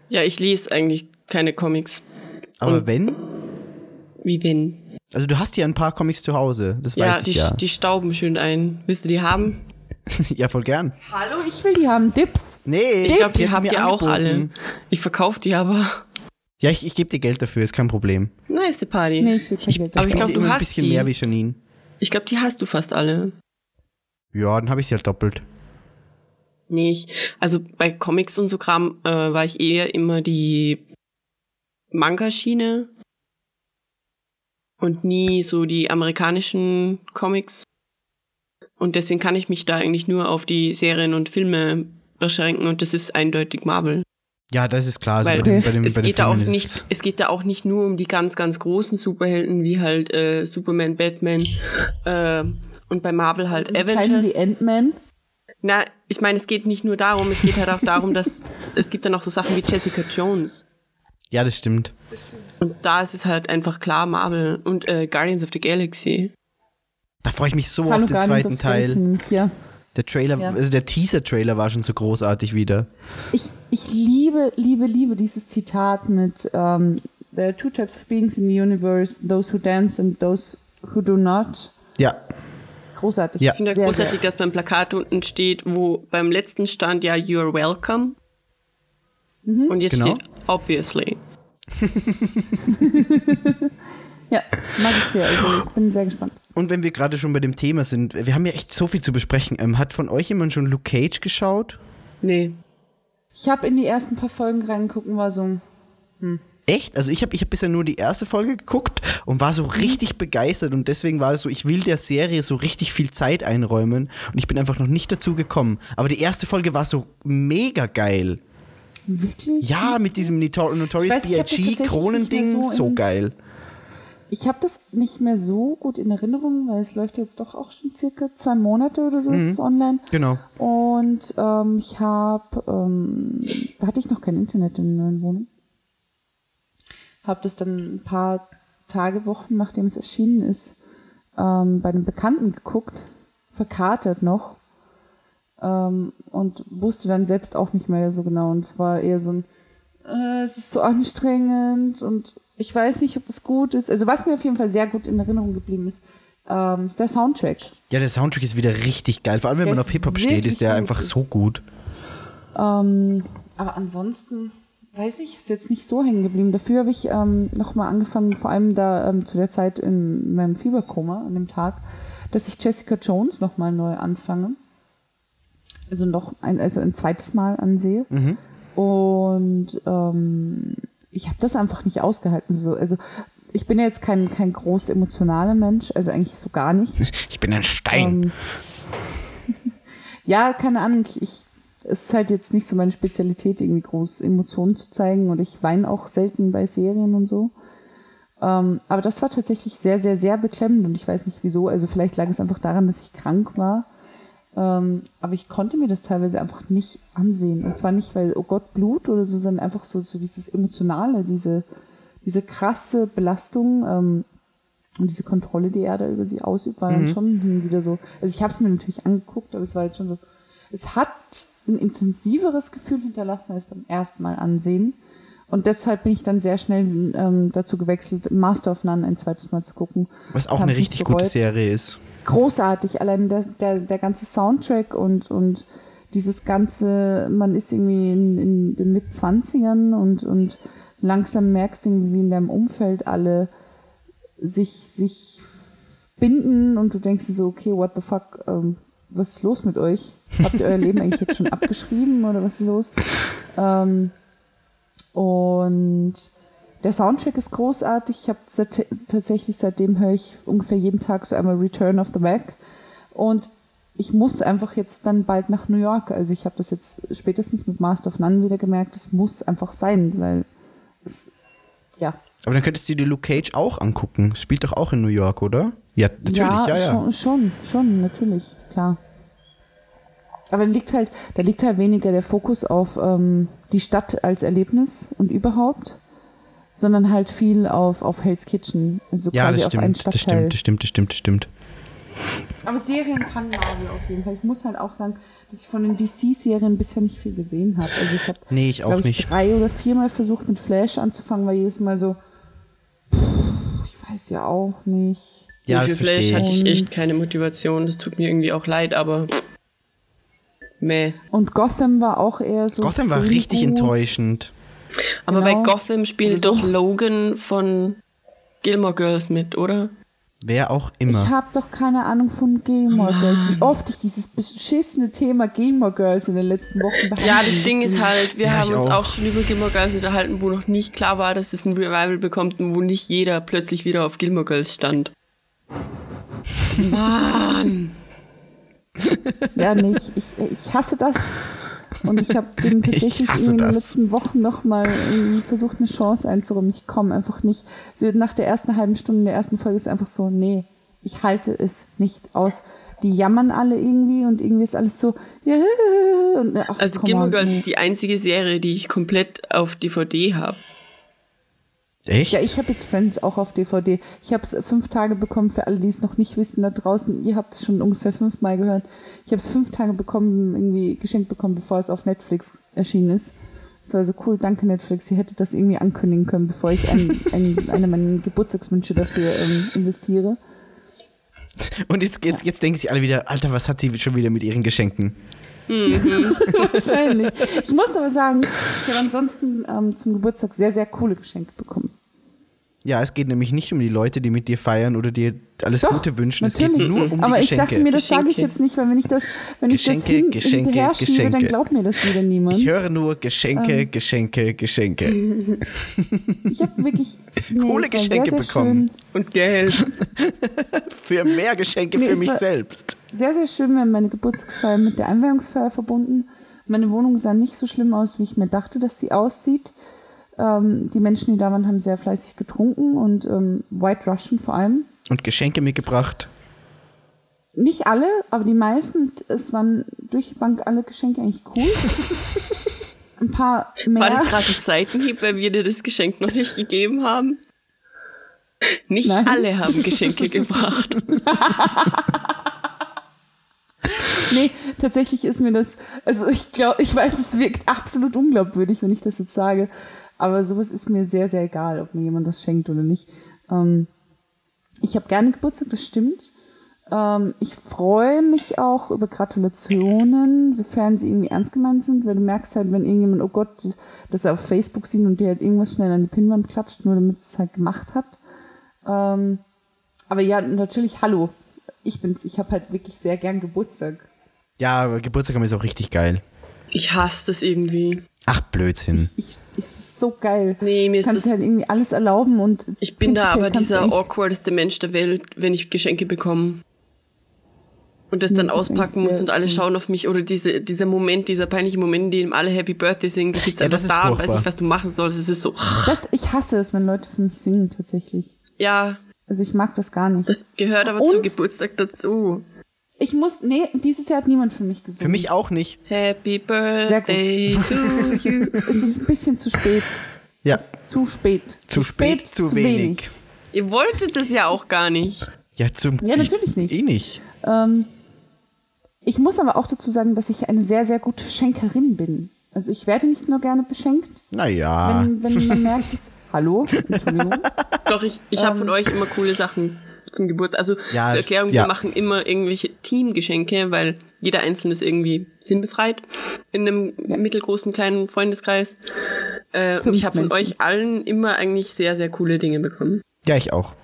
Speaker 3: Ja, ich lese eigentlich keine Comics.
Speaker 2: Aber wenn?
Speaker 3: Wie wenn?
Speaker 2: Also du hast ja ein paar Comics zu Hause, das
Speaker 3: Ja,
Speaker 2: weiß
Speaker 3: die,
Speaker 2: ich ja.
Speaker 3: die stauben schön ein. Willst du die haben?
Speaker 2: ja, voll gern.
Speaker 1: Hallo, ich will die haben Dips.
Speaker 2: Nee,
Speaker 3: Ich glaube,
Speaker 2: sie
Speaker 3: die
Speaker 2: haben
Speaker 3: habt
Speaker 2: mir
Speaker 3: ihr auch alle.
Speaker 2: angeboten.
Speaker 3: Ich verkaufe die aber.
Speaker 2: Ja, ich, ich gebe dir Geld dafür, ist kein Problem.
Speaker 3: Nice die Party.
Speaker 1: Nee, ich will kein Geld
Speaker 3: aber ich
Speaker 1: dafür.
Speaker 3: glaub, du
Speaker 2: Biete immer ein
Speaker 3: hast
Speaker 2: bisschen
Speaker 3: die.
Speaker 2: mehr wie Janine.
Speaker 3: Ich glaube, die hast du fast alle.
Speaker 2: Ja, dann habe ich sie halt doppelt.
Speaker 3: Nee, ich, also bei Comics und so Kram äh, war ich eher immer die Manga-Schiene und nie so die amerikanischen Comics. Und deswegen kann ich mich da eigentlich nur auf die Serien und Filme beschränken und das ist eindeutig Marvel.
Speaker 2: Ja, das ist klar. Also
Speaker 3: Weil
Speaker 2: bei den, bei den,
Speaker 3: es
Speaker 2: bei den
Speaker 3: geht da auch
Speaker 2: Filmen ist
Speaker 3: nicht, es geht da auch nicht nur um die ganz, ganz großen Superhelden wie halt äh, Superman, Batman äh, und bei Marvel halt
Speaker 1: Kleinen
Speaker 3: Avengers.
Speaker 1: wie Ant-Man.
Speaker 3: Na, ich meine, es geht nicht nur darum, es geht halt auch darum, dass es gibt dann auch so Sachen wie Jessica Jones.
Speaker 2: Ja, das stimmt.
Speaker 3: Und da ist es halt einfach klar Marvel und äh, Guardians of the Galaxy.
Speaker 2: Da freue ich mich so
Speaker 1: Hallo,
Speaker 2: auf den
Speaker 1: Guardians
Speaker 2: zweiten
Speaker 1: of the Galaxy
Speaker 2: Teil.
Speaker 1: nämlich hier.
Speaker 2: Der Trailer,
Speaker 1: Ja.
Speaker 2: also der Teaser-Trailer war schon so großartig wieder.
Speaker 1: Ich, ich liebe, liebe, liebe dieses Zitat mit ähm, There are two types of beings in the universe, those who dance and those who do not.
Speaker 2: Ja.
Speaker 1: Großartig.
Speaker 2: Ja.
Speaker 1: Ich
Speaker 3: finde ja großartig, dass beim Plakat unten steht, wo beim letzten stand ja You're welcome. Und jetzt
Speaker 2: Genau.
Speaker 3: steht Obviously.
Speaker 1: Ja, mag ich sehr. Also ich bin sehr gespannt.
Speaker 2: Und wenn wir gerade schon bei dem Thema sind, wir haben ja echt so viel zu besprechen. Ähm, hat von euch jemand schon Luke Cage geschaut?
Speaker 3: Nee.
Speaker 1: Ich habe in die ersten paar Folgen reingucken, war so,
Speaker 2: Echt? Also ich habe ich hab bisher nur die erste Folge geguckt und war
Speaker 1: Mhm.
Speaker 2: so richtig begeistert und deswegen war es so, ich will der Serie so richtig viel Zeit einräumen und ich bin einfach noch nicht dazu gekommen. Aber die erste Folge war so mega geil.
Speaker 1: wirklich?
Speaker 2: Ja, mit diesem Notor
Speaker 1: ne? Ich
Speaker 2: Notorious
Speaker 1: weiß, ich hab das tatsächlich nicht
Speaker 2: B.I.G.
Speaker 1: mehr
Speaker 2: Kronending,
Speaker 1: so
Speaker 2: so,
Speaker 1: im-
Speaker 2: geil.
Speaker 1: Ich habe das nicht mehr so gut in Erinnerung, weil es läuft jetzt doch auch schon circa zwei Monate oder so ist es online.
Speaker 2: Genau.
Speaker 1: Und ähm, ich habe, ähm, da hatte ich noch kein Internet in der neuen Wohnung. Habe das dann ein paar Tage, Wochen, nachdem es erschienen ist, ähm, bei einem Bekannten geguckt, verkatert noch ähm, und wusste dann selbst auch nicht mehr so genau. Und es war eher so ein, äh, es ist so anstrengend und ich weiß nicht, ob es gut ist. Also was mir auf jeden Fall sehr gut in Erinnerung geblieben ist, ähm, ist der Soundtrack.
Speaker 2: Ja, der Soundtrack ist wieder richtig geil. Vor allem, wenn
Speaker 1: Der
Speaker 2: man
Speaker 1: ist
Speaker 2: auf Hip-Hop steht,
Speaker 1: wirklich
Speaker 2: ist der
Speaker 1: gut.
Speaker 2: einfach so gut.
Speaker 1: Ähm, aber ansonsten, weiß ich, ist jetzt nicht so hängen geblieben. Dafür habe ich ähm, nochmal angefangen, vor allem da ähm, zu der Zeit in meinem Fieberkoma, an dem Tag, dass ich Jessica Jones nochmal neu anfange. Also noch ein, also ein zweites Mal ansehe. Und ähm, ich habe das einfach nicht ausgehalten. So, also ich bin ja jetzt kein, kein groß emotionaler Mensch, also eigentlich so gar nicht.
Speaker 2: Ich bin ein
Speaker 1: Ähm,
Speaker 2: Stein.
Speaker 1: Ja, keine Ahnung. Ich, ich, es ist halt jetzt nicht so meine Spezialität, irgendwie groß Emotionen zu zeigen und ich weine auch selten bei Serien und so. Ähm, aber das war tatsächlich sehr, sehr, sehr beklemmend und ich weiß nicht wieso. Also vielleicht lag es einfach daran, dass ich krank war. Ähm, aber ich konnte mir das teilweise einfach nicht ansehen. Und zwar nicht, weil, oh Gott, Blut oder so, sondern einfach so, so dieses Emotionale, diese, diese krasse Belastung ähm, und diese Kontrolle, die er da über sie ausübt, war
Speaker 2: Mhm.
Speaker 1: dann schon hin und wieder so. Also ich habe es mir natürlich angeguckt, aber es war halt schon so. Es hat ein intensiveres Gefühl hinterlassen als beim ersten Mal ansehen. Und deshalb bin ich dann sehr schnell ähm, dazu gewechselt, Master of None ein zweites Mal zu gucken.
Speaker 2: Was auch
Speaker 1: Hab's
Speaker 2: eine
Speaker 1: nicht
Speaker 2: richtig gute
Speaker 1: bereut
Speaker 2: Serie ist.
Speaker 1: großartig. Allein der, der, der ganze Soundtrack und, und dieses ganze, man ist irgendwie in, in den Mitzwanzigern und, und langsam merkst du irgendwie, wie in deinem Umfeld alle sich, sich binden und du denkst dir so, okay, what the fuck, ähm, was ist los mit euch? Habt ihr euer Leben eigentlich jetzt schon abgeschrieben oder was ist los? Ähm, und der Soundtrack ist großartig. Ich habe seit, tatsächlich seitdem höre ich ungefähr jeden Tag so einmal Return of the Mac. Und ich muss einfach jetzt dann bald nach New York. Also ich habe das jetzt spätestens mit Master of None wieder gemerkt. Es muss einfach sein, weil es, ja,
Speaker 2: Aber dann könntest du dir Luke Cage auch angucken. Spielt doch auch in New York, oder? Ja, natürlich, ja, ja.
Speaker 1: Schon, schon, schon, natürlich, klar. Aber da liegt halt, da liegt halt weniger der Fokus auf ähm, die Stadt als Erlebnis und überhaupt, sondern halt viel auf, auf Hell's Kitchen, also
Speaker 2: Ja,
Speaker 1: quasi
Speaker 2: das
Speaker 1: auf einen
Speaker 2: stimmt, das
Speaker 1: Stadtteil.
Speaker 2: stimmt, das stimmt, das stimmt, das stimmt.
Speaker 1: Aber Serien kann Marvel auf jeden Fall. Ich muss halt auch sagen, dass ich von den DC-Serien bisher nicht viel gesehen habe. Also ich habe,
Speaker 2: Nee, ich auch
Speaker 1: glaub
Speaker 2: nicht.
Speaker 1: drei oder viermal versucht, mit Flash anzufangen, weil jedes Mal so, pff, ich weiß ja auch nicht.
Speaker 2: Ja,
Speaker 3: Und
Speaker 2: das
Speaker 3: für Flash
Speaker 2: verstehe
Speaker 3: hatte
Speaker 2: ich.
Speaker 3: ich
Speaker 1: Und-
Speaker 3: echt keine Motivation. Das tut mir irgendwie auch leid, aber meh.
Speaker 1: Und Gotham war auch eher so.
Speaker 2: Gotham war
Speaker 1: semi-gut.
Speaker 2: richtig enttäuschend.
Speaker 3: Aber
Speaker 1: Genau.
Speaker 3: bei Gotham spielt doch Logan von Gilmore Girls mit, oder?
Speaker 2: Wer auch
Speaker 1: Ich
Speaker 2: immer.
Speaker 1: habe doch keine Ahnung von Gilmore Girls. Wie oft ich dieses beschissene Thema Gilmore Girls in den letzten Wochen behandelt
Speaker 3: Ja, das Ding ist halt, wir
Speaker 2: Ja,
Speaker 3: haben
Speaker 2: ich
Speaker 3: uns
Speaker 2: auch.
Speaker 3: auch schon über Gilmore Girls unterhalten, wo noch nicht klar war, dass es ein Revival bekommt und wo nicht jeder plötzlich wieder auf Gilmore Girls stand.
Speaker 1: Ja, nee, ich, ich, ich hasse das. Und ich habe dem tatsächlich
Speaker 2: hasse
Speaker 1: irgendwie in den
Speaker 2: das.
Speaker 1: letzten Wochen nochmal versucht, eine Chance einzuräumen. Ich komme einfach nicht. So nach der ersten halben Stunde der ersten Folge ist einfach so, nee, ich halte es nicht aus. Die jammern alle irgendwie und irgendwie ist alles so, ja, und ach,
Speaker 3: Also
Speaker 1: come
Speaker 3: Gilmore
Speaker 1: on,
Speaker 3: Girls
Speaker 1: nee.
Speaker 3: ist die einzige Serie, die ich komplett auf DVD habe.
Speaker 2: Echt?
Speaker 1: Ja, ich habe jetzt Friends auch auf DVD. Ich habe es fünf Tage bekommen, für alle, die es noch nicht wissen da draußen. Ihr habt es schon ungefähr fünfmal gehört. Ich habe es fünf Tage bekommen, irgendwie geschenkt bekommen, bevor es auf Netflix erschienen ist. Das war so cool, danke Netflix, ihr hättet das irgendwie ankündigen können, bevor ich ein, ein, eine meiner Geburtstagswünsche dafür ähm, investiere.
Speaker 2: Und jetzt, jetzt, jetzt denken sie alle wieder, Alter, was hat sie schon wieder mit ihren Geschenken?
Speaker 1: Wahrscheinlich. Ich muss aber sagen, ich habe ansonsten ähm, zum Geburtstag sehr, sehr coole Geschenke bekommen.
Speaker 2: Ja, es geht nämlich nicht um die Leute, die mit dir feiern oder dir alles
Speaker 1: Doch,
Speaker 2: Gute wünschen. Es
Speaker 1: Natürlich.
Speaker 2: geht nur um
Speaker 1: aber
Speaker 2: die
Speaker 1: ich
Speaker 2: Geschenke.
Speaker 1: dachte mir, das sage ich
Speaker 3: Geschenke.
Speaker 1: jetzt nicht, weil wenn ich das, wenn ich das
Speaker 2: Geschenke,
Speaker 1: hin,
Speaker 2: Geschenke,
Speaker 1: hinterher schiebe, dann
Speaker 2: Geschenke.
Speaker 1: glaubt mir das wieder niemand.
Speaker 2: ich höre nur Geschenke,
Speaker 1: Ähm.
Speaker 2: Geschenke, Geschenke.
Speaker 1: Ich habe wirklich nee,
Speaker 2: Coole
Speaker 1: es war
Speaker 2: Geschenke
Speaker 1: sehr, sehr
Speaker 2: bekommen.
Speaker 3: Und Geld.
Speaker 2: Für mehr Geschenke
Speaker 1: Nee,
Speaker 2: für
Speaker 1: es
Speaker 2: mich
Speaker 1: war-
Speaker 2: selbst.
Speaker 1: Schön, sehr, sehr schön, wir haben meine Geburtstagsfeier mit der Einweihungsfeier verbunden. Meine Wohnung sah nicht so schlimm aus, wie ich mir dachte, dass sie aussieht. Ähm, die Menschen, die da waren, haben sehr fleißig getrunken und ähm, White Russian vor allem.
Speaker 2: Und Geschenke mitgebracht.
Speaker 1: Nicht alle, aber die meisten. Und Es waren durch die Bank alle Geschenke eigentlich cool. Ein paar mehr.
Speaker 3: War das gerade ein Seitenhieb, weil wir dir das Geschenk noch nicht gegeben haben? Nicht
Speaker 1: Nein.
Speaker 3: alle haben Geschenke gebracht.
Speaker 1: Nee, tatsächlich ist mir das, also ich glaube, ich weiß, es wirkt absolut unglaubwürdig, wenn ich das jetzt sage, aber sowas ist mir sehr, sehr egal, ob mir jemand was schenkt oder nicht. Ähm, ich habe gerne Geburtstag, das stimmt. Ähm, ich freue mich auch über Gratulationen, sofern sie irgendwie ernst gemeint sind, weil du merkst halt, wenn irgendjemand, oh Gott, das er auf Facebook sieht und dir halt irgendwas schnell an die Pinnwand klatscht, nur damit es halt gemacht hat. Ähm, aber ja, natürlich, hallo. Ich bin's, ich habe halt wirklich sehr gern Geburtstag.
Speaker 2: Ja, aber Geburtstag haben ist auch richtig geil.
Speaker 3: Ich hasse das irgendwie.
Speaker 2: Ach, Blödsinn.
Speaker 1: Ich, ich es ist so geil.
Speaker 3: Nee, mir ist
Speaker 1: kannst
Speaker 3: das-
Speaker 1: halt irgendwie alles erlauben und
Speaker 3: Ich bin da
Speaker 1: prinzipiell
Speaker 3: aber
Speaker 1: kannst du
Speaker 3: dieser
Speaker 1: echt-
Speaker 3: awkwardeste Mensch der Welt, wenn ich Geschenke bekomme. Und das dann
Speaker 1: das finde ich
Speaker 3: auspacken muss
Speaker 1: sehr
Speaker 3: und alle
Speaker 1: cool.
Speaker 3: schauen auf mich. Oder diese, dieser Moment, dieser peinliche Moment, in dem alle Happy Birthday singen. Du sitzt
Speaker 2: Ja,
Speaker 3: einfach
Speaker 2: das ist
Speaker 3: da und
Speaker 2: furchtbar.
Speaker 3: weißt nicht, was du machen sollst. Es ist so,
Speaker 1: Das, ich hasse es, wenn Leute für mich singen tatsächlich.
Speaker 3: ja,
Speaker 1: Also ich mag das gar nicht.
Speaker 3: das gehört aber zu
Speaker 1: Und?
Speaker 3: Geburtstag dazu.
Speaker 1: ich muss, nee, dieses Jahr hat niemand für mich gesungen.
Speaker 2: Für mich auch nicht.
Speaker 3: Happy
Speaker 1: gut.
Speaker 3: Birthday to you.
Speaker 1: Es ist ein bisschen zu spät.
Speaker 2: Ja.
Speaker 1: Es ist zu spät.
Speaker 2: Zu spät, zu, wenig.
Speaker 3: Ihr wolltet das ja auch gar nicht.
Speaker 2: Ja, zum
Speaker 1: Ja, natürlich nicht.
Speaker 2: Ich, eh nicht.
Speaker 1: Ähm, ich muss aber auch dazu sagen, dass ich eine sehr, sehr gute Schenkerin bin. Also ich werde nicht nur gerne beschenkt,
Speaker 2: Naja.
Speaker 1: wenn, wenn man merkt, es, hallo, Entschuldigung.
Speaker 3: Doch, ich, ich habe von
Speaker 1: Ähm.
Speaker 3: euch immer coole Sachen zum Geburtstag. Also
Speaker 2: Ja,
Speaker 3: zur
Speaker 2: es-
Speaker 3: Erklärung,
Speaker 2: ja.
Speaker 3: wir machen immer irgendwelche Teamgeschenke, weil jeder Einzelne ist irgendwie sinnbefreit in einem mittelgroßen kleinen Freundeskreis. Äh, und
Speaker 1: Fünf
Speaker 3: ich habe von
Speaker 1: Menschen.
Speaker 3: euch allen immer eigentlich sehr, sehr coole Dinge bekommen.
Speaker 2: ja, ich auch.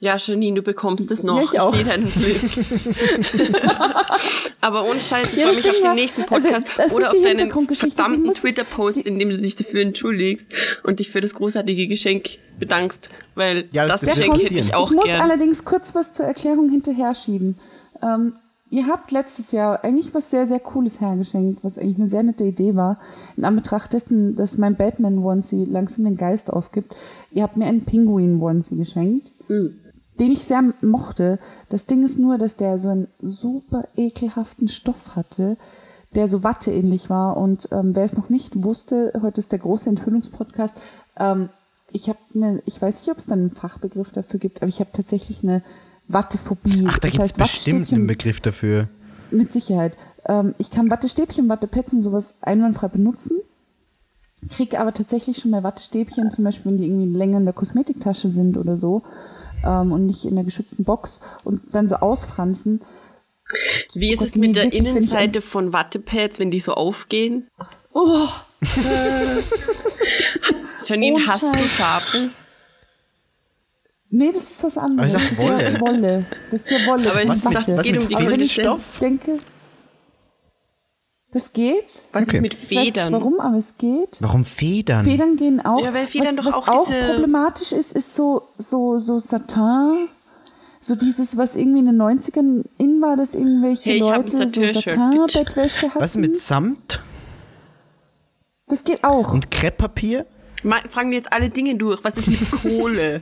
Speaker 3: Ja, Janine, du bekommst es noch.
Speaker 1: Ja, ich auch.
Speaker 3: sehe deinen Blick. Aber ohne Scheiß, ich
Speaker 1: Ja,
Speaker 3: freue
Speaker 1: das
Speaker 3: mich auf
Speaker 1: Ding
Speaker 3: den
Speaker 1: war-
Speaker 3: nächsten
Speaker 1: also,
Speaker 3: Podcast
Speaker 1: das
Speaker 3: oder
Speaker 1: ist die
Speaker 3: auf deinen
Speaker 1: Hintergrundgeschichte, die
Speaker 3: verdammten
Speaker 1: muss ich-
Speaker 3: Twitter-Post, in dem du dich dafür entschuldigst und dich für das großartige Geschenk bedankst, weil
Speaker 2: Ja,
Speaker 3: das,
Speaker 2: das- das wird
Speaker 3: Geschenk hätte
Speaker 2: passieren.
Speaker 3: ich auch
Speaker 1: muss
Speaker 3: gern.
Speaker 1: allerdings kurz was zur Erklärung hinterher schieben. Ähm, ihr habt letztes Jahr eigentlich was sehr, sehr Cooles hergeschenkt, was eigentlich eine sehr nette Idee war. In Anbetracht dessen, dass mein batman onesie langsam den Geist aufgibt, ihr habt mir einen pinguin onesie geschenkt, den ich sehr mochte. Das Ding ist nur, dass der so einen super ekelhaften Stoff hatte, der so watteähnlich war. Und ähm, wer es noch nicht wusste, heute ist der große Enthüllungspodcast. Ähm, ich habe eine, ich weiß nicht, ob es dann einen Fachbegriff dafür gibt, aber ich habe tatsächlich eine Wattephobie.
Speaker 2: Ach, da
Speaker 1: das
Speaker 2: gibt es
Speaker 1: heißt,
Speaker 2: bestimmt einen
Speaker 1: Wattestäbchen-
Speaker 2: Begriff dafür.
Speaker 1: mit Sicherheit. Ähm, ich kann Wattestäbchen, Wattepads und sowas einwandfrei benutzen, kriege aber tatsächlich schon bei Wattestäbchen, zum Beispiel wenn die irgendwie länger in der Kosmetiktasche sind oder so ähm, und nicht in der geschützten Box und dann so ausfransen.
Speaker 3: Wie ist
Speaker 1: Oh Gott,
Speaker 3: es mit
Speaker 1: nee,
Speaker 3: der
Speaker 1: wirklich, wenn ich
Speaker 3: Innenseite
Speaker 1: eins-
Speaker 3: von Wattepads, wenn die so aufgehen?
Speaker 1: Oh,
Speaker 3: Janine,
Speaker 1: Ohne
Speaker 3: hast du
Speaker 1: Scheiß.
Speaker 3: Schafe?
Speaker 1: nee, das ist was anderes.
Speaker 2: Aber
Speaker 1: Das
Speaker 2: ich
Speaker 1: ist
Speaker 2: sag
Speaker 1: ja
Speaker 2: Wolle.
Speaker 1: Wolle. Das ist ja Wolle.
Speaker 3: Aber ich
Speaker 1: und
Speaker 2: Was mit-
Speaker 3: dachte, es
Speaker 2: was
Speaker 3: geht
Speaker 2: mit
Speaker 3: um die
Speaker 1: Aber wenn ich
Speaker 2: Fellstoff?
Speaker 3: Konsistenz.
Speaker 1: das denke, das geht.
Speaker 3: Was
Speaker 2: Okay.
Speaker 3: ist mit
Speaker 1: Ich weiß nicht
Speaker 3: Federn?
Speaker 1: warum, aber es geht.
Speaker 2: Warum Federn?
Speaker 1: Federn gehen auch.
Speaker 3: Ja, weil Federn
Speaker 1: was,
Speaker 3: doch
Speaker 1: was
Speaker 3: auch
Speaker 1: auch
Speaker 3: diese-
Speaker 1: problematisch ist, ist so, so, so Satin. So dieses, was irgendwie in den 90ern in war, dass irgendwelche
Speaker 3: Hey, ich hab ein
Speaker 1: Leute so
Speaker 3: Satin-Shirt, bitch.
Speaker 1: Satin-Bettwäsche hatten.
Speaker 2: Was ist mit Samt
Speaker 1: Das geht auch.
Speaker 2: und Krepppapier?
Speaker 3: Ma- Fragen wir jetzt alle Dinge durch. Was ist mit Kohle?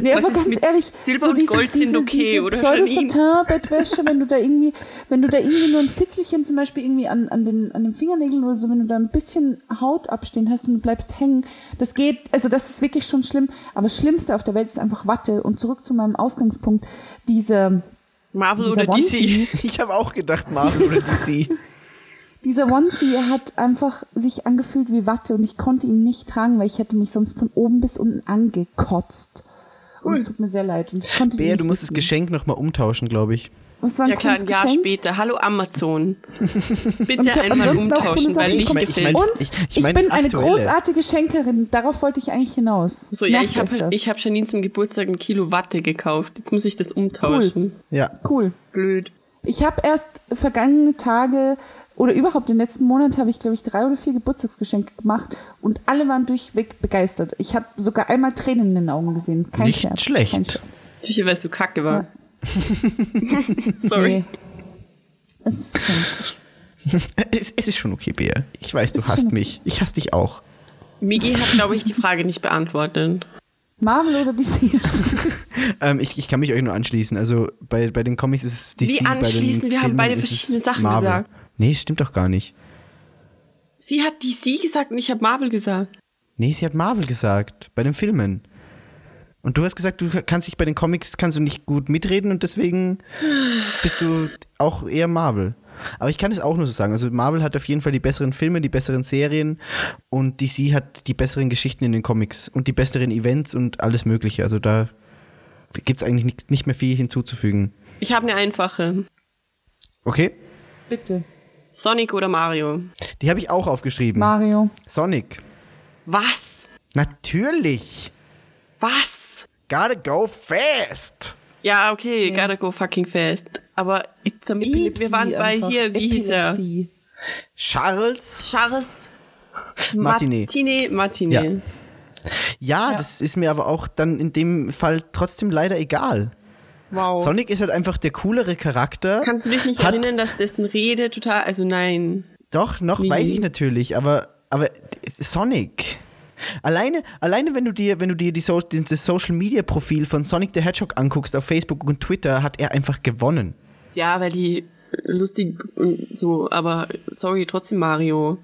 Speaker 1: Nee,
Speaker 3: Was
Speaker 1: aber
Speaker 3: ist
Speaker 1: ganz
Speaker 3: mit
Speaker 1: ehrlich,
Speaker 3: Silber
Speaker 1: so
Speaker 3: und
Speaker 1: dieses,
Speaker 3: Gold sind
Speaker 1: diese,
Speaker 3: okay,
Speaker 1: diese
Speaker 3: oder,
Speaker 1: Pseudo-Satin-Bettwäsche, wenn du da irgendwie, wenn du da irgendwie nur ein Fitzelchen zum Beispiel irgendwie an, an, den, an den Fingernägeln oder so, wenn du da ein bisschen Haut abstehen hast und du bleibst hängen, das geht, also das ist wirklich schon schlimm, aber das Schlimmste auf der Welt ist einfach Watte. Und zurück zu meinem Ausgangspunkt, diese,
Speaker 3: Marvel
Speaker 1: dieser
Speaker 3: oder DC?
Speaker 1: Onesie,
Speaker 2: Ich habe auch gedacht, Marvel oder DC.
Speaker 1: Dieser Onesie hat einfach sich angefühlt wie Watte und ich konnte ihn nicht tragen, weil ich hätte mich sonst von oben bis unten angekotzt. Und es tut mir sehr leid. Und ich konnte
Speaker 2: Bea,
Speaker 1: den
Speaker 2: du
Speaker 1: nicht
Speaker 2: musst das
Speaker 1: mitnehmen.
Speaker 2: Geschenk nochmal umtauschen, glaube ich.
Speaker 1: Und Es war ein
Speaker 3: Ja klar,
Speaker 1: cooles
Speaker 3: ein Jahr
Speaker 1: Geschenk.
Speaker 3: später. Hallo Amazon.
Speaker 1: Und ich
Speaker 3: Bitte
Speaker 1: hab
Speaker 3: einmal
Speaker 1: ansonsten auch
Speaker 3: umtauschen,
Speaker 1: Bundesrepublik-
Speaker 3: weil ich
Speaker 1: Ich mein- ich
Speaker 3: gefällt.
Speaker 2: mein's-
Speaker 1: Und
Speaker 2: ich-
Speaker 1: ich,
Speaker 2: ich mein's
Speaker 1: bin eine
Speaker 2: aktuelle.
Speaker 1: großartige Schenkerin. Darauf wollte ich eigentlich hinaus.
Speaker 3: So, ja,
Speaker 1: Merkt
Speaker 3: ich habe
Speaker 1: euch das.
Speaker 3: ich hab Janine zum Geburtstag ein Kilo Watte gekauft. Jetzt muss ich das umtauschen.
Speaker 2: Ja.
Speaker 1: cool.
Speaker 3: Blöd.
Speaker 1: Ich habe erst vergangene Tage oder überhaupt den letzten Monat habe ich, glaube ich, drei oder vier Geburtstagsgeschenke gemacht und alle waren durchweg begeistert. Ich habe sogar einmal Tränen in den Augen gesehen. Kein
Speaker 2: Nicht
Speaker 1: Scherz,
Speaker 2: schlecht.
Speaker 1: Kein Scherz.
Speaker 3: Sicher, weil es so kacke war.
Speaker 1: Ja. Nee.
Speaker 3: Sorry.
Speaker 1: eh. Es ist schon.
Speaker 2: Es, es ist schon okay, Bea. Ich weiß, du
Speaker 1: Ist
Speaker 2: hasst
Speaker 1: schon-
Speaker 2: mich. Ich hasse dich auch.
Speaker 3: Migi hat, glaube ich, die Frage nicht beantwortet.
Speaker 1: Marvel oder DC?
Speaker 2: Ähm, ich, ich kann mich euch nur anschließen. Also bei, bei den Comics ist es DC.
Speaker 3: Wie anschließen?
Speaker 2: Bei den
Speaker 3: Wir haben
Speaker 2: Filmen
Speaker 3: beide
Speaker 2: ist es
Speaker 3: verschiedene Sachen
Speaker 2: Marvel.
Speaker 3: gesagt.
Speaker 2: Nee, stimmt doch gar nicht.
Speaker 3: Sie hat DC gesagt und ich habe Marvel gesagt.
Speaker 2: Nee, sie hat Marvel gesagt. Bei den Filmen. Und du hast gesagt, du kannst dich bei den Comics kannst du nicht gut mitreden und deswegen bist du auch eher Marvel. Aber ich kann es auch nur so sagen. Also Marvel hat auf jeden Fall die besseren Filme, die besseren Serien und DC hat die besseren Geschichten in den Comics und die besseren Events und alles Mögliche. Also da gibt es eigentlich nicht, nicht mehr viel hinzuzufügen.
Speaker 3: Ich habe eine einfache.
Speaker 2: Okay?
Speaker 1: Bitte.
Speaker 3: Sonic oder Mario?
Speaker 2: Die habe ich auch aufgeschrieben.
Speaker 1: Mario.
Speaker 2: Sonic.
Speaker 3: Was?
Speaker 2: Natürlich.
Speaker 3: Was?
Speaker 2: Gotta go fast.
Speaker 3: Ja, okay, gotta go fucking fast. Aber it's a me. Wir waren bei
Speaker 1: einfach.
Speaker 3: hier, wie hieß er?
Speaker 1: Epilepsie.
Speaker 2: Charles.
Speaker 3: Charles
Speaker 2: Martinet.
Speaker 3: Martine. Martine.
Speaker 2: Ja. Ja, das ist mir aber auch dann in dem Fall trotzdem leider egal.
Speaker 3: Wow.
Speaker 2: Sonic ist halt einfach der coolere Charakter.
Speaker 3: Oh. Kannst du dich nicht
Speaker 2: hat,
Speaker 3: erinnern, dass dessen Rede total, also nein.
Speaker 2: Doch, noch
Speaker 3: Nee.
Speaker 2: weiß ich natürlich, aber, aber Sonic. Alleine, alleine wenn du dir, wenn du dir die so die, das Social Media Profil von Sonic the Hedgehog anguckst auf Facebook und Twitter, hat er einfach gewonnen.
Speaker 3: Ja, weil die lustig und so, aber sorry, trotzdem Mario.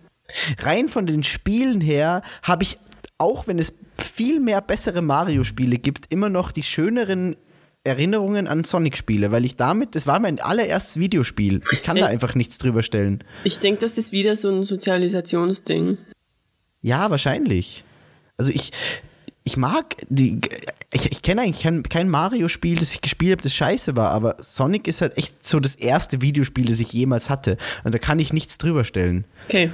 Speaker 2: Rein von den Spielen her habe ich, auch wenn es viel mehr bessere Mario-Spiele gibt, immer noch die schöneren Erinnerungen an Sonic-Spiele, weil ich damit, das war mein allererstes Videospiel. Ich kann da
Speaker 3: Äh.
Speaker 2: einfach nichts drüber stellen.
Speaker 3: Ich denke, das ist wieder so ein Sozialisationsding.
Speaker 2: Ja, wahrscheinlich. Also ich, ich mag die. Ich, ich kenne eigentlich kein, kein Mario-Spiel, das ich gespielt habe, das scheiße war, aber Sonic ist halt echt so das erste Videospiel, das ich jemals hatte. Und da kann ich nichts drüber stellen.
Speaker 3: Okay.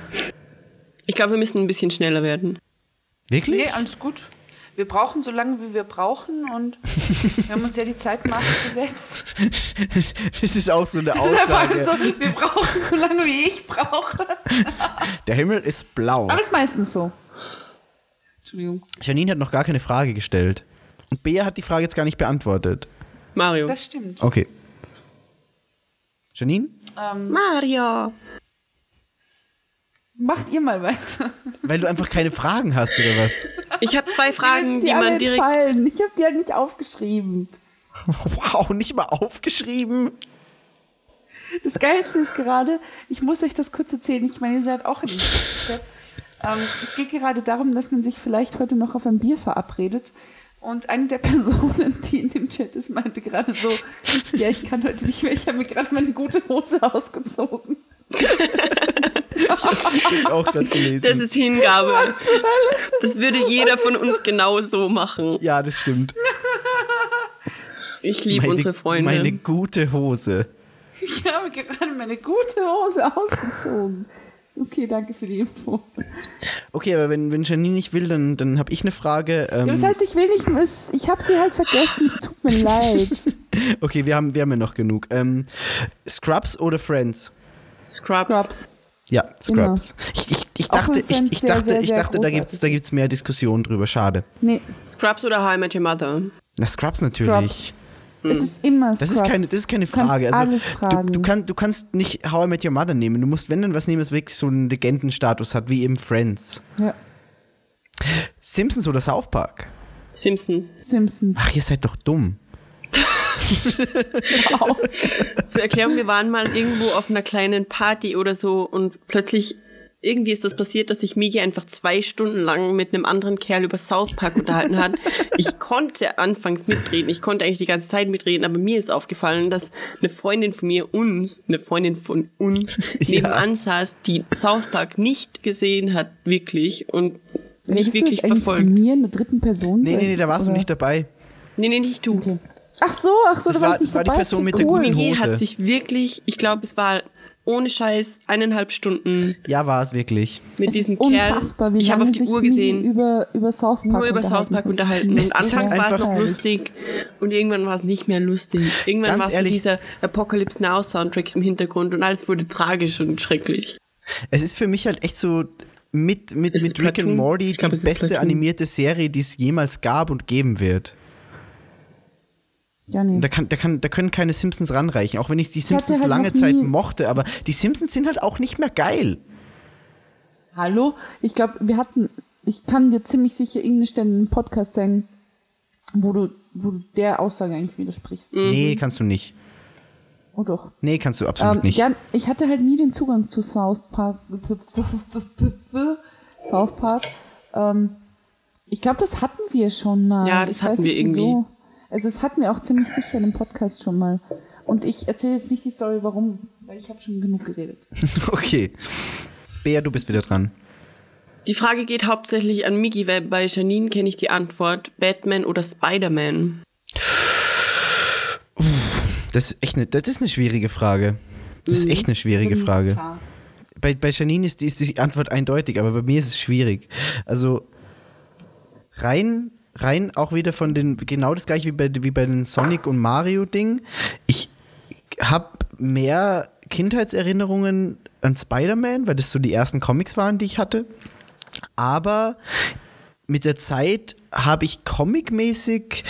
Speaker 3: Ich glaube, wir müssen ein bisschen schneller werden.
Speaker 2: Wirklich?
Speaker 1: Nee, alles gut. Wir brauchen so lange, wie wir brauchen und wir haben uns ja die Zeitmacht gesetzt.
Speaker 2: das ist auch so eine
Speaker 1: Das ist einfach
Speaker 2: Aussage.
Speaker 1: so, wir brauchen so lange, wie ich brauche.
Speaker 2: Der Himmel ist blau.
Speaker 1: Aber ist meistens so. Entschuldigung.
Speaker 2: Janine hat noch gar keine Frage gestellt. Und Bea hat die Frage jetzt gar nicht beantwortet.
Speaker 3: Mario.
Speaker 1: Das stimmt.
Speaker 2: Okay. Janine?
Speaker 3: Mario.
Speaker 1: Macht ihr mal weiter.
Speaker 2: Weil du einfach keine Fragen hast, oder was?
Speaker 3: Ich habe zwei Fragen,
Speaker 1: Mir sind
Speaker 3: die
Speaker 1: alle
Speaker 3: man direkt.
Speaker 1: entfallen. Ich habe die halt nicht aufgeschrieben.
Speaker 2: Wow, nicht mal aufgeschrieben.
Speaker 1: Das Geilste ist gerade, ich muss euch das kurz erzählen. Ich meine, ihr seid auch in dem Chat. ähm, Es geht gerade darum, dass man sich vielleicht heute noch auf ein Bier verabredet. Und eine der Personen, die in dem Chat ist, meinte gerade so, ja, ich kann heute nicht mehr, ich habe mir gerade meine gute Hose ausgezogen.
Speaker 2: Ich auch gerade gelesen.
Speaker 3: Das ist Hingabe.
Speaker 1: Was zur Hölle?
Speaker 3: Das würde jeder
Speaker 1: Was
Speaker 3: von
Speaker 1: ist
Speaker 3: uns genau so machen.
Speaker 2: ja, das stimmt.
Speaker 3: Ich liebe unsere Freunde.
Speaker 2: Meine gute Hose.
Speaker 1: Ich habe gerade meine gute Hose ausgezogen. Okay, danke für die Info.
Speaker 2: Okay, aber wenn, wenn Janine nicht will, dann, dann habe ich eine Frage. Ähm,
Speaker 1: Ja, das heißt, ich will nicht, es- ich habe sie halt vergessen, es tut mir leid.
Speaker 2: okay, wir haben, wir haben ja noch genug. Ähm, Scrubs oder Friends?
Speaker 3: Scrubs.
Speaker 1: Scrubs.
Speaker 2: Ja, Scrubs. Ich, ich, ich
Speaker 1: Auch
Speaker 2: dachte,
Speaker 1: wenn
Speaker 2: ich,
Speaker 1: Friends
Speaker 2: ich
Speaker 1: sehr,
Speaker 2: dachte,
Speaker 1: sehr,
Speaker 2: ich
Speaker 1: sehr
Speaker 2: dachte da
Speaker 1: großartig
Speaker 2: gibt es da gibt's mehr Diskussionen drüber. Schade.
Speaker 1: Nee,
Speaker 3: Scrubs oder How I Met Your Mother?
Speaker 2: Na, Scrubs natürlich.
Speaker 1: es ist immer
Speaker 2: Hm. Das
Speaker 1: Scrubs.
Speaker 2: ist, keine, das ist keine
Speaker 1: Du kannst
Speaker 2: Frage. Also,
Speaker 1: alles fragen.
Speaker 2: Du, du, kann, du kannst nicht How I Met Your Mother nehmen. Du musst, wenn dann was nehmen, das wirklich so einen Legendenstatus hat, wie eben Friends.
Speaker 1: ja.
Speaker 2: Simpsons oder South Park?
Speaker 3: Simpsons.
Speaker 1: Simpsons.
Speaker 2: Ach, ihr seid doch dumm.
Speaker 3: Zur Erklärung, wir waren mal irgendwo auf einer kleinen Party oder so und plötzlich irgendwie ist das passiert, dass sich Migi einfach zwei Stunden lang mit einem anderen Kerl über South Park unterhalten hat. Ich konnte anfangs mitreden, ich konnte eigentlich die ganze Zeit mitreden, aber mir ist aufgefallen, dass eine Freundin von mir uns, eine Freundin von uns, nebenan saß, die South Park nicht gesehen hat, wirklich, und nicht
Speaker 1: Redest du
Speaker 3: wirklich
Speaker 1: jetzt eigentlich
Speaker 3: verfolgt.
Speaker 1: von mir in der dritten Person?
Speaker 2: Nee, nee, nee, da warst du
Speaker 1: Oder-
Speaker 2: nicht dabei.
Speaker 3: Nee, nee, nicht du.
Speaker 1: Okay. Ach so, ach so,
Speaker 2: Das
Speaker 1: da war,
Speaker 2: war-
Speaker 1: ich nicht
Speaker 2: das war die
Speaker 1: dabei.
Speaker 2: Person mit
Speaker 1: okay,
Speaker 2: der
Speaker 1: cool.
Speaker 2: guten
Speaker 3: Migi
Speaker 2: Hose.
Speaker 3: hat sich wirklich, ich glaube, es war ohne Scheiß eineinhalb Stunden
Speaker 2: Ja, war es wirklich.
Speaker 3: mit
Speaker 1: Es ist
Speaker 3: diesem Kerl.
Speaker 1: unfassbar, wie
Speaker 3: ich habe
Speaker 1: lange
Speaker 3: auf die
Speaker 1: sich
Speaker 3: Uhr
Speaker 1: Migi
Speaker 3: gesehen.
Speaker 1: über, über South Park
Speaker 3: nur über South
Speaker 1: unterhalten
Speaker 3: Park
Speaker 1: hat. Das
Speaker 3: unterhalten.
Speaker 1: ist
Speaker 3: Und anfangs
Speaker 1: so
Speaker 3: war es noch
Speaker 1: herrlich.
Speaker 3: lustig und irgendwann war es nicht mehr lustig. Irgendwann
Speaker 2: Ganz
Speaker 3: war es so
Speaker 2: ehrlich.
Speaker 3: dieser Apocalypse Now Soundtrack im Hintergrund und alles wurde tragisch und schrecklich.
Speaker 2: Es ist für mich halt echt so mit, mit,
Speaker 3: Ist
Speaker 2: mit
Speaker 3: es
Speaker 2: Rick
Speaker 3: Platoon?
Speaker 2: and Morty
Speaker 3: Ich glaub,
Speaker 2: die
Speaker 3: es ist
Speaker 2: beste
Speaker 3: Platoon.
Speaker 2: animierte Serie, die es jemals gab und geben wird.
Speaker 1: Ja, nee.
Speaker 2: Da, kann, da, kann, da können keine Simpsons ranreichen, auch wenn ich die
Speaker 1: hatte
Speaker 2: Simpsons
Speaker 1: halt
Speaker 2: lange
Speaker 1: noch nie-
Speaker 2: Zeit mochte, aber die Simpsons sind halt auch nicht mehr geil.
Speaker 1: Hallo? Ich glaube, wir hatten, ich kann dir ziemlich sicher irgendeine Stelle im Podcast zeigen, wo du, wo du der Aussage eigentlich widersprichst.
Speaker 3: Mhm.
Speaker 2: Nee, kannst du nicht.
Speaker 1: Oh doch.
Speaker 2: Nee, kannst du absolut
Speaker 1: Ähm,
Speaker 2: nicht.
Speaker 1: ja, ich hatte halt nie den Zugang zu South Park. South Park. Ähm, ich glaube, das hatten wir schon mal.
Speaker 3: Ja, das
Speaker 1: ich
Speaker 3: hatten wir irgendwie.
Speaker 1: Also das hatten wir auch ziemlich sicher in dem Podcast schon mal. Und ich erzähle jetzt nicht die Story, warum, weil ich habe schon genug geredet.
Speaker 2: Okay. Bea, du bist wieder dran.
Speaker 3: Die Frage geht hauptsächlich an Migi, weil bei Janine kenne ich die Antwort Batman oder Spider-Man.
Speaker 2: Das ist echt eine, das ist eine schwierige Frage. Das ist
Speaker 1: Mhm.
Speaker 2: echt eine schwierige Frage.
Speaker 1: Klar.
Speaker 2: Bei, bei Janine ist die, ist die Antwort eindeutig, aber bei mir ist es schwierig. Also rein, rein auch wieder von den, genau das gleiche wie bei, wie bei den Sonic und Mario-Ding. Ich habe mehr Kindheitserinnerungen an Spider-Man, weil das so die ersten Comics waren, die ich hatte. Aber mit der Zeit habe ich comicmäßig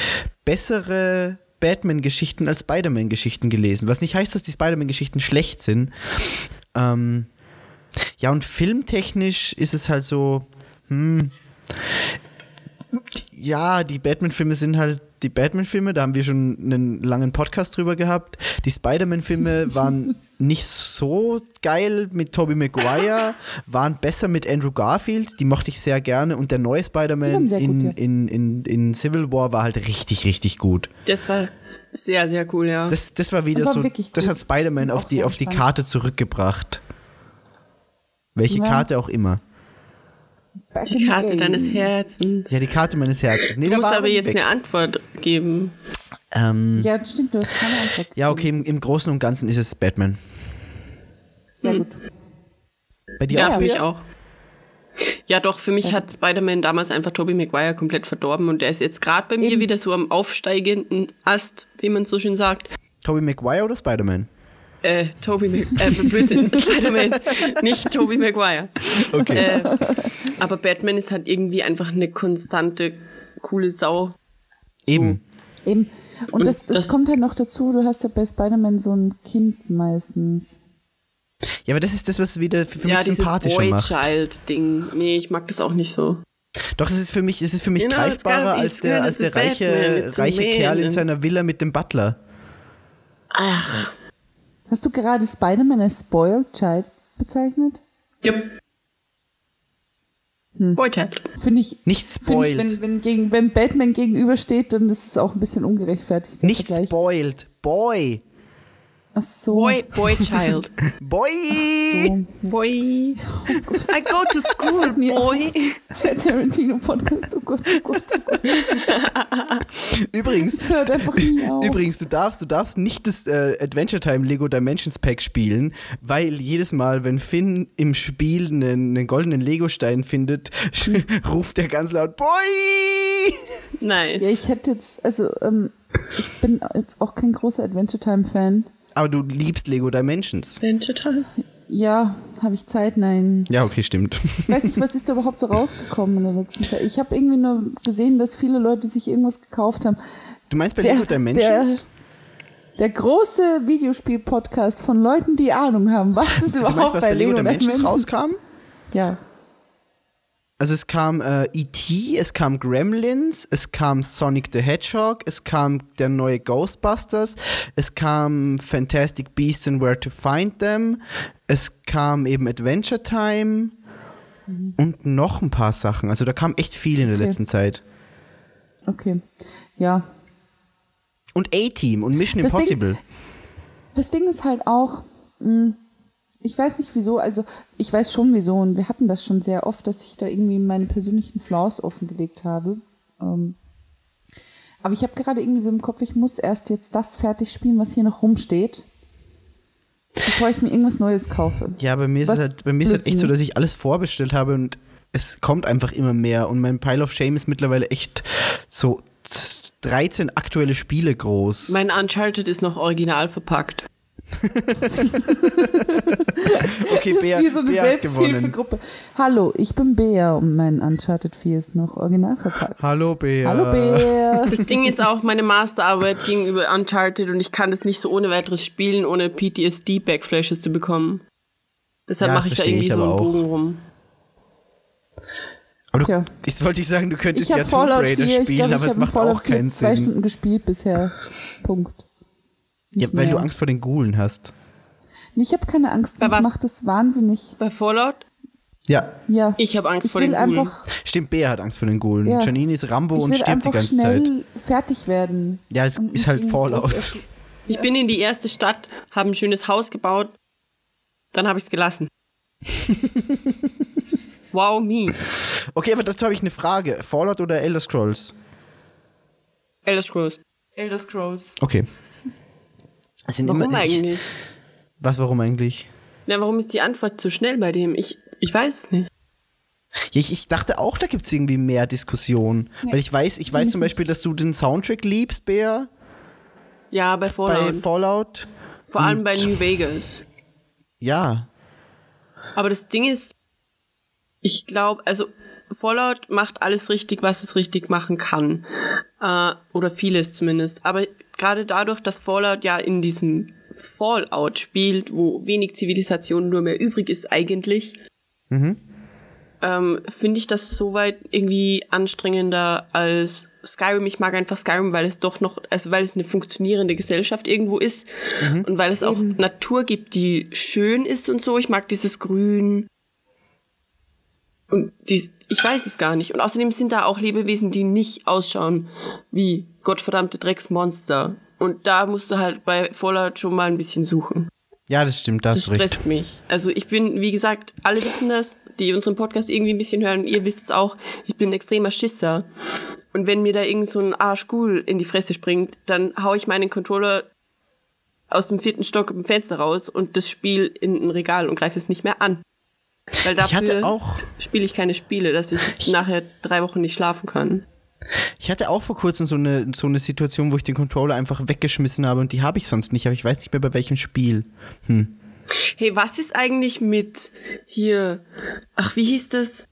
Speaker 2: bessere Batman-Geschichten als Spider-Man-Geschichten gelesen. Was nicht heißt, dass die Spider-Man-Geschichten schlecht sind. Ähm, ja, und filmtechnisch ist es halt so, hm, ja, die Batman-Filme sind halt die Batman-Filme, da haben wir schon einen langen Podcast drüber gehabt. Die Spider-Man-Filme waren nicht so geil mit Tobey Maguire, waren besser mit Andrew Garfield, die mochte ich sehr gerne. Und der neue
Speaker 1: Die waren
Speaker 2: Spider-Man
Speaker 1: sehr gut,
Speaker 2: in,
Speaker 1: ja.
Speaker 2: in, in, in Civil War war halt richtig, richtig gut.
Speaker 3: Das war sehr, sehr cool, ja.
Speaker 2: Das, das war wieder
Speaker 1: War
Speaker 2: so,
Speaker 1: wirklich
Speaker 2: das
Speaker 1: gut.
Speaker 2: hat Spider-Man
Speaker 1: Bin
Speaker 2: auf
Speaker 1: auch
Speaker 2: die,
Speaker 1: sehr
Speaker 2: auf die
Speaker 1: gespannt.
Speaker 2: Karte zurückgebracht. Welche
Speaker 1: Ja.
Speaker 2: Karte auch immer.
Speaker 1: Back in
Speaker 3: die
Speaker 1: the
Speaker 3: Karte
Speaker 1: game.
Speaker 3: deines Herzens.
Speaker 2: Ja, die Karte meines Herzens. Nee,
Speaker 3: Du
Speaker 2: da
Speaker 3: musst
Speaker 2: war
Speaker 3: aber jetzt
Speaker 2: weg.
Speaker 3: eine Antwort geben.
Speaker 2: Ähm,
Speaker 1: Ja, stimmt, du hast keine Antwort.
Speaker 2: ja, okay, im, im Großen und Ganzen ist es Batman.
Speaker 1: Sehr gut.
Speaker 2: Bei dir
Speaker 3: Ja,
Speaker 2: auch?
Speaker 3: für mich
Speaker 2: Bea?
Speaker 3: auch. Ja, doch, für mich hat Spider-Man damals einfach Tobey Maguire komplett verdorben und der ist jetzt gerade bei mir
Speaker 1: Eben.
Speaker 3: wieder so am aufsteigenden Ast, wie man so schön sagt.
Speaker 2: Tobey Maguire oder Spider-Man?
Speaker 3: Äh, Tobey Mag äh, Blödsinn, Spider-Man, nicht Tobey Maguire.
Speaker 2: Okay.
Speaker 3: Äh, aber Batman ist halt irgendwie einfach eine konstante, coole Sau.
Speaker 2: Eben.
Speaker 1: Eben. Und das, das,
Speaker 3: das-
Speaker 1: kommt halt noch dazu, du hast ja bei Spider-Man so ein Kind meistens.
Speaker 2: Ja, aber das ist das, was es wieder für für
Speaker 3: ja,
Speaker 2: mich
Speaker 3: dieses
Speaker 2: sympathischer macht.
Speaker 3: Boy-Child-Ding. Nee, ich mag das auch nicht so.
Speaker 2: Doch, es ist für mich, es ist für mich
Speaker 3: You know, it's
Speaker 2: greifbarer
Speaker 3: gotta be
Speaker 2: als der,
Speaker 3: good,
Speaker 2: als
Speaker 3: it's
Speaker 2: der
Speaker 3: Batman,
Speaker 2: reiche,
Speaker 3: it's a
Speaker 2: reiche
Speaker 3: man
Speaker 2: Kerl in
Speaker 3: and-
Speaker 2: seiner Villa mit dem Butler.
Speaker 3: Ach,
Speaker 1: Hast du gerade Spider-Man als Spoiled Child bezeichnet?
Speaker 3: yep. Hm. Boy-Child.
Speaker 1: Finde ich.
Speaker 2: Nicht
Speaker 1: Finde ich,
Speaker 2: spoiled.
Speaker 1: wenn, wenn, gegen, wenn Batman gegenübersteht, dann ist es auch ein bisschen ungerechtfertigt. der
Speaker 2: Nicht
Speaker 1: Vergleich.
Speaker 2: spoiled. Boy.
Speaker 1: Ach so.
Speaker 3: Boy, Boy-Child.
Speaker 2: Boy.
Speaker 1: so.
Speaker 3: Boy. I go to school,
Speaker 1: Nee.
Speaker 3: boy.
Speaker 1: Der Tarantino-Podcast, oh Gott, oh Gott, oh Gott.
Speaker 2: Übrigens,
Speaker 1: Das hört einfach nie auf.
Speaker 2: Übrigens, du darfst, du darfst nicht das äh, Adventure Time Lego Dimensions Pack spielen, weil jedes Mal, wenn Finn im Spiel einen, einen goldenen Lego-Stein findet, ruft er ganz laut Boy!
Speaker 3: Nice.
Speaker 1: Ja, ich hätte jetzt, also, ähm, ich bin jetzt auch kein großer Adventure-Time-Fan.
Speaker 2: Aber du liebst Lego Dimensions.
Speaker 3: Adventure Time.
Speaker 1: Ja, habe ich Zeit? Nein.
Speaker 2: Ja, okay, stimmt.
Speaker 1: Ich weiß nicht, was ist da überhaupt so rausgekommen in der letzten Zeit? Ich habe irgendwie nur gesehen, dass viele Leute sich irgendwas gekauft haben.
Speaker 2: Du meinst bei
Speaker 1: Der-
Speaker 2: Lego Dimensions?
Speaker 1: Der große Videospiel-Podcast von Leuten, die Ahnung haben, was ist
Speaker 2: du meinst,
Speaker 1: überhaupt
Speaker 2: was
Speaker 1: bei Lego Dimensions
Speaker 2: rauskam?
Speaker 1: Ja.
Speaker 2: Also es kam äh, E.T., es kam Gremlins, es kam Sonic the Hedgehog, es kam der neue Ghostbusters, es kam Fantastic Beasts and Where to Find Them, es kam eben Adventure Time, Mhm. Und noch ein paar Sachen. Also da kam echt viel in der
Speaker 1: Okay.
Speaker 2: letzten Zeit.
Speaker 1: Okay. Ja,
Speaker 2: Und A-Team und Mission
Speaker 1: Das Ding-
Speaker 2: Impossible.
Speaker 1: Das Ding ist halt auch, mh, ich weiß nicht wieso, also ich weiß schon wieso und wir hatten das schon sehr oft, dass ich da irgendwie meine persönlichen Flaws offengelegt habe. Ähm, aber ich habe gerade irgendwie so im Kopf, ich muss erst jetzt das fertig spielen, was hier noch rumsteht, bevor ich mir irgendwas Neues kaufe.
Speaker 2: Ja, bei mir ist es
Speaker 1: Was
Speaker 2: halt, bei mir ist halt echt so,
Speaker 1: Blödsinn
Speaker 2: dass
Speaker 1: ist.
Speaker 2: ich alles vorbestellt habe und es kommt einfach immer mehr. Und mein Pile of Shame ist mittlerweile echt so 13 aktuelle Spiele groß.
Speaker 3: Mein Uncharted ist noch original verpackt.
Speaker 2: Okay,
Speaker 1: Das
Speaker 2: Bea,
Speaker 1: ist wie so eine
Speaker 2: Bea hat gewonnen.
Speaker 1: Selbsthilfegruppe. Hallo, ich bin Bea und mein Uncharted 4 ist noch original verpackt.
Speaker 2: Hallo Bea.
Speaker 1: Hallo Bea.
Speaker 3: Das Ding ist auch, meine Masterarbeit ging über Uncharted und ich kann das nicht so ohne weiteres spielen, ohne PTSD-Backflashes zu bekommen. Deshalb
Speaker 2: Ja, das
Speaker 3: mache ich da
Speaker 2: verstehe
Speaker 3: irgendwie
Speaker 2: ich
Speaker 3: so
Speaker 2: aber
Speaker 3: einen
Speaker 2: auch.
Speaker 3: Bogen rum.
Speaker 2: Aber du,
Speaker 1: Tja.
Speaker 2: ich wollte ich sagen, du könntest
Speaker 1: Ich habe
Speaker 2: ja Tomb
Speaker 1: Fallout 4,
Speaker 2: Raider
Speaker 1: ich
Speaker 2: spielen,
Speaker 1: glaube,
Speaker 2: aber
Speaker 1: ich
Speaker 2: es
Speaker 1: habe
Speaker 2: macht
Speaker 1: Fallout
Speaker 2: auch
Speaker 1: 4
Speaker 2: keinen
Speaker 1: zwei
Speaker 2: Sinn.
Speaker 1: Stunden gespielt bisher. Punkt.
Speaker 2: Ja,
Speaker 1: Nicht
Speaker 2: weil du
Speaker 1: mehr.
Speaker 2: Angst vor den Gulen hast.
Speaker 1: Nee, Ich habe keine Angst.
Speaker 3: Bei
Speaker 1: Mich
Speaker 3: was?
Speaker 1: macht das wahnsinnig.
Speaker 3: Bei Fallout?
Speaker 2: Ja,
Speaker 1: Ja.
Speaker 3: Ich habe Angst
Speaker 1: ich
Speaker 3: vor
Speaker 1: will
Speaker 3: den Gulen.
Speaker 1: einfach,
Speaker 2: stimmt, Bea hat Angst vor den Gulen.
Speaker 1: Ja.
Speaker 2: Janine ist Rambo
Speaker 1: Ich
Speaker 2: Oh, und
Speaker 1: will
Speaker 2: stirbt die
Speaker 1: einfach
Speaker 2: ganze
Speaker 1: schnell um
Speaker 2: Zeit.
Speaker 1: fertig werden.
Speaker 2: Ja, es
Speaker 1: Und
Speaker 2: ist
Speaker 1: nicht
Speaker 2: halt
Speaker 1: irgendwie
Speaker 2: Fallout.
Speaker 1: groß essen.
Speaker 3: Ich bin in die erste Stadt, habe ein schönes Haus gebaut, dann habe ich es gelassen. wow, me.
Speaker 2: Okay, aber dazu habe ich eine Frage. Fallout oder Elder Scrolls?
Speaker 3: Elder Scrolls.
Speaker 1: Elder Scrolls.
Speaker 2: Okay. Es sind
Speaker 3: Warum
Speaker 2: immer, ich-
Speaker 3: eigentlich?
Speaker 2: Was, warum eigentlich?
Speaker 3: Na, warum ist die Antwort zu schnell bei dem? Ich, ich weiß es nicht.
Speaker 2: Ja, ich, ich dachte auch, da gibt es irgendwie mehr Diskussion. Weil ich weiß, ich
Speaker 1: Mhm.
Speaker 2: weiß zum Beispiel, dass du den Soundtrack liebst, Bea,
Speaker 3: Ja, bei
Speaker 2: bei
Speaker 3: Fallout.
Speaker 2: Fallout.
Speaker 3: Vor allem bei New Vegas.
Speaker 2: Ja.
Speaker 3: Aber das Ding ist, ich glaube, also Fallout macht alles richtig, was es richtig machen kann. Äh, oder vieles zumindest. Aber gerade dadurch, dass Fallout ja in diesem Fallout spielt, wo wenig Zivilisation nur mehr übrig ist eigentlich, ähm, finde ich das soweit irgendwie anstrengender als Skyrim. Ich mag einfach Skyrim, weil es doch noch, also weil es eine funktionierende Gesellschaft irgendwo ist und weil es auch Natur gibt, die schön ist und so. Ich mag dieses Grün. Und dies, ich weiß es gar nicht. Und außerdem sind da auch Lebewesen, die nicht ausschauen wie gottverdammte Drecksmonster. Und da musst du halt bei Fallout schon mal ein bisschen suchen.
Speaker 2: Ja, das stimmt, da
Speaker 3: Das
Speaker 2: hast du recht.
Speaker 3: stresst mich. Also ich bin, wie gesagt, alle wissen das, die unseren Podcast irgendwie ein bisschen hören, ihr wisst es auch, ich bin ein extremer Schisser. Und wenn mir da irgend so ein Arschgul in die Fresse springt, dann hau ich meinen Controller aus dem vierten Stock im Fenster raus und das Spiel in ein Regal und greife es nicht mehr an. Weil
Speaker 2: Ich hatte
Speaker 3: dafür
Speaker 2: auch,
Speaker 3: spiele ich keine Spiele, dass ich, nachher drei Wochen nicht schlafen kann.
Speaker 2: ich hatte auch vor kurzem so eine, so eine Situation, wo ich den Controller einfach weggeschmissen habe und die habe ich sonst nicht, aber ich weiß nicht mehr bei welchem Spiel.
Speaker 3: Hey, was ist eigentlich mit hier? Ach, wie hieß das?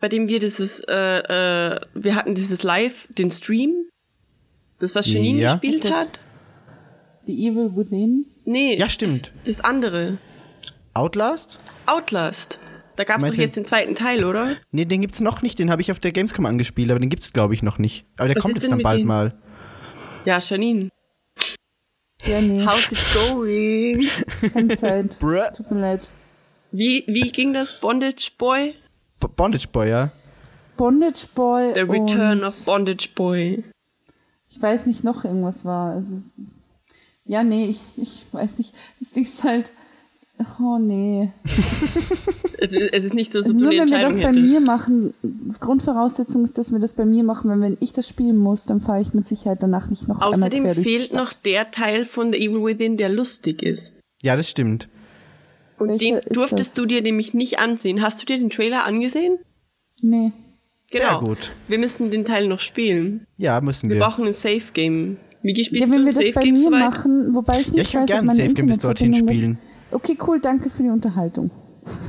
Speaker 3: Bei dem wir dieses, äh, äh, wir hatten dieses Live, den Stream, das was Janine
Speaker 2: Ja.
Speaker 3: gespielt hat.
Speaker 1: The Evil Within.
Speaker 3: Nee.
Speaker 2: Ja, stimmt.
Speaker 3: Das, das andere,
Speaker 2: Outlast?
Speaker 3: Outlast. Da gab's
Speaker 2: Meinst
Speaker 3: doch
Speaker 2: du-
Speaker 3: jetzt den zweiten Teil, oder?
Speaker 2: Nee, den gibt's noch nicht, den habe ich auf der Gamescom angespielt, aber den gibt's glaube ich noch nicht. Aber der
Speaker 3: Was
Speaker 2: kommt
Speaker 3: ist
Speaker 2: jetzt
Speaker 3: denn
Speaker 2: dann
Speaker 3: mit
Speaker 2: bald
Speaker 3: den-
Speaker 2: mal.
Speaker 3: Ja, Janine.
Speaker 1: Ja, nee,
Speaker 3: How's it going?
Speaker 1: keine Zeit.
Speaker 2: Bruh.
Speaker 1: Tut mir leid.
Speaker 3: Wie, wie ging das Bondage Boy?
Speaker 2: B Bondage Boy, ja.
Speaker 1: Bondage Boy
Speaker 3: The Return
Speaker 1: und
Speaker 3: of Bondage Boy.
Speaker 1: ich weiß nicht, noch irgendwas war. Also, ja, nee, ich, ich weiß nicht. Das Ding ist halt, oh nee.
Speaker 3: Es, es ist nicht so, dass
Speaker 1: Also
Speaker 3: du
Speaker 1: nur
Speaker 3: eine
Speaker 1: wenn wir
Speaker 3: Entscheidung
Speaker 1: das bei
Speaker 3: hättest.
Speaker 1: mir machen, Grundvoraussetzung ist, dass wir das bei mir machen, weil wenn ich das spielen muss, dann fahre ich mit Sicherheit danach nicht noch einmal
Speaker 3: Außerdem
Speaker 1: quer durch die
Speaker 3: fehlt
Speaker 1: Stadt.
Speaker 3: noch der Teil von The Evil Within, der lustig ist.
Speaker 2: Ja, das stimmt.
Speaker 3: Und den
Speaker 1: Welcher ist
Speaker 3: durftest
Speaker 1: das?
Speaker 3: du dir nämlich nicht ansehen. Hast du dir den Trailer angesehen? Genau.
Speaker 1: Nee.
Speaker 2: Sehr gut.
Speaker 3: Wir müssen den Teil noch spielen.
Speaker 2: Ja, müssen wir.
Speaker 3: Wir brauchen ein Safe Game. Migi, spielst
Speaker 1: Ja, wenn
Speaker 3: du
Speaker 1: wir
Speaker 3: ein Safe
Speaker 1: das bei
Speaker 3: Game
Speaker 1: mir
Speaker 3: soweit?
Speaker 1: machen, wobei ich
Speaker 2: ich
Speaker 1: nicht weiß,
Speaker 2: würd
Speaker 1: ob
Speaker 2: gern
Speaker 1: meine
Speaker 2: Safe Game bis dorthin
Speaker 1: Internetverbindung
Speaker 2: spielen.
Speaker 1: ist. Okay, cool, danke für die Unterhaltung.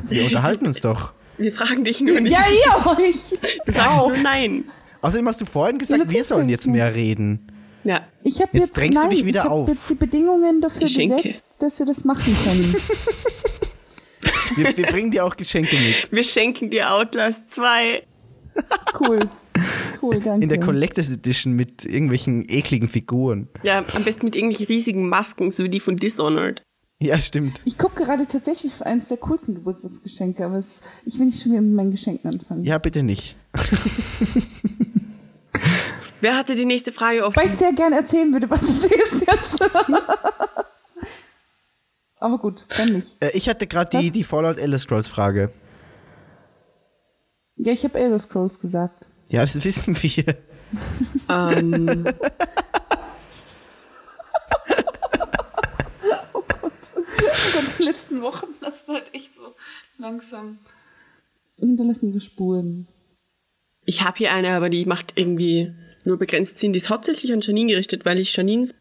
Speaker 2: Wir unterhalten uns doch.
Speaker 3: Wir fragen dich nur nicht.
Speaker 1: Ja, ihr euch!
Speaker 3: Wir sagen nur nein.
Speaker 2: Außerdem hast du vorhin gesagt,
Speaker 1: Ja, das
Speaker 2: wir
Speaker 1: ist
Speaker 2: sollen
Speaker 1: ja
Speaker 2: jetzt
Speaker 1: nicht.
Speaker 2: mehr reden.
Speaker 3: Ja.
Speaker 1: Ich habe
Speaker 2: Jetzt
Speaker 1: jetzt,
Speaker 2: drängst du
Speaker 1: nein,
Speaker 2: dich wieder
Speaker 1: ich
Speaker 2: auf.
Speaker 1: habe jetzt die Bedingungen dafür
Speaker 3: Geschenke.
Speaker 1: gesetzt, dass wir das machen können.
Speaker 2: Wir, wir bringen dir auch Geschenke mit.
Speaker 3: Wir schenken dir Outlast 2.
Speaker 1: Cool. Cool, danke.
Speaker 2: In der Collectors Edition mit irgendwelchen ekligen Figuren.
Speaker 3: Ja, am besten mit irgendwelchen riesigen Masken, so wie die von Dishonored.
Speaker 2: Ja, stimmt.
Speaker 1: Ich gucke gerade tatsächlich auf eines der coolsten Geburtstagsgeschenke, aber es, ich will nicht schon wieder mit meinen Geschenken anfangen.
Speaker 2: Ja, bitte nicht.
Speaker 3: Wer hatte die nächste Frage offen?
Speaker 1: Weil ich sehr gern erzählen würde, was es ist jetzt. aber gut, dann nicht.
Speaker 2: Äh, ich hatte gerade die,
Speaker 1: Was?
Speaker 2: die Fallout Elder Scrolls Frage.
Speaker 1: Ja, ich habe Elder Scrolls gesagt.
Speaker 2: Ja, das wissen wir.
Speaker 3: Ähm,
Speaker 1: Oh Gott. Oh Gott, die letzten Wochen lassen halt echt so langsam. Hinterlassen ihre Spuren.
Speaker 3: ich habe hier eine, aber die macht irgendwie nur begrenzt Sinn. Die ist hauptsächlich an Janine gerichtet, weil ich Janines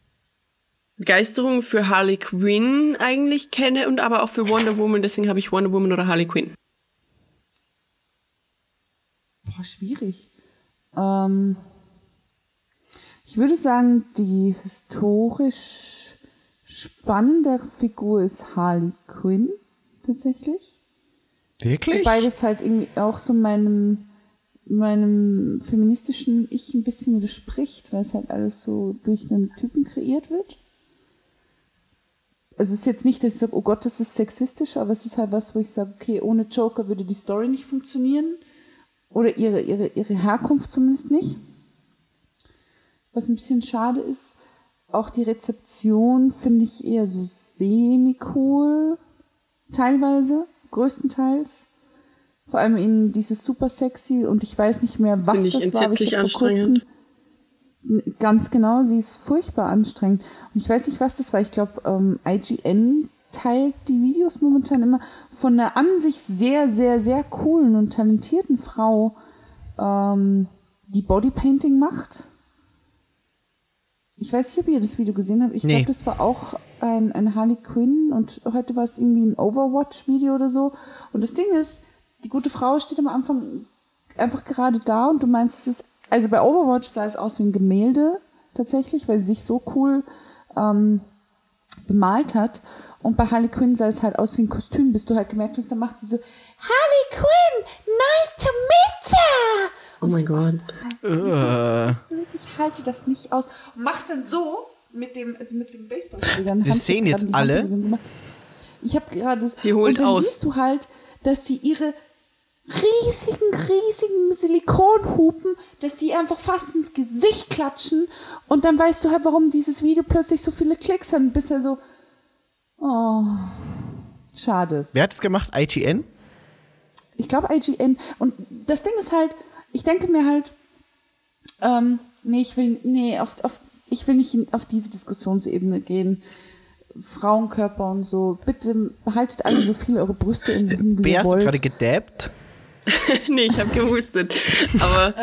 Speaker 3: Begeisterung für Harley Quinn eigentlich kenne und aber auch für Wonder Woman. Deswegen habe ich Wonder Woman oder Harley Quinn.
Speaker 1: Boah, schwierig. Ähm, ich würde sagen, die historisch spannende Figur ist Harley Quinn tatsächlich.
Speaker 2: Wirklich?
Speaker 1: Wobei das halt irgendwie auch so meinem, meinem feministischen Ich ein bisschen widerspricht, weil es halt alles so durch einen Typen kreiert wird. Also es ist jetzt nicht, dass ich sage, oh Gott, das ist sexistisch, aber es ist halt was, wo ich sage, okay, ohne Joker würde die Story nicht funktionieren. Oder ihre, ihre, ihre Herkunft zumindest nicht. Was ein bisschen schade ist, auch die Rezeption finde ich eher so semi-cool. Teilweise, größtenteils. Vor allem in dieses super sexy und ich weiß nicht mehr, was
Speaker 3: Finde ich
Speaker 1: das war. aber
Speaker 3: entsetzlich
Speaker 1: hab vor kurzem- N- Ganz genau, sie ist furchtbar anstrengend. Und ich weiß nicht, was das war. Ich glaube, ähm, IGN teilt die Videos momentan immer von einer an sich sehr, sehr, sehr coolen und talentierten Frau, ähm, die Bodypainting macht. Ich weiß nicht, ob ihr das Video gesehen habt. Ich
Speaker 2: Nee.
Speaker 1: glaube, das war auch ein, ein Harley Quinn und heute war es irgendwie ein Overwatch-Video oder so. Und das Ding ist, die gute Frau steht am Anfang einfach gerade da und du meinst, es ist, also bei Overwatch sah es aus wie ein Gemälde tatsächlich, weil sie sich so cool ähm, bemalt hat. Und bei Harley Quinn sah es halt aus wie ein Kostüm, bis du halt gemerkt hast, dann macht sie so, Harley Quinn, nice to meet ya!
Speaker 3: Oh mein Gott.
Speaker 2: Äh,
Speaker 1: Ich halte das nicht aus. Und macht dann so mit dem, also mit dem Baseballschläger.
Speaker 2: Das sehen jetzt alle.
Speaker 1: Ich habe gerade.
Speaker 3: Sie holt
Speaker 1: und dann
Speaker 3: aus.
Speaker 1: siehst du halt, dass sie ihre riesigen, riesigen Silikonhupen, dass die einfach fast ins Gesicht klatschen. Und dann weißt du halt, warum dieses Video plötzlich so viele Klicks hat. Und bist dann so. Oh. Schade.
Speaker 2: wer hat das gemacht? IGN?
Speaker 1: Ich glaube IGN. Und das Ding ist halt, ich denke mir halt, ähm, nee, ich will, nee, auf, auf, ich will nicht in- auf diese Diskussionsebene gehen. Frauenkörper und so. Bitte behaltet alle so viel eure Brüste in hin, wie
Speaker 2: Wer
Speaker 1: ihr
Speaker 2: hast du gerade
Speaker 1: wollt.
Speaker 2: gedabbt?
Speaker 3: nee, ich habe gehustet. Aber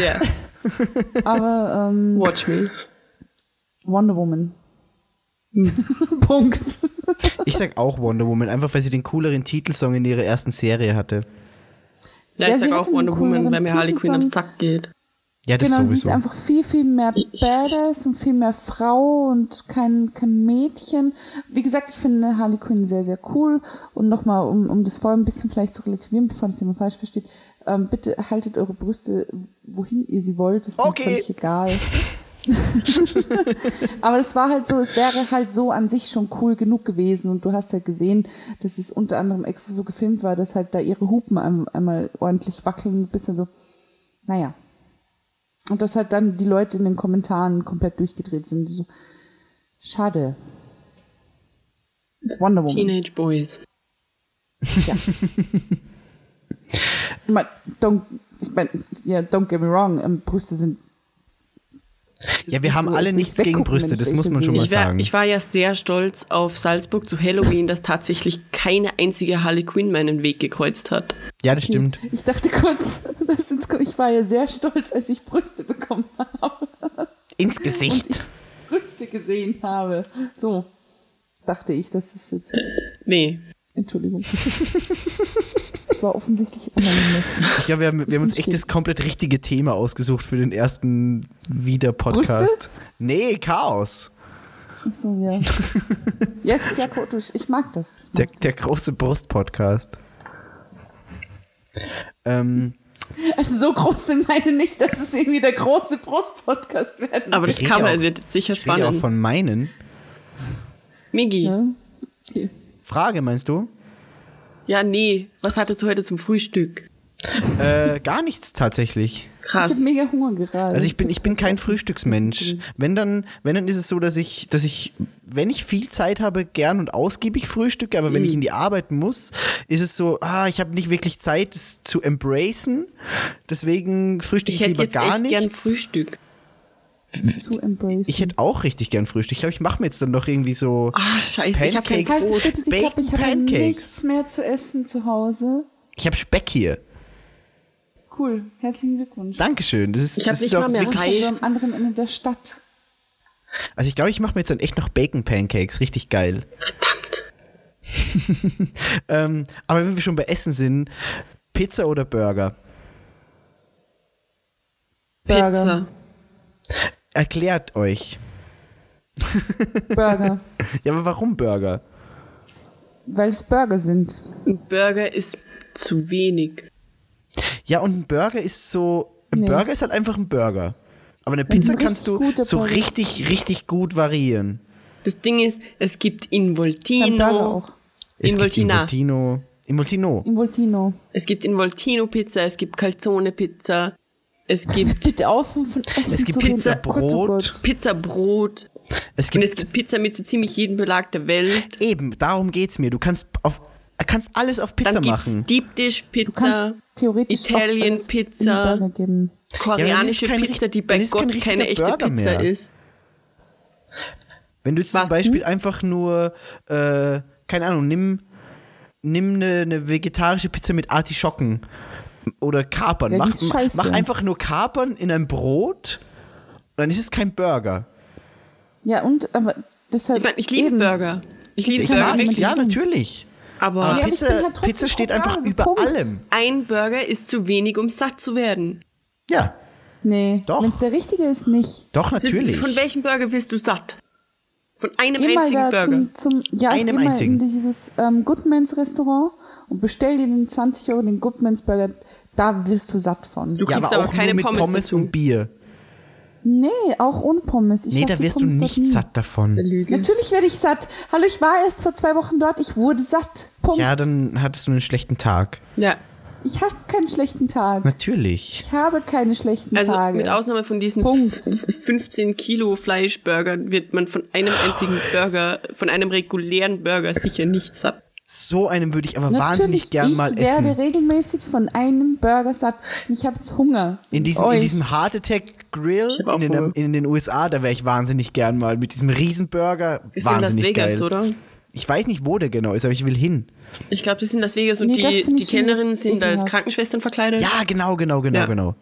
Speaker 3: ja,
Speaker 1: Ähm. Aber ähm,
Speaker 3: watch me.
Speaker 1: Wonder Woman. Punkt.
Speaker 2: Ich sag auch Wonder Woman, einfach weil sie den cooleren Titelsong in ihrer ersten Serie hatte.
Speaker 1: Ja,
Speaker 3: Ja, ich
Speaker 1: sie
Speaker 3: sag
Speaker 1: hat
Speaker 3: auch
Speaker 1: einen
Speaker 3: Wonder Woman,
Speaker 1: cooleren
Speaker 3: weil mir Harley Quinn am
Speaker 1: Titelsong.
Speaker 3: Sack geht.
Speaker 2: Ja, das
Speaker 1: genau, sie ist
Speaker 2: sowieso.
Speaker 1: einfach viel, viel mehr
Speaker 3: Ich-
Speaker 1: Badass und viel mehr Frau und kein, kein Mädchen. Wie gesagt, ich finde Harley Quinn sehr, sehr cool. Und nochmal, um, um das vorher ein bisschen vielleicht zu relativieren, bevor das jemand falsch versteht, ähm, bitte haltet eure Brüste, wohin ihr sie wollt. Das ist
Speaker 2: Okay.
Speaker 1: mir völlig egal. Aber es war halt so, es wäre halt so an sich schon cool genug gewesen. Und du hast halt gesehen, dass es unter anderem extra so gefilmt war, dass halt da ihre Hupen ein- einmal ordentlich wackeln. Ein bisschen so, naja. Und dass halt dann die Leute in den Kommentaren komplett durchgedreht sind. Die So, schade. Wonder Woman.
Speaker 3: Teenage Boys.
Speaker 1: Ich mein, don't, ich mein, ja, don't get me wrong, ähm, Brüste sind.
Speaker 2: ja, wir haben
Speaker 1: so, als
Speaker 2: alle
Speaker 1: würde ich
Speaker 2: nichts gegen
Speaker 1: weggucken,
Speaker 2: Brüste,
Speaker 1: wenn ich
Speaker 2: das muss
Speaker 1: welche
Speaker 2: man schon mal
Speaker 3: Ich war,
Speaker 2: sagen.
Speaker 3: ich war ja sehr stolz auf Salzburg zu Halloween, dass tatsächlich keine einzige Harley Quinn meinen Weg gekreuzt hat.
Speaker 2: ja, das stimmt.
Speaker 1: Ich dachte kurz, das ist, ich war ja sehr stolz, als ich Brüste bekommen habe.
Speaker 2: Ins
Speaker 1: Und ich
Speaker 2: Gesicht.
Speaker 1: Brüste gesehen habe. So dachte ich, das ist jetzt.
Speaker 3: Nee.
Speaker 1: Entschuldigung. das war offensichtlich unangemessen.
Speaker 2: Ich glaube, wir haben, wir haben uns echt das komplett richtige Thema ausgesucht für den ersten Wieder-Podcast.
Speaker 1: Brüste?
Speaker 2: Nee, Chaos.
Speaker 1: Ach so, ja. Ja, es ist sehr kotisch. Ich mag das. Ich
Speaker 2: Der,
Speaker 1: mag
Speaker 2: der große Brust-Podcast. Ähm,
Speaker 1: Also so groß sind meine nicht, dass es irgendwie der große Brust-Podcast werden.
Speaker 3: Aber
Speaker 2: Ich
Speaker 3: das
Speaker 2: rede ja
Speaker 3: Cover
Speaker 2: auch-
Speaker 3: wird sicher
Speaker 2: ich rede ja auch
Speaker 3: spannend.
Speaker 2: von meinen.
Speaker 3: Migi.
Speaker 1: Ja. Okay.
Speaker 2: Frage, meinst du?
Speaker 3: Ja, nee. Was hattest du heute zum Frühstück?
Speaker 2: Äh, gar nichts tatsächlich.
Speaker 1: Ich habe
Speaker 3: Krass.
Speaker 1: mega Hunger gerade.
Speaker 2: Also ich bin, ich bin kein Frühstücksmensch. Wenn dann, wenn dann ist es so, dass ich, dass ich, wenn ich viel Zeit habe, gern und ausgiebig frühstücke, aber
Speaker 3: Mhm.
Speaker 2: wenn ich in die Arbeit muss, ist es so, ah, ich habe nicht wirklich Zeit, es zu embracen. Deswegen frühstücke
Speaker 3: Ich
Speaker 2: ich,
Speaker 3: hätte
Speaker 2: lieber
Speaker 3: jetzt
Speaker 2: gar
Speaker 3: echt gern
Speaker 2: nichts.
Speaker 3: Frühstück.
Speaker 1: zu embracen.
Speaker 2: ich hätte auch richtig gern Frühstück. Ich glaube, ich mache mir jetzt dann doch irgendwie so.
Speaker 3: Ah, scheiße. Ich habe kein
Speaker 2: Pancakes.
Speaker 1: halt
Speaker 3: Brot.
Speaker 1: bitte die Klappe, ich habe
Speaker 2: Bacon Pancakes.
Speaker 1: nichts mehr zu essen zu Hause.
Speaker 2: Ich habe Speck hier.
Speaker 1: Cool, herzlichen Glückwunsch.
Speaker 2: Dankeschön. Das ist,
Speaker 3: Ich hab
Speaker 2: das
Speaker 3: nicht
Speaker 2: ist auch
Speaker 3: mal mehr
Speaker 2: wirklich,
Speaker 3: Reis.
Speaker 1: Also am anderen Ende der Stadt.
Speaker 2: Also ich glaube, ich mache mir jetzt dann echt noch Bacon Pancakes. Richtig geil. Verdammt. ähm, aber wenn wir schon bei Essen sind, Pizza oder Burger?
Speaker 1: Burger.
Speaker 3: Pizza.
Speaker 2: Erklärt euch.
Speaker 1: Burger.
Speaker 2: Ja, aber warum Burger?
Speaker 1: Weil es Burger sind.
Speaker 3: Ein Burger ist zu wenig.
Speaker 2: Ja, und ein Burger ist so. Ein
Speaker 1: Nee.
Speaker 2: Burger ist halt einfach ein Burger. Aber eine Pizza
Speaker 1: ein richtig
Speaker 2: kannst du
Speaker 1: guter
Speaker 2: so
Speaker 1: Burger.
Speaker 2: richtig, richtig gut variieren.
Speaker 3: Das Ding ist, es gibt
Speaker 1: Dann Burger
Speaker 3: Involtino.
Speaker 1: auch.
Speaker 2: Es
Speaker 3: Involtina.
Speaker 2: gibt Involtino. Involtino.
Speaker 1: Im Voltino.
Speaker 3: Es gibt Involtino-Pizza, es gibt Calzone-Pizza, es gibt
Speaker 1: Bitte auf von Essen
Speaker 2: Es gibt
Speaker 1: zu reden.
Speaker 2: Pizza,
Speaker 1: Gott, oh
Speaker 2: Brot.
Speaker 1: Gott.
Speaker 3: Pizzabrot.
Speaker 2: Es
Speaker 3: Und
Speaker 2: gibt
Speaker 3: es gibt Pizza mit so ziemlich jedem Belag der Welt.
Speaker 2: eben, darum geht's mir. Du kannst auf kannst alles auf Pizza
Speaker 3: Dann gibt's
Speaker 2: machen.
Speaker 3: Deep Dish
Speaker 1: Du kannst
Speaker 3: Pizza,
Speaker 1: theoretisch auch alles
Speaker 3: Italian
Speaker 1: in
Speaker 3: Pizza.
Speaker 1: den Burger geben.
Speaker 3: koreanische
Speaker 2: Ja, aber dann ist es kein
Speaker 3: Pizza,
Speaker 2: richt-
Speaker 3: die bei
Speaker 2: dann ist es kein
Speaker 3: Gott
Speaker 2: richtiger
Speaker 3: keine echte
Speaker 2: Burger
Speaker 3: Pizza
Speaker 2: mehr.
Speaker 3: ist.
Speaker 2: Wenn du jetzt
Speaker 3: Was
Speaker 2: zum Beispiel einfach nur, äh, keine Ahnung, nimm, nimm eine, eine vegetarische Pizza mit Artischocken oder Kapern.
Speaker 1: Ja, die
Speaker 2: mach,
Speaker 1: ist scheiße.
Speaker 2: mach einfach nur Kapern in ein Brot, dann ist es kein Burger.
Speaker 1: Ja, und aber deshalb.
Speaker 3: Ich meine, ich liebe
Speaker 1: eben.
Speaker 3: Burger. Ich liebe
Speaker 1: kann
Speaker 3: Burger
Speaker 1: man
Speaker 3: wirklich.
Speaker 1: nicht-
Speaker 2: ja, natürlich.
Speaker 3: Aber
Speaker 2: Aber
Speaker 1: Ja, aber ich bin
Speaker 2: Pizza,
Speaker 1: halt trotzdem
Speaker 2: Pizza steht
Speaker 1: auch
Speaker 2: einfach
Speaker 1: Gase,
Speaker 2: über
Speaker 1: Punkt.
Speaker 2: allem.
Speaker 3: ein Burger ist zu wenig, um satt zu werden.
Speaker 2: Ja,
Speaker 1: Nee,
Speaker 2: Doch.
Speaker 1: wenn es der richtige ist, nicht.
Speaker 2: doch,
Speaker 3: Sind-
Speaker 2: natürlich.
Speaker 3: Von welchem Burger wirst du satt? Von einem
Speaker 1: Geh mal
Speaker 3: einzigen
Speaker 1: da
Speaker 3: Burger.
Speaker 1: zum, zum ja,
Speaker 2: Einem
Speaker 1: geh mal
Speaker 2: einzigen.
Speaker 1: in dieses ähm, Goodmans Restaurant und bestell dir den 20 Euro, den Goodmans Burger. Da wirst du satt von.
Speaker 3: Du
Speaker 2: ja,
Speaker 3: kriegst
Speaker 2: aber
Speaker 3: aber
Speaker 2: auch
Speaker 3: keine
Speaker 2: nur mit
Speaker 3: Pommes
Speaker 2: Pommes,
Speaker 3: dazu.
Speaker 2: und Bier.
Speaker 1: nee, auch ohne Pommes. Ich
Speaker 2: Nee,
Speaker 1: schaff
Speaker 2: da
Speaker 1: die
Speaker 2: wirst du
Speaker 1: Pommes dort
Speaker 2: nicht
Speaker 1: nie.
Speaker 2: satt davon.
Speaker 3: Lüge.
Speaker 1: Natürlich werde ich satt. Hallo, ich war erst vor zwei Wochen dort. Ich wurde satt. Punkt.
Speaker 2: Ja, dann hattest du einen schlechten Tag.
Speaker 3: Ja,
Speaker 1: ich habe keinen schlechten Tag.
Speaker 2: Natürlich.
Speaker 1: Ich habe keine schlechten
Speaker 3: also
Speaker 1: Tage.
Speaker 3: mit Ausnahme von diesen
Speaker 1: Punkt.
Speaker 3: f- f- 15 Kilo Fleischburgern wird man von einem einzigen Burger, von einem regulären Burger sicher nicht satt.
Speaker 2: So einem würde ich aber
Speaker 1: Natürlich,
Speaker 2: wahnsinnig gern
Speaker 1: ich
Speaker 2: mal essen.
Speaker 1: werde regelmäßig von einem Burger satt. Und ich habe jetzt Hunger.
Speaker 2: In
Speaker 1: Mit
Speaker 2: diesem,
Speaker 1: euch.
Speaker 2: in diesem Heart Attack Grill
Speaker 3: hab auch
Speaker 2: in den,
Speaker 3: Hunger.
Speaker 2: in den USA, da wäre ich wahnsinnig gern mal mit diesem Riesenburger.
Speaker 3: Ist
Speaker 2: wahnsinnig
Speaker 3: in Las Vegas,
Speaker 2: geil.
Speaker 3: oder?
Speaker 2: Ich weiß nicht, wo der genau ist, aber ich will hin.
Speaker 3: Ich glaube, das ist in Las Vegas und
Speaker 1: Nee, das
Speaker 3: die,
Speaker 1: find
Speaker 3: die
Speaker 1: ich schon
Speaker 3: Kellnerinnen sind als
Speaker 1: ekelhaft.
Speaker 3: Krankenschwestern verkleidet.
Speaker 2: Ja, genau, genau, genau,
Speaker 3: Ja.
Speaker 2: genau.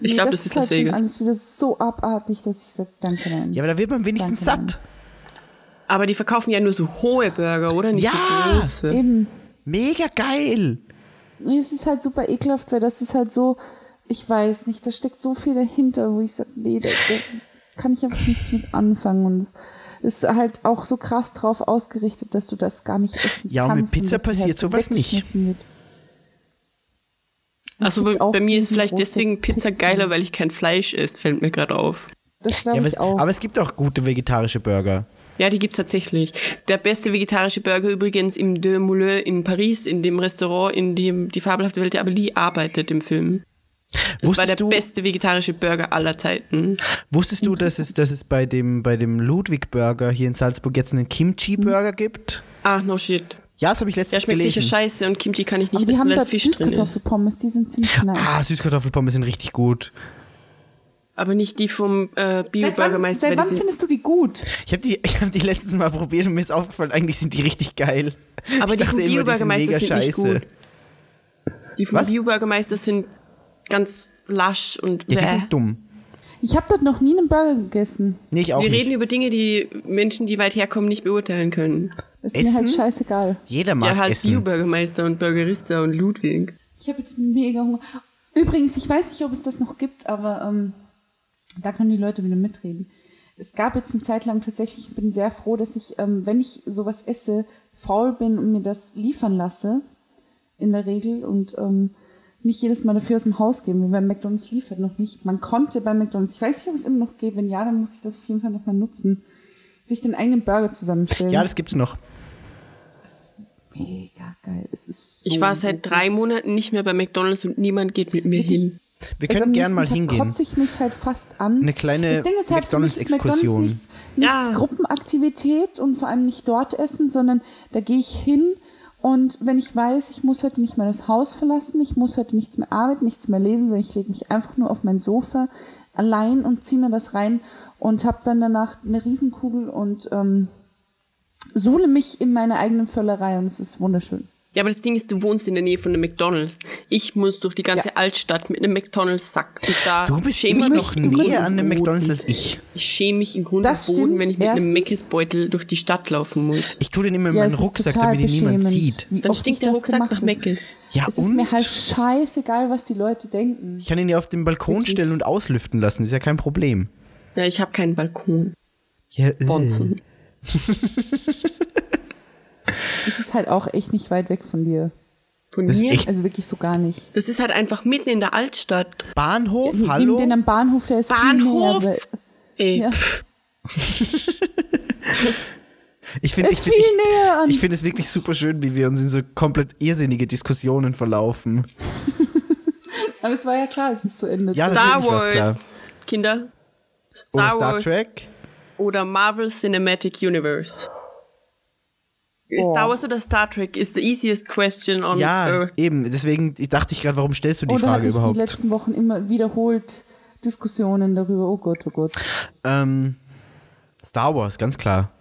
Speaker 3: ich
Speaker 1: Nee,
Speaker 3: glaube, das, ist Las
Speaker 1: halt schon
Speaker 3: Vegas.
Speaker 1: alles wieder so abartig, dass ich sage, danke nein.
Speaker 2: Ja, aber da wird man wenigstens
Speaker 1: Danke,
Speaker 2: satt.
Speaker 3: Aber die verkaufen ja nur so hohe Burger, oder? Nicht
Speaker 2: Ja!
Speaker 3: so große.
Speaker 1: Eben.
Speaker 2: Mega geil.
Speaker 1: Nee, es ist halt super ekelhaft, weil das ist halt so, ich weiß nicht, da steckt so viel dahinter, wo ich sage, nee, da, da kann ich einfach nichts mit anfangen. Und es ist halt auch so krass drauf ausgerichtet, dass du das gar nicht essen
Speaker 2: Ja, und mit
Speaker 1: kannst.
Speaker 2: Pizza
Speaker 1: dass die
Speaker 2: passiert
Speaker 1: Hälfte
Speaker 2: sowas nicht.
Speaker 1: weggeschmissen Wird.
Speaker 3: Also bei,
Speaker 1: gibt auch
Speaker 3: bei mir ist vielleicht
Speaker 1: riesengroße
Speaker 3: deswegen Pizza
Speaker 1: Pizzen.
Speaker 3: geiler, weil ich kein Fleisch esse, fällt mir gerade auf.
Speaker 1: Das
Speaker 2: Ja,
Speaker 1: glaube
Speaker 2: aber, es,
Speaker 1: ich auch.
Speaker 2: aber es gibt auch gute vegetarische Burger.
Speaker 3: Ja, die gibt's tatsächlich. Der beste vegetarische Burger übrigens im Deux Moulins in Paris, in dem Restaurant, in dem die fabelhafte Welt der Amelie arbeitet im Film. Das war der
Speaker 2: Wusstest du,
Speaker 3: beste vegetarische Burger aller Zeiten.
Speaker 2: wusstest du, dass es, dass es bei dem, bei dem Ludwig Burger hier in Salzburg jetzt einen Kimchi Burger gibt?
Speaker 3: Ah, no shit.
Speaker 2: Ja, das habe ich letztens
Speaker 3: Hm. Der schmeckt
Speaker 2: gelesen.
Speaker 3: sicher scheiße und Kimchi kann ich nicht
Speaker 1: aber die
Speaker 3: essen,
Speaker 1: haben
Speaker 3: weil
Speaker 1: da
Speaker 3: Fisch drin ist.
Speaker 1: Süßkartoffelpommes, die sind ziemlich nice.
Speaker 2: Ah, Süßkartoffelpommes sind richtig gut.
Speaker 3: Aber nicht die vom äh,
Speaker 1: seit wann,
Speaker 3: Bio-Burgermeister.
Speaker 1: seit
Speaker 3: weil die
Speaker 1: wann
Speaker 3: sind-
Speaker 1: findest du die gut?
Speaker 2: Ich habe die, ich hab die letztes Mal probiert und mir ist aufgefallen, eigentlich sind die richtig geil.
Speaker 3: Aber
Speaker 2: ich
Speaker 3: die vom
Speaker 2: dachte immer, die sind
Speaker 3: Bio-Bürgermeister
Speaker 2: mega
Speaker 3: sind nicht
Speaker 2: scheiße.
Speaker 3: gut. Die vom
Speaker 2: Was?
Speaker 3: Bio-Burgermeister sind ganz lasch und
Speaker 2: Ja, die
Speaker 3: bäh.
Speaker 2: sind dumm.
Speaker 1: Ich habe dort noch nie einen Burger gegessen.
Speaker 2: Nee, ich auch
Speaker 3: Wir
Speaker 2: nicht.
Speaker 3: reden über Dinge, die Menschen, die weit herkommen, nicht beurteilen können.
Speaker 1: Ist mir halt
Speaker 2: Essen?
Speaker 1: scheißegal.
Speaker 2: Jeder mag
Speaker 3: ja, halt
Speaker 2: Essen.
Speaker 3: Bio-Bürgermeister und Burgerista und Ludwig.
Speaker 1: Ich habe jetzt mega Hunger. Übrigens, ich weiß nicht, ob es das noch gibt, aber ähm, da können die Leute wieder mitreden. Es gab jetzt eine Zeit lang tatsächlich, ich bin sehr froh, dass ich, ähm, wenn ich sowas esse, faul bin und mir das liefern lasse, in der Regel, und ähm, nicht jedes Mal dafür aus dem Haus gehen, weil bei McDonalds liefert noch nicht. Man konnte bei McDonalds, ich weiß nicht, ob es immer noch geht, wenn ja, dann muss ich das auf jeden Fall nochmal nutzen. Es sich den eigenen Burger zusammenstellen.
Speaker 2: Ja, das gibt's noch.
Speaker 1: Das ist mega geil. Es ist so
Speaker 3: Ich war seit
Speaker 1: gut.
Speaker 3: drei Monaten nicht mehr bei McDonalds und niemand geht mit mir hin.
Speaker 2: Wir
Speaker 1: Also
Speaker 2: können
Speaker 1: am
Speaker 2: gern
Speaker 1: nächsten
Speaker 2: mal
Speaker 1: Tag
Speaker 2: hingehen.
Speaker 1: kotze ich mich halt fast an.
Speaker 2: Eine kleine
Speaker 1: das Ding ist halt, für mich ist McDonalds
Speaker 2: McDonalds-Exkursion.
Speaker 1: nichts, nichts
Speaker 3: Ja.
Speaker 1: Gruppenaktivität und vor allem nicht dort essen, sondern da gehe ich hin und wenn ich weiß, ich muss heute nicht mehr das Haus verlassen, ich muss heute nichts mehr arbeiten, nichts mehr lesen, sondern ich lege mich einfach nur auf mein Sofa allein und ziehe mir das rein und habe dann danach eine Riesenkugel und ähm, suhle mich in meiner eigenen Völlerei und es ist wunderschön.
Speaker 3: Ja, aber das Ding ist, du wohnst in der Nähe von einem McDonalds. Ich muss durch die ganze
Speaker 1: Ja.
Speaker 3: Altstadt mit einem McDonalds-Sack. Und da
Speaker 2: Du bist
Speaker 3: schäme
Speaker 2: immer
Speaker 3: ich mich
Speaker 2: noch
Speaker 1: du kannst-
Speaker 2: näher an dem
Speaker 3: Boden.
Speaker 2: McDonalds als ich.
Speaker 3: Ich schäme mich im Grunde
Speaker 1: Das
Speaker 3: und Boden,
Speaker 1: stimmt,
Speaker 3: wenn ich mit einem
Speaker 1: erstens.
Speaker 3: Mc's-Beutel durch die Stadt laufen muss.
Speaker 2: Ich tue den immer in
Speaker 1: Ja,
Speaker 2: meinen
Speaker 1: es ist
Speaker 2: Rucksack,
Speaker 1: total
Speaker 2: damit ihn niemand
Speaker 1: beschämend,
Speaker 2: sieht.
Speaker 1: wie
Speaker 3: Dann
Speaker 1: oft
Speaker 3: stinkt
Speaker 1: ich
Speaker 3: der
Speaker 1: das
Speaker 3: Rucksack
Speaker 1: gemacht
Speaker 3: nach
Speaker 1: habe.
Speaker 3: Mc's.
Speaker 2: Ja,
Speaker 1: es ist
Speaker 2: und?
Speaker 1: mir halt scheißegal, was die Leute denken.
Speaker 2: Ich kann ihn ja auf den Balkon
Speaker 1: Wirklich?
Speaker 2: stellen und auslüften lassen, ist ja kein Problem.
Speaker 3: Ja, ich habe keinen Balkon.
Speaker 2: Ja, äh.
Speaker 3: Bonzen.
Speaker 1: Es ist halt auch echt nicht weit weg von dir.
Speaker 3: Von
Speaker 2: Das ist
Speaker 3: mir?
Speaker 2: echt-
Speaker 1: Also wirklich so gar nicht.
Speaker 3: das ist halt einfach mitten in der Altstadt.
Speaker 2: Bahnhof,
Speaker 1: Nimm
Speaker 2: hallo?
Speaker 1: den am Bahnhof, der ist
Speaker 3: Bahnhof?
Speaker 1: viel näher. we-
Speaker 3: Ey,
Speaker 1: Ja.
Speaker 3: pff,
Speaker 2: Ich finde
Speaker 1: Ist
Speaker 2: ich find,
Speaker 1: viel
Speaker 2: ich,
Speaker 1: näher an-
Speaker 2: Ich finde es wirklich super schön, wie wir uns in so komplett irrsinnige Diskussionen verlaufen.
Speaker 1: Aber es war ja klar, es ist zu Ende.
Speaker 2: Ja,
Speaker 1: So.
Speaker 3: Star
Speaker 2: natürlich war's klar.
Speaker 3: Wars. Kinder. Star,
Speaker 2: Oder Star
Speaker 3: Wars
Speaker 2: Trek?
Speaker 3: oder Marvel Cinematic Universe?
Speaker 1: Boah.
Speaker 3: Star Wars oder Star Trek is the easiest question on
Speaker 2: Ja, eh.
Speaker 3: earth.
Speaker 2: eben. Deswegen dachte ich gerade, warum stellst du die
Speaker 1: oh, da hatte
Speaker 2: Frage
Speaker 1: ich die
Speaker 2: überhaupt?
Speaker 1: letzten Wochen immer wiederholt Diskussionen darüber. Oh Gott, oh Gott.
Speaker 2: Ähm, Star Wars, ganz klar.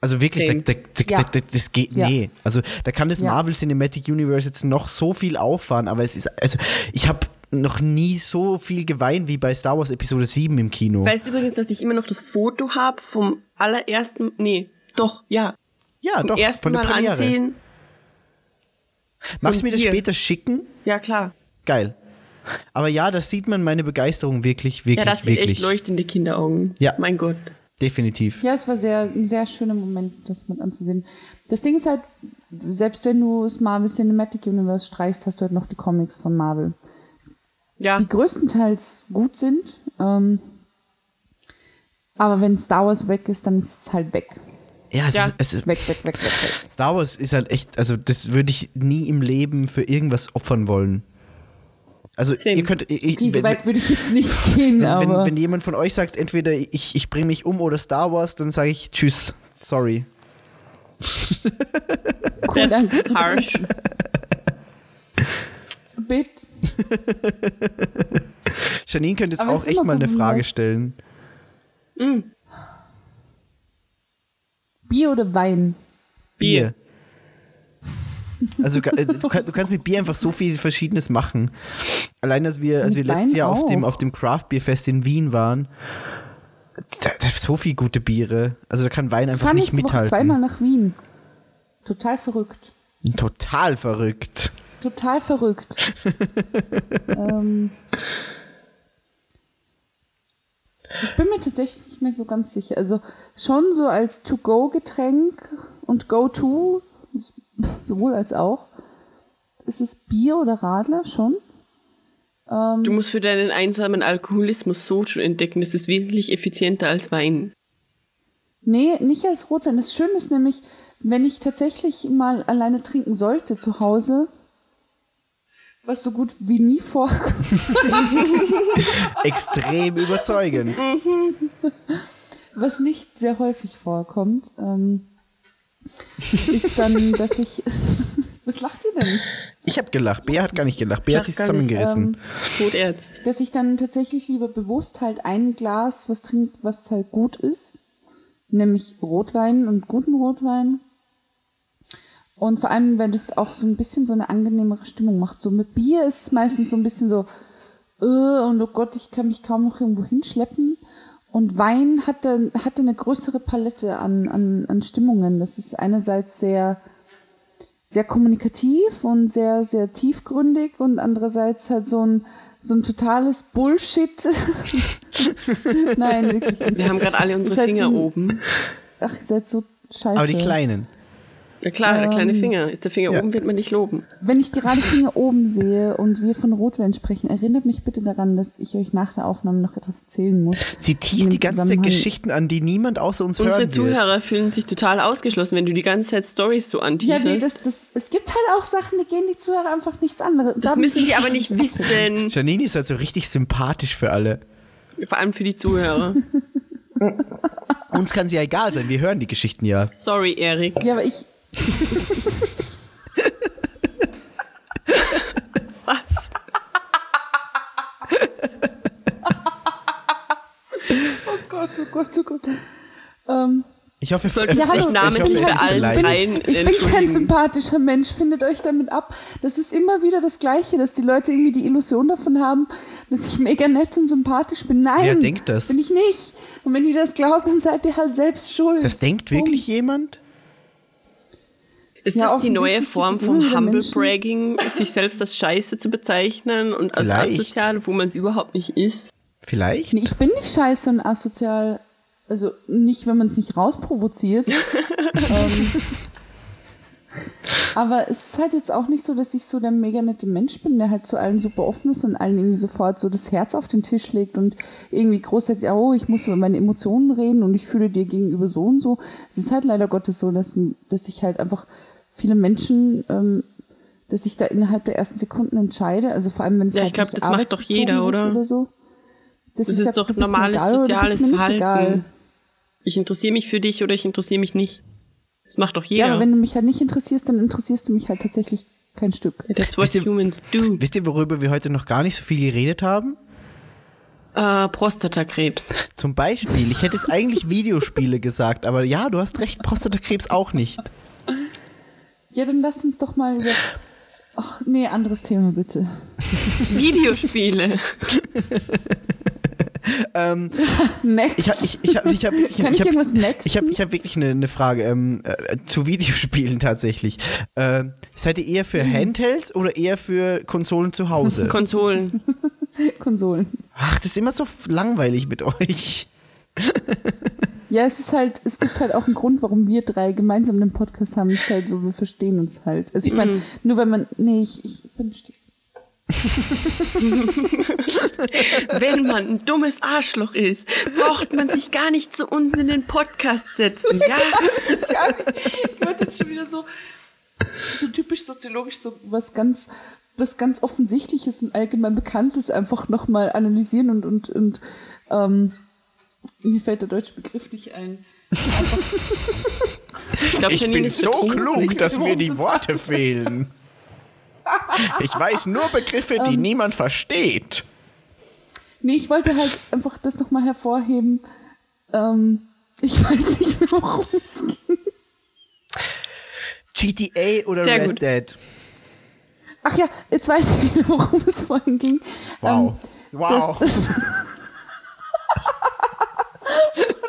Speaker 2: Also wirklich, da,
Speaker 3: Same.
Speaker 2: da, da,
Speaker 1: Ja.
Speaker 2: da, da, das geht,
Speaker 1: Ja.
Speaker 2: nee. Also da kann das
Speaker 1: Ja.
Speaker 2: Marvel Cinematic Universe jetzt noch so viel auffahren, aber es ist, also ich habe noch nie so viel geweint wie bei Star Wars Episode 7 im Kino.
Speaker 3: Weißt du übrigens, dass ich immer noch das Foto habe vom allerersten, nee, doch, ja.
Speaker 2: ja,
Speaker 3: Vom
Speaker 2: Ah, doch,
Speaker 3: ersten
Speaker 2: von der
Speaker 3: Mal
Speaker 2: Premiere.
Speaker 3: ansehen.
Speaker 2: Magst du mir das
Speaker 3: hier.
Speaker 2: später schicken?
Speaker 3: Ja, klar.
Speaker 2: Geil. Aber ja, das sieht man meine Begeisterung wirklich,
Speaker 3: Ja,
Speaker 2: wirklich,
Speaker 3: das sind echt
Speaker 2: wirklich.
Speaker 3: leuchtende Kinderaugen.
Speaker 2: Ja.
Speaker 3: Mein Gott.
Speaker 2: Definitiv.
Speaker 1: Ja, es war sehr, ein sehr schöner Moment, das mit anzusehen. Das Ding ist halt, selbst wenn du das Marvel Cinematic Universe streichst, hast du halt noch die Comics von Marvel.
Speaker 3: Ja.
Speaker 1: die größtenteils gut sind. Ähm, aber wenn Star Wars weg ist, dann ist es halt weg.
Speaker 2: Ja, es,
Speaker 3: Ja.
Speaker 2: Ist, es ist,
Speaker 1: Weg, weg, weg, weg, weg.
Speaker 2: Star Wars ist halt echt, also das würde ich nie im Leben für irgendwas opfern wollen. Also
Speaker 3: Same.
Speaker 2: ihr könnt, ich,
Speaker 1: Okay, so
Speaker 2: wenn,
Speaker 1: weit würde ich jetzt nicht gehen,
Speaker 2: wenn,
Speaker 1: aber
Speaker 2: wenn jemand von euch sagt, entweder ich, ich bringe mich um oder Star Wars, dann sage ich Tschüss, sorry.
Speaker 1: cool,
Speaker 3: That's
Speaker 1: danke.
Speaker 3: harsh.
Speaker 1: Bit.
Speaker 2: Janine könnte jetzt
Speaker 1: Aber es
Speaker 2: auch
Speaker 1: ist
Speaker 2: echt
Speaker 1: immer
Speaker 2: mal
Speaker 1: gut,
Speaker 2: eine
Speaker 1: wenn man
Speaker 2: Frage
Speaker 1: weiß.
Speaker 2: stellen.
Speaker 1: Bier oder Wein?
Speaker 2: Bier. Also du, du kann- du kannst mit Bier einfach so viel Verschiedenes machen. Allein als wir, als wir
Speaker 1: Mit
Speaker 2: letztes
Speaker 1: Wein
Speaker 2: Jahr auf dem,
Speaker 1: auch.
Speaker 2: auf dem Craft Beer Fest in Wien waren, da, da so viel gute Biere. Also da kann Wein
Speaker 1: Ich
Speaker 2: einfach
Speaker 1: fahre
Speaker 2: nicht
Speaker 1: nächste Woche
Speaker 2: mithalten.
Speaker 1: zweimal nach Wien. Total verrückt.
Speaker 2: Total verrückt.
Speaker 1: Total verrückt. ähm, ich bin mir tatsächlich nicht mehr so ganz sicher. Also schon so als To-Go-Getränk und Go-To, s- sowohl als auch. Ist es Bier oder Radler schon?
Speaker 3: Du musst für deinen einsamen Alkoholismus Soju entdecken. Das ist wesentlich effizienter als Wein.
Speaker 1: Nee, nicht als Rotwein. Das Schöne ist nämlich, wenn ich tatsächlich mal alleine trinken sollte zu Hause, was so gut wie nie vorkommt,
Speaker 2: Extrem überzeugend.
Speaker 1: Was nicht sehr häufig vorkommt, ähm, ist dann, dass ich. Was lacht ihr denn?
Speaker 2: Ich habe gelacht. Bea hat gar nicht gelacht. Bea hat sich
Speaker 3: Ich hab gar nicht, ähm,
Speaker 2: zusammengerissen.
Speaker 3: Todärzt.
Speaker 1: Dass ich dann tatsächlich lieber bewusst halt ein Glas was trinkt, was halt gut ist. Nämlich Rotwein und guten Rotwein. Und vor allem, wenn das auch so ein bisschen so eine angenehmere Stimmung macht. So mit Bier ist es meistens so ein bisschen so, äh, und oh Gott, ich kann mich kaum noch irgendwo hinschleppen. Und Wein hatte, hatte eine größere Palette an, an, an Stimmungen. Das ist einerseits sehr, sehr kommunikativ und sehr, sehr tiefgründig und andererseits halt so ein, so ein totales Bullshit. Nein, wirklich nicht.
Speaker 3: Wir haben gerade alle unsere
Speaker 1: Ist halt
Speaker 3: Finger
Speaker 1: so ein-
Speaker 3: oben.
Speaker 1: Ach, ihr seid so scheiße.
Speaker 2: Aber die Kleinen.
Speaker 3: Na klar, der
Speaker 1: Ähm,
Speaker 3: kleine Finger. Ist der Finger
Speaker 2: ja.
Speaker 3: oben, wird man nicht loben.
Speaker 1: Wenn ich gerade Finger oben sehe und wir von Rotwein sprechen, erinnert mich bitte daran, dass ich euch nach der Aufnahme noch etwas erzählen muss.
Speaker 2: Sie
Speaker 1: In
Speaker 2: teast
Speaker 1: dem
Speaker 2: die ganze Zeit
Speaker 1: Zusammenhang-
Speaker 2: Geschichten an, die niemand außer uns
Speaker 3: Unsere
Speaker 2: hören wird.
Speaker 3: Zuhörer fühlen sich total ausgeschlossen, wenn du die ganze Zeit Stories so
Speaker 1: Ja,
Speaker 3: anteaserst.
Speaker 1: nee,
Speaker 3: das,
Speaker 1: das, das, es gibt halt auch Sachen, die gehen die Zuhörer einfach nichts anderes.
Speaker 3: müssen sie aber nicht wissen.
Speaker 2: Janine ist halt so richtig sympathisch für alle.
Speaker 3: Vor allem für die Zuhörer.
Speaker 2: Uns kann sie ja egal sein, wir hören die Geschichten ja.
Speaker 3: Sorry, Erik.
Speaker 1: Ja, aber ich,
Speaker 3: Was?
Speaker 1: oh Gott, oh Gott, oh Gott. Ähm,
Speaker 2: Ich hoffe,
Speaker 3: Sollten
Speaker 2: es-
Speaker 3: wir
Speaker 1: ja, hallo,
Speaker 2: es-
Speaker 3: sich
Speaker 2: es-
Speaker 3: namentlich
Speaker 2: ich
Speaker 1: ich,
Speaker 2: hoffe,
Speaker 1: bin
Speaker 2: es
Speaker 3: bei allen
Speaker 2: tut
Speaker 1: halt- ich,
Speaker 2: mir leid.
Speaker 3: dreien
Speaker 1: bin, ich bin
Speaker 3: entschuldigen.
Speaker 1: kein sympathischer Mensch, findet euch damit ab. Das ist immer wieder das Gleiche, dass die Leute irgendwie die Illusion davon haben, dass ich mega nett und sympathisch bin. Nein,
Speaker 2: Wer denkt das?
Speaker 1: bin ich nicht. Und wenn ihr das glaubt, dann seid ihr halt selbst schuld.
Speaker 2: Das denkt wirklich jemand?
Speaker 3: Ist
Speaker 1: Ja,
Speaker 3: das die neue
Speaker 1: offensichtlich
Speaker 3: Form
Speaker 1: gibt es immer
Speaker 3: vom
Speaker 1: wieder
Speaker 3: Humble
Speaker 1: Menschen.
Speaker 3: Bragging, sich selbst als Scheiße zu bezeichnen und als
Speaker 2: Vielleicht.
Speaker 3: asozial, wo man es überhaupt nicht ist?
Speaker 2: Vielleicht?
Speaker 1: Nee, ich bin nicht scheiße und asozial. Also nicht, wenn man es nicht rausprovoziert. ähm, aber es ist halt jetzt auch nicht so, dass ich so der mega nette Mensch bin, der halt zu allen super offen ist und allen irgendwie sofort so das Herz auf den Tisch legt und irgendwie groß sagt, oh, ich muss über meine Emotionen reden und ich fühle dir gegenüber so und so. Es ist halt leider Gottes so, dass, dass ich halt einfach viele Menschen, ähm, dass ich da innerhalb der ersten Sekunden entscheide. Also vor allem, wenn es
Speaker 3: Ja,
Speaker 1: halt
Speaker 3: ich glaub,
Speaker 1: nicht
Speaker 3: das macht doch
Speaker 1: arbeitsbezogen
Speaker 3: jeder,
Speaker 1: ist
Speaker 3: oder?
Speaker 1: oder so. Das,
Speaker 3: ist
Speaker 1: ja,
Speaker 3: doch
Speaker 1: du bist mir
Speaker 3: normales
Speaker 1: egal oder du bist
Speaker 3: soziales
Speaker 1: mir nicht
Speaker 3: Verhalten.
Speaker 1: Egal.
Speaker 3: Ich interessiere mich für dich oder ich interessiere mich nicht. Das macht doch
Speaker 1: Ja,
Speaker 3: jeder.
Speaker 1: aber wenn du mich halt nicht interessierst, dann interessierst du mich halt tatsächlich kein Stück.
Speaker 3: That's what
Speaker 2: Wisst ihr-
Speaker 3: humans do.
Speaker 2: Wisst ihr, worüber wir heute noch gar nicht so viel geredet haben?
Speaker 3: Äh, Prostatakrebs.
Speaker 2: Zum Beispiel, ich hätte jetzt eigentlich Videospiele gesagt, aber ja, du hast recht, Prostatakrebs auch nicht.
Speaker 1: Ja, dann lass uns doch mal über. Ach, nee, anderes Thema bitte.
Speaker 3: Videospiele.
Speaker 1: Next.
Speaker 2: Ich habe ich, ich hab, ich hab, ich
Speaker 1: Kann ich,
Speaker 2: hab,
Speaker 1: irgendwas next?
Speaker 2: Ich habe ich hab wirklich eine eine Frage ähm, äh, zu Videospielen tatsächlich. Ähm, seid ihr eher für
Speaker 1: Mhm.
Speaker 2: Handhelds oder eher für Konsolen zu Hause?
Speaker 3: Konsolen.
Speaker 1: Konsolen.
Speaker 2: Ach, das ist immer so f- langweilig mit euch.
Speaker 1: Ja, es ist halt, es gibt halt auch einen Grund, warum wir drei gemeinsam den Podcast haben. Es ist halt so, wir verstehen uns halt. Also ich
Speaker 3: Mhm.
Speaker 1: meine, nur wenn man. Nee, ich, ich bin still.
Speaker 3: Wenn man ein dummes Arschloch ist, braucht man sich gar nicht zu uns in den Podcast setzen, ja?
Speaker 1: Ich wollte jetzt schon wieder so, so typisch soziologisch so was ganz, was ganz Offensichtliches und allgemein Bekanntes einfach nochmal analysieren und, und, und ähm, mir fällt der deutsche Begriff nicht ein.
Speaker 3: Ich glaube,
Speaker 1: klug, dass mir die
Speaker 2: Worte fehlen. Ich weiß nur Begriffe,
Speaker 1: Ähm.
Speaker 2: die niemand versteht.
Speaker 1: Nee, ich wollte halt einfach das nochmal hervorheben. Ähm, ich weiß nicht mehr, worum es ging.
Speaker 2: GTA oder
Speaker 3: Sehr
Speaker 2: Red
Speaker 3: gut.
Speaker 2: Dead?
Speaker 1: Ach ja, jetzt weiß ich wieder, worum es vorhin ging.
Speaker 2: Wow.
Speaker 1: Ähm,
Speaker 2: Wow.
Speaker 1: Das,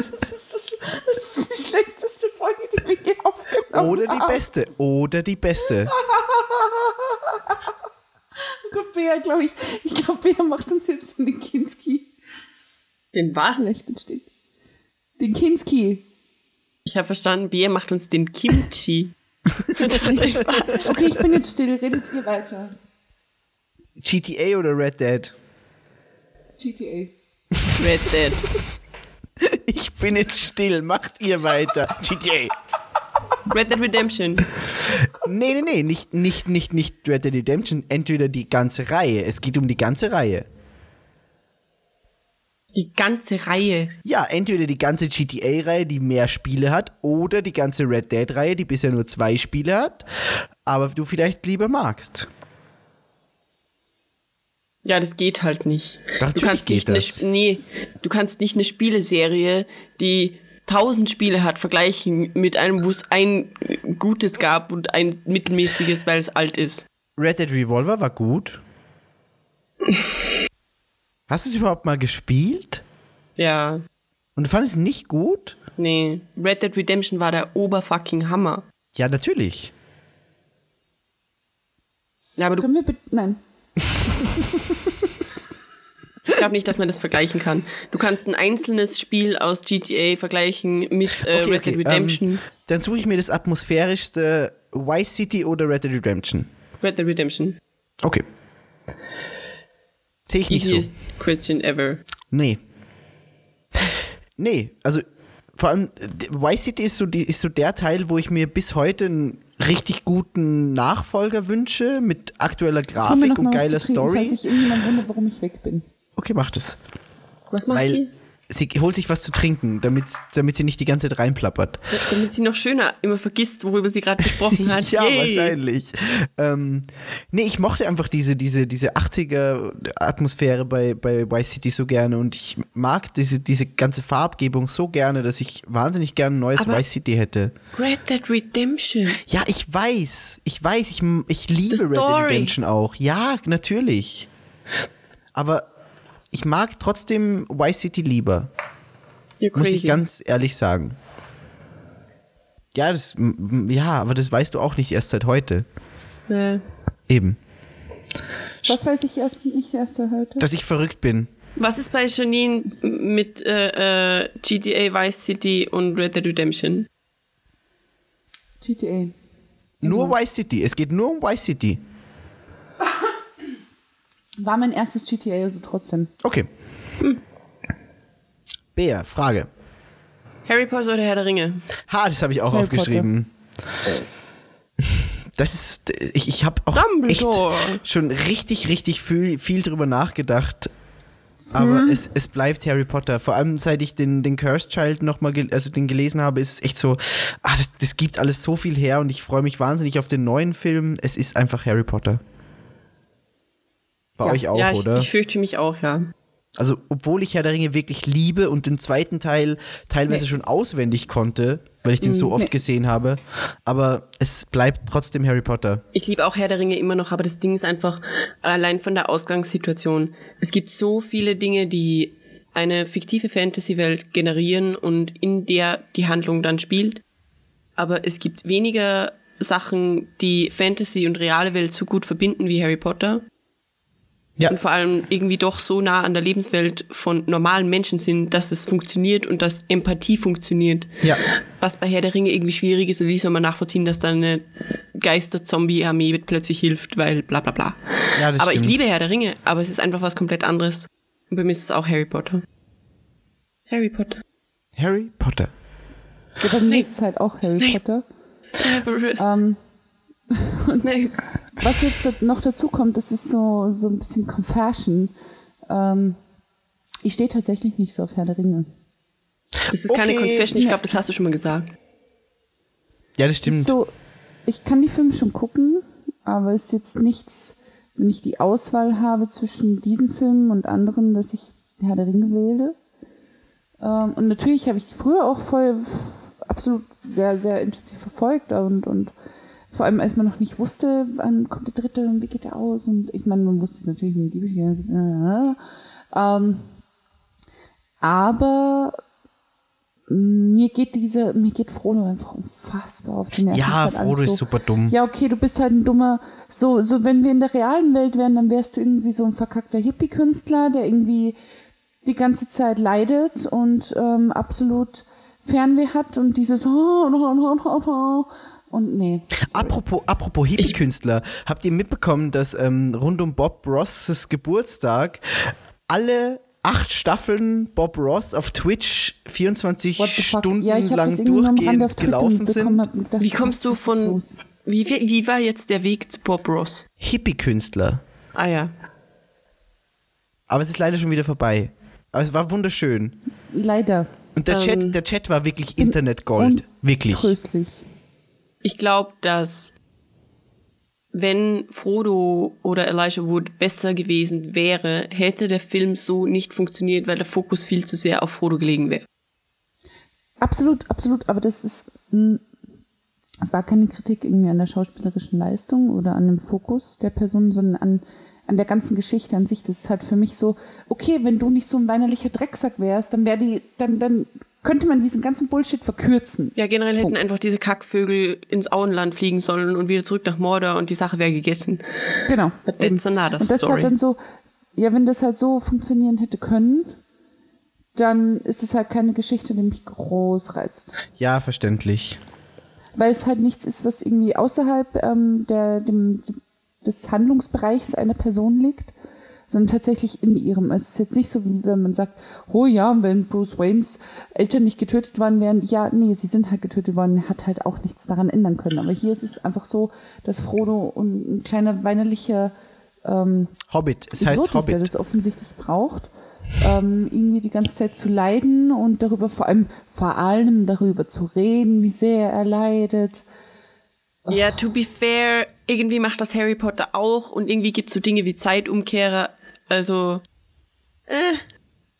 Speaker 1: das, das, ist so schlimm. das ist die schlechteste Folge, die wir je aufgenommen haben.
Speaker 2: Oder die beste. Oder die beste.
Speaker 1: Gut, Bea, glaube ich. Ich glaube, Bea macht uns jetzt den Kinski.
Speaker 3: Den was?
Speaker 1: Ja, ich bin still. Den Kinski.
Speaker 3: Ich habe verstanden, Bier macht uns den Kimchi.
Speaker 1: Okay, ich bin jetzt still. Redet ihr weiter.
Speaker 2: GTA oder Red Dead?
Speaker 1: GTA.
Speaker 3: Red Dead.
Speaker 2: Ich bin jetzt still, macht ihr weiter. GTA.
Speaker 3: Red Dead Redemption.
Speaker 2: Nee, nee, nee, nicht, nicht, nicht, nicht Red Dead Redemption, entweder die ganze Reihe. Es geht um die ganze Reihe.
Speaker 3: Die ganze Reihe.
Speaker 2: Ja, entweder die ganze GTA-Reihe, die mehr Spiele hat, oder die ganze Red Dead-Reihe, die bisher nur zwei Spiele hat, aber du vielleicht lieber magst.
Speaker 3: Ja, das geht halt nicht.
Speaker 2: Natürlich
Speaker 3: du kannst
Speaker 2: geht
Speaker 3: nicht
Speaker 2: das.
Speaker 3: Eine, nee, du kannst nicht eine Spieleserie, die tausend Spiele hat, vergleichen mit einem, wo es ein gutes gab und ein mittelmäßiges, weil es alt ist.
Speaker 2: Red Dead Revolver war gut. Hast du es überhaupt mal gespielt?
Speaker 3: Ja.
Speaker 2: Und du fandest es nicht gut?
Speaker 3: Nee. Red Dead Redemption war der oberfucking Hammer.
Speaker 2: Ja, natürlich.
Speaker 3: Ja, aber du
Speaker 1: Können wir bitte. Nein.
Speaker 3: glaube nicht, dass man das vergleichen kann. Du kannst ein einzelnes Spiel aus GTA vergleichen mit äh,
Speaker 2: Okay,
Speaker 3: Red Dead
Speaker 2: okay,
Speaker 3: Redemption.
Speaker 2: Ähm, dann suche ich mir das atmosphärischste Vice City oder Red Dead Redemption.
Speaker 3: Red Dead Redemption.
Speaker 2: Okay. Sehe ich nicht so.
Speaker 3: Easiest question ever.
Speaker 2: Nee. Nee, also vor allem äh, Vice City ist so, die, ist so der Teil, wo ich mir bis heute einen richtig guten Nachfolger wünsche mit aktueller
Speaker 1: Ich hol mir
Speaker 2: Grafik
Speaker 1: noch
Speaker 2: und
Speaker 1: mal was
Speaker 2: geiler
Speaker 1: zu trinken, Falls
Speaker 2: Story.
Speaker 1: sich irgendjemand wundert, warum ich weg bin.
Speaker 2: Okay, mach das.
Speaker 3: Was macht
Speaker 2: Weil
Speaker 3: sie?
Speaker 2: sie holt sich was zu trinken, damit, damit sie nicht die ganze Zeit reinplappert.
Speaker 3: Damit sie noch schöner immer vergisst, worüber sie gerade gesprochen hat.
Speaker 2: Ja,
Speaker 3: Yay.
Speaker 2: wahrscheinlich. Ähm, nee, ich mochte einfach diese, diese, diese 80er-Atmosphäre bei, bei Vice City so gerne und ich mag diese, diese ganze Farbgebung so gerne, dass ich wahnsinnig gerne ein neues
Speaker 3: Aber-
Speaker 2: Vice City hätte.
Speaker 3: Red Dead Redemption.
Speaker 2: Ja, ich weiß. Ich weiß, ich, ich liebe
Speaker 3: The
Speaker 2: Red Dead
Speaker 3: Story.
Speaker 2: Redemption auch. Ja, natürlich. Aber ich mag trotzdem Vice City lieber.
Speaker 3: You're
Speaker 2: Muss
Speaker 3: crazy.
Speaker 2: ich ganz ehrlich sagen. Ja, das, m- m- ja, aber das weißt du auch nicht erst seit heute.
Speaker 3: Äh,
Speaker 2: Eben.
Speaker 1: Was weiß ich erst nicht erst heute?
Speaker 2: Dass ich verrückt bin.
Speaker 3: Was ist bei Janine mit äh, äh, GTA Vice City und Red Dead Redemption?
Speaker 1: GTA.
Speaker 2: Nur Vice City. Es geht nur um Vice City.
Speaker 1: War mein erstes GTA, also trotzdem.
Speaker 2: Okay. Bea, Frage.
Speaker 3: Harry Potter oder Herr der Ringe?
Speaker 2: Ha, das habe ich auch
Speaker 1: Harry
Speaker 2: aufgeschrieben. Das ist, ich, ich habe auch
Speaker 3: Dumbledore.
Speaker 2: echt schon richtig, richtig viel, viel drüber nachgedacht. Aber
Speaker 1: Hm.
Speaker 2: es, es bleibt Harry Potter. Vor allem seit ich den, den Cursed Child nochmal, gel- also den gelesen habe, ist es echt so, ah, das, das gibt alles so viel her und ich freue mich wahnsinnig auf den neuen Film. Es ist einfach Harry Potter. Bei
Speaker 1: Ja.
Speaker 2: euch auch,
Speaker 3: ja, ich,
Speaker 2: oder?
Speaker 3: ich fürchte mich auch, ja.
Speaker 2: Also, obwohl ich Herr der Ringe wirklich liebe und den zweiten Teil teilweise
Speaker 1: Nee. Mm,
Speaker 2: schon auswendig konnte, weil ich den so oft
Speaker 1: nee.
Speaker 2: gesehen habe, aber es bleibt trotzdem Harry Potter.
Speaker 3: Ich liebe auch Herr der Ringe immer noch, aber das Ding ist einfach allein von der Ausgangssituation. Es gibt so viele Dinge, die eine fiktive Fantasy-Welt generieren und in der die Handlung dann spielt. Aber es gibt weniger Sachen, die Fantasy und reale Welt so gut verbinden wie Harry Potter.
Speaker 2: Ja.
Speaker 3: Und vor allem irgendwie doch so nah an der Lebenswelt von normalen Menschen sind, dass es funktioniert und dass Empathie funktioniert.
Speaker 2: Ja.
Speaker 3: Was bei Herr der Ringe irgendwie schwierig ist, und wie soll man nachvollziehen, dass da eine Geister-Zombie-Armee plötzlich hilft, weil bla bla bla.
Speaker 2: Ja, das
Speaker 3: aber
Speaker 2: stimmt.
Speaker 3: ich liebe Herr der Ringe, aber es ist einfach was komplett anderes. Und bei mir ist es auch Harry Potter. Harry Potter.
Speaker 2: Harry Potter.
Speaker 1: Bei mir ist es halt auch Harry
Speaker 3: Snape.
Speaker 1: Potter.
Speaker 3: Severus.
Speaker 1: Ähm,
Speaker 3: Snape.
Speaker 1: was jetzt da- noch dazu kommt, das ist so, so ein bisschen Confession. Ähm, ich stehe tatsächlich nicht so auf Herr der Ringe.
Speaker 3: Das ist keine
Speaker 2: Okay.
Speaker 3: Confession, ich glaube, das hast du schon mal gesagt.
Speaker 2: Ja, das
Speaker 1: Ist
Speaker 2: stimmt.
Speaker 1: So, ich kann die Filme schon gucken, aber ist jetzt nichts, wenn ich die Auswahl habe zwischen diesen Filmen und anderen, dass ich Herr der Ringe wähle. Ähm, und natürlich habe ich die früher auch voll f- absolut sehr, sehr intensiv verfolgt und, und vor allem, als man noch nicht wusste, wann kommt der dritte und wie geht der aus. Und ich meine, man wusste es natürlich mit den Büchern. Äh, ähm, aber mm, mir geht diese, mir geht Frodo einfach unfassbar auf die Nerven.
Speaker 2: Ja,
Speaker 1: Das halt alles
Speaker 2: Frodo ist super dumm.
Speaker 1: Ja, okay, du bist halt ein dummer, so, so, wenn wir in der realen Welt wären, dann wärst du irgendwie so ein verkackter Hippie-Künstler, der irgendwie die ganze Zeit leidet und ähm, absolut Fernweh hat und dieses und nee.
Speaker 2: Apropos, apropos Hippie-Künstler, habt ihr mitbekommen, dass ähm, rund um Bob Rosses Geburtstag alle acht Staffeln Bob Ross auf Twitch 24
Speaker 1: What the fuck?
Speaker 2: Stunden
Speaker 1: ja, ich habe
Speaker 2: lang
Speaker 1: das irgendwie nur am Rande auf
Speaker 2: durchgehend
Speaker 1: Twitter
Speaker 2: gelaufen
Speaker 1: mitbekommen.
Speaker 2: sind?
Speaker 1: Hab mir gedacht,
Speaker 3: Wie kommst du
Speaker 1: was ist
Speaker 3: von.
Speaker 1: los?
Speaker 3: Wie, wie war jetzt der Weg zu Bob Ross?
Speaker 2: Hippie-Künstler.
Speaker 3: Ah ja.
Speaker 2: Aber es ist leider schon wieder vorbei. Aber es war wunderschön.
Speaker 1: Leider.
Speaker 2: Und der,
Speaker 1: Ähm,
Speaker 2: Chat, der Chat war wirklich Internetgold. Wirklich.
Speaker 1: Tröstlich.
Speaker 3: Ich glaube, dass wenn Frodo oder Elijah Wood besser gewesen wäre, hätte der Film so nicht funktioniert, weil der Fokus viel zu sehr auf Frodo gelegen wäre.
Speaker 1: Absolut, absolut, aber das ist, mh, es war keine Kritik irgendwie an der schauspielerischen Leistung oder an dem Fokus der Person, sondern an, an der ganzen Geschichte an sich. Das ist halt für mich so, okay, wenn du nicht so ein weinerlicher Drecksack wärst, dann wäre die, dann, dann könnte man diesen ganzen Bullshit verkürzen.
Speaker 3: Ja, generell hätten einfach diese Kackvögel ins Auenland fliegen sollen und wieder zurück nach Mordor und die Sache wäre gegessen.
Speaker 1: Genau.
Speaker 3: But that's
Speaker 1: eben.
Speaker 3: another
Speaker 1: und das
Speaker 3: story.
Speaker 1: hat dann so, ja, wenn das halt so funktionieren hätte können, dann ist es halt keine Geschichte, die mich groß reizt.
Speaker 2: Ja, verständlich.
Speaker 1: Weil es halt nichts ist, was irgendwie außerhalb ähm, der, dem, des Handlungsbereichs einer Person liegt, sondern tatsächlich in ihrem. Also Es ist jetzt nicht so, wie wenn man sagt, oh ja, wenn Bruce Waynes Eltern nicht getötet worden wären, ja, nee, sie sind halt getötet worden, er hat halt auch nichts daran ändern können. Aber hier ist es einfach so, dass Frodo ein, ein kleiner weinerlicher ähm,
Speaker 2: Hobbit, es heißt
Speaker 1: Idiot ist, der
Speaker 2: Hobbit.
Speaker 1: das offensichtlich braucht, ähm, irgendwie die ganze Zeit zu leiden und darüber, vor allem, vor allem darüber zu reden, wie sehr er leidet.
Speaker 3: Ja, to be fair, irgendwie macht das Harry Potter auch und irgendwie gibt's so Dinge wie Zeitumkehrer. Also,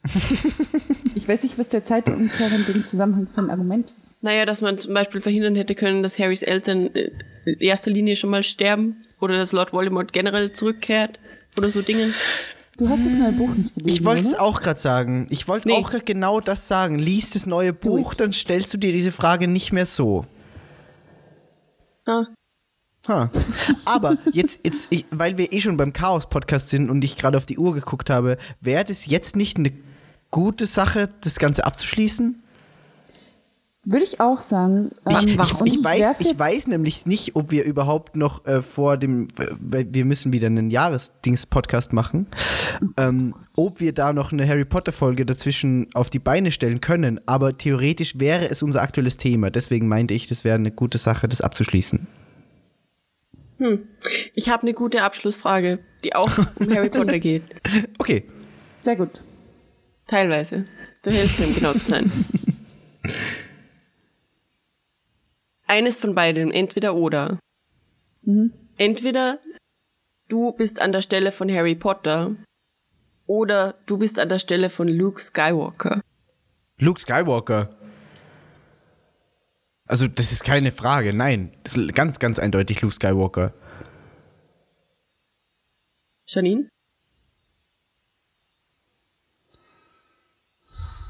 Speaker 1: Ich weiß nicht, was der Zeitumkehr in dem Zusammenhang für ein Argument ist.
Speaker 3: naja, dass man zum Beispiel verhindern hätte können, dass Harrys Eltern äh, in erster Linie schon mal sterben oder dass Lord Voldemort generell zurückkehrt oder so Dinge.
Speaker 1: Du hast das neue Buch nicht gelesen.
Speaker 2: Ich wollte es
Speaker 1: oder?
Speaker 2: auch gerade sagen. Ich wollte
Speaker 3: Nee.
Speaker 2: auch grad genau das sagen. Lies das neue Buch, dann stellst du dir diese Frage nicht mehr so.
Speaker 3: Ah.
Speaker 2: Ha. Aber jetzt, jetzt ich, weil wir eh schon beim Chaos-Podcast sind und ich gerade auf die Uhr geguckt habe, wäre das jetzt nicht eine gute Sache, das Ganze abzuschließen?
Speaker 1: Würde ich auch sagen.
Speaker 2: Ich,
Speaker 1: Ähm,
Speaker 2: ich,
Speaker 1: und
Speaker 2: ich, weiß,
Speaker 1: werf
Speaker 2: ich
Speaker 1: jetzt-
Speaker 2: weiß nämlich nicht, ob wir überhaupt noch äh, vor dem, äh, weil wir müssen wieder einen Jahresdings-Podcast machen, ähm, ob wir da noch eine Harry Potter-Folge dazwischen auf die Beine stellen können. Aber theoretisch wäre es unser aktuelles Thema. Deswegen meinte ich, das wäre eine gute Sache, das abzuschließen.
Speaker 3: hm. Ich habe eine gute Abschlussfrage, die auch um Harry Potter geht.
Speaker 2: Okay.
Speaker 1: Sehr gut.
Speaker 3: Teilweise. Du hilfst mir, um genau zu sein. Eines von beidem, entweder oder. Entweder du bist an der Stelle von Harry Potter oder du bist an der Stelle von Luke Skywalker.
Speaker 2: Luke Skywalker. Also, das ist keine Frage, nein. Das ist ganz, ganz eindeutig Luke Skywalker.
Speaker 3: Janine?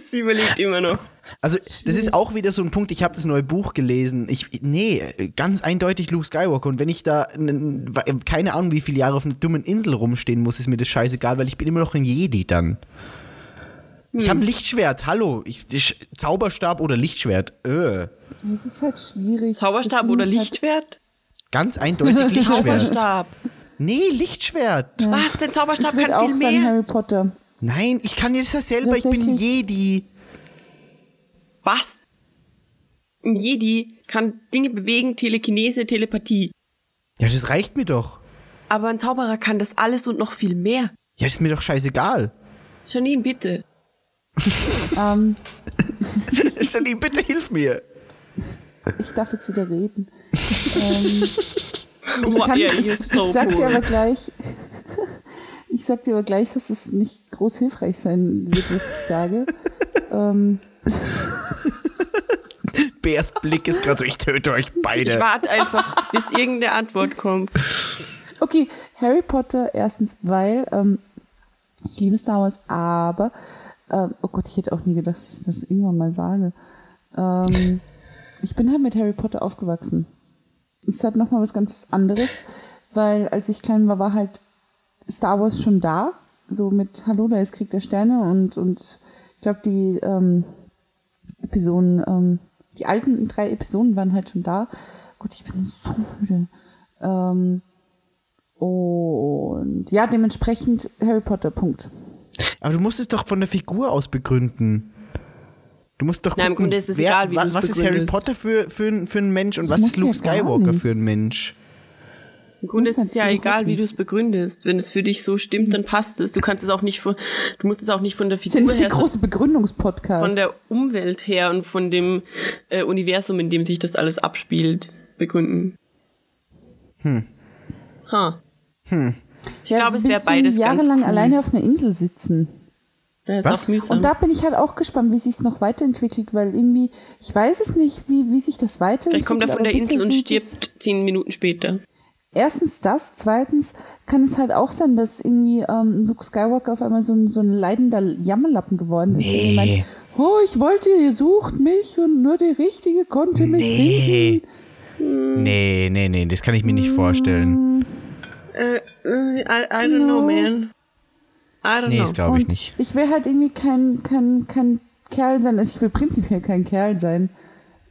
Speaker 3: Sie überlegt immer noch.
Speaker 2: Also, das ist auch wieder so ein Punkt, ich habe das neue Buch gelesen. Ich, nee, ganz eindeutig Luke Skywalker. Und wenn ich da n- n- keine Ahnung, wie viele Jahre auf einer dummen Insel rumstehen muss, ist mir das scheißegal, weil ich bin immer noch ein Jedi dann. Ich habe ein Lichtschwert, hallo. Ich, ich, Zauberstab oder Lichtschwert. Äh,
Speaker 1: Es ist halt schwierig. Das
Speaker 3: Zauberstab
Speaker 1: Ding
Speaker 3: oder
Speaker 1: ist halt-
Speaker 3: Lichtschwert?
Speaker 2: ganz eindeutig Lichtschwert.
Speaker 3: Zauberstab.
Speaker 2: Nee, Lichtschwert.
Speaker 3: Was? Den Zauberstab
Speaker 1: Ich würde
Speaker 3: kann
Speaker 1: auch
Speaker 3: viel
Speaker 1: sagen
Speaker 3: mehr.
Speaker 1: Harry Potter.
Speaker 2: Nein, ich kann jetzt das selber, ich bin ein
Speaker 1: Tatsächlich.
Speaker 2: Jedi.
Speaker 3: Was? Ein Jedi kann Dinge bewegen, Telekinese, Telepathie.
Speaker 2: Ja, das reicht mir doch.
Speaker 3: Aber ein Zauberer kann das alles und noch viel mehr.
Speaker 2: Ja, das ist mir doch scheißegal.
Speaker 3: Janine, bitte.
Speaker 1: Ähm,
Speaker 2: Janine, bitte hilf mir.
Speaker 1: ich darf jetzt wieder reden. ähm, ich
Speaker 3: Wow,
Speaker 1: kann,
Speaker 3: yeah,
Speaker 1: ich,
Speaker 3: you're
Speaker 1: ich
Speaker 3: so
Speaker 1: sag dir
Speaker 3: cool.
Speaker 1: aber gleich, ich sag dir aber gleich, dass es nicht groß hilfreich sein wird, was ich sage. ähm,
Speaker 2: Bärs Blick ist gerade so, ich töte euch
Speaker 3: Ich
Speaker 2: beide.
Speaker 3: warte einfach, bis irgendeine Antwort kommt.
Speaker 1: Okay, Harry Potter erstens, weil ähm, ich liebe Star Wars, aber ähm, oh Gott, ich hätte auch nie gedacht, dass ich das irgendwann mal sage. Ähm, ich bin halt mit Harry Potter aufgewachsen. Ist halt nochmal was ganz anderes, weil als ich klein war, war halt Star Wars schon da. So mit Hallo, da ist Krieg der Sterne und, und ich glaube, die ähm, Episoden, ähm, die alten drei Episoden waren halt schon da. Gott, ich bin so müde. Ähm, und ja, dementsprechend Harry Potter, Punkt.
Speaker 2: Aber du musst es doch von der Figur aus begründen. Du musst doch
Speaker 3: Na, im
Speaker 2: gucken,
Speaker 3: Grunde ist es egal, wie
Speaker 2: wa-
Speaker 3: du es
Speaker 2: was ist Harry
Speaker 3: begründest.
Speaker 2: Potter für, für, ein- für ein Mensch und was
Speaker 1: muss
Speaker 2: ist Luke
Speaker 1: ja gar
Speaker 2: Skywalker für ein
Speaker 1: nichts.
Speaker 2: Mensch?
Speaker 3: Im Grunde
Speaker 1: Muss
Speaker 3: ist es
Speaker 1: halt
Speaker 3: ja
Speaker 1: überhaupt
Speaker 3: egal, wie
Speaker 1: nicht.
Speaker 3: du es begründest. Wenn es für dich so stimmt, dann passt es. Du kannst es auch nicht von, du musst es auch nicht von der
Speaker 1: Ist ja
Speaker 3: Figur
Speaker 1: nicht der
Speaker 3: her, sondern
Speaker 1: große Begründungspodcast.
Speaker 3: von der Umwelt her und von dem äh, Universum, in dem sich das alles abspielt, begründen. Hm. Ha.
Speaker 2: Hm.
Speaker 3: Ich
Speaker 1: Ja,
Speaker 3: glaube, es
Speaker 1: willst
Speaker 3: wäre
Speaker 1: du
Speaker 3: beides
Speaker 1: jahrelang
Speaker 3: ganz cool.
Speaker 1: alleine auf einer Insel sitzen.
Speaker 3: Das ist
Speaker 2: Was?
Speaker 3: auch mühsam.
Speaker 1: Und da bin ich halt auch gespannt, wie sich es noch weiterentwickelt, weil irgendwie, ich weiß es nicht, wie, wie sich das weiterentwickelt.
Speaker 3: Vielleicht kommt er von der
Speaker 1: aber bisher
Speaker 3: Insel und
Speaker 1: sind es-
Speaker 3: stirbt zehn Minuten später.
Speaker 1: Erstens das, zweitens kann es halt auch sein, dass irgendwie ähm, Luke Skywalker auf einmal so ein, so ein leidender Jammerlappen geworden ist, der
Speaker 2: Nee.
Speaker 1: meint, oh, ich wollte, ihr sucht mich und nur der Richtige konnte mich finden. Mm,
Speaker 2: Nee, nee, nee, das kann ich mir nicht vorstellen.
Speaker 3: Äh, I, I don't
Speaker 1: No.
Speaker 3: know, man. I don't
Speaker 2: Nee,
Speaker 3: know.
Speaker 2: das glaube ich
Speaker 1: Und
Speaker 2: nicht.
Speaker 1: Ich will halt irgendwie kein, kein, kein Kerl sein. Also ich will prinzipiell kein Kerl sein.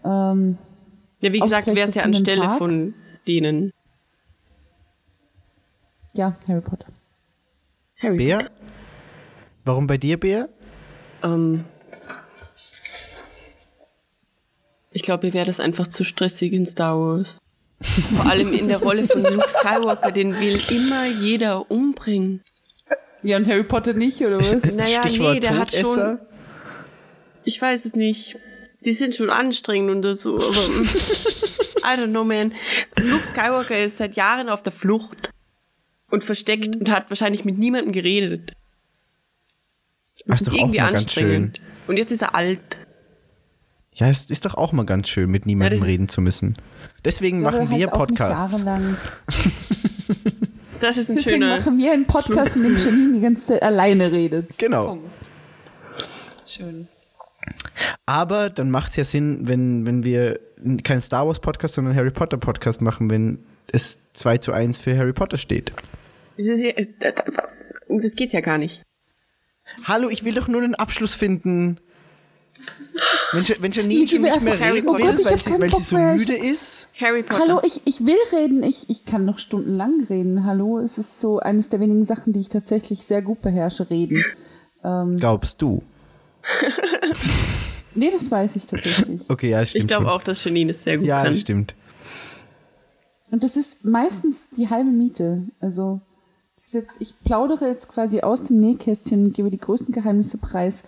Speaker 1: Ähm,
Speaker 3: Ja, wie
Speaker 1: Auch
Speaker 3: gesagt,
Speaker 1: vielleicht
Speaker 3: wäre es
Speaker 1: so
Speaker 3: ja
Speaker 1: für einen
Speaker 3: anstelle
Speaker 1: Tag?
Speaker 3: von denen.
Speaker 1: ja, Harry Potter.
Speaker 3: Harry.
Speaker 2: Bea? Warum bei dir, Bea?
Speaker 3: Ähm, ich glaube, mir wäre das einfach zu stressig in Star Wars. Vor allem in der Rolle von Luke Skywalker, den will immer jeder umbringen.
Speaker 1: Ja, und Harry Potter nicht, oder was?
Speaker 3: Naja,
Speaker 2: Stichwort
Speaker 3: nee, der hat schon.
Speaker 2: Todesser.
Speaker 3: Ich weiß es nicht. Die sind schon anstrengend und so, aber. hm. I don't know, man. Luke Skywalker ist seit Jahren auf der Flucht und versteckt und hat wahrscheinlich mit niemandem geredet.
Speaker 2: Das ist doch auch mal ganz schön.
Speaker 3: Und jetzt ist er alt.
Speaker 2: Ja, es ist doch auch mal ganz schön, mit niemandem
Speaker 3: Ja, das-
Speaker 2: reden zu müssen. Deswegen
Speaker 1: Aber
Speaker 2: machen wir
Speaker 1: halt auch nicht
Speaker 2: Podcasts.
Speaker 1: jahrelang.
Speaker 3: Das ist ein
Speaker 1: Deswegen
Speaker 3: schöner.
Speaker 1: machen wir einen Podcast, in dem Janine die ganze Zeit alleine redet.
Speaker 2: Genau.
Speaker 1: Schön.
Speaker 2: Aber dann macht es ja Sinn, wenn, wenn wir keinen Star Wars Podcast, sondern Harry Potter Podcast machen, wenn es 2 zu 1 für Harry Potter steht.
Speaker 3: Das ist ja, äh, da- da- um das geht ja gar nicht.
Speaker 2: Hallo, ich will doch nur einen Abschluss finden. Wenn, Ja- wenn Janine
Speaker 1: Niki,
Speaker 2: schon
Speaker 1: wir
Speaker 2: nicht mehr
Speaker 1: einfach-
Speaker 2: reden
Speaker 1: Oh Gott,
Speaker 2: will,
Speaker 1: ich
Speaker 2: weil,
Speaker 1: hab
Speaker 2: sie,
Speaker 1: keinen
Speaker 2: weil sie
Speaker 1: Bock
Speaker 2: so
Speaker 1: mehr. Ich-
Speaker 2: müde ist.
Speaker 3: Harry Potter.
Speaker 1: Hallo, ich, ich will reden. Ich, ich kann noch stundenlang reden. Hallo, es ist so eines der wenigen Sachen, die ich tatsächlich sehr gut beherrsche, reden.
Speaker 2: Glaubst du?
Speaker 1: Nee, das weiß ich tatsächlich.
Speaker 2: Okay, ja, stimmt.
Speaker 3: ich glaube
Speaker 2: schon.
Speaker 3: auch, dass Janine es sehr gut
Speaker 2: Ja,
Speaker 3: kann.
Speaker 2: das stimmt.
Speaker 1: Und das ist meistens die halbe Miete. Also ich, sitz, ich plaudere jetzt quasi aus dem Nähkästchen und gebe die größten Geheimnisse preis.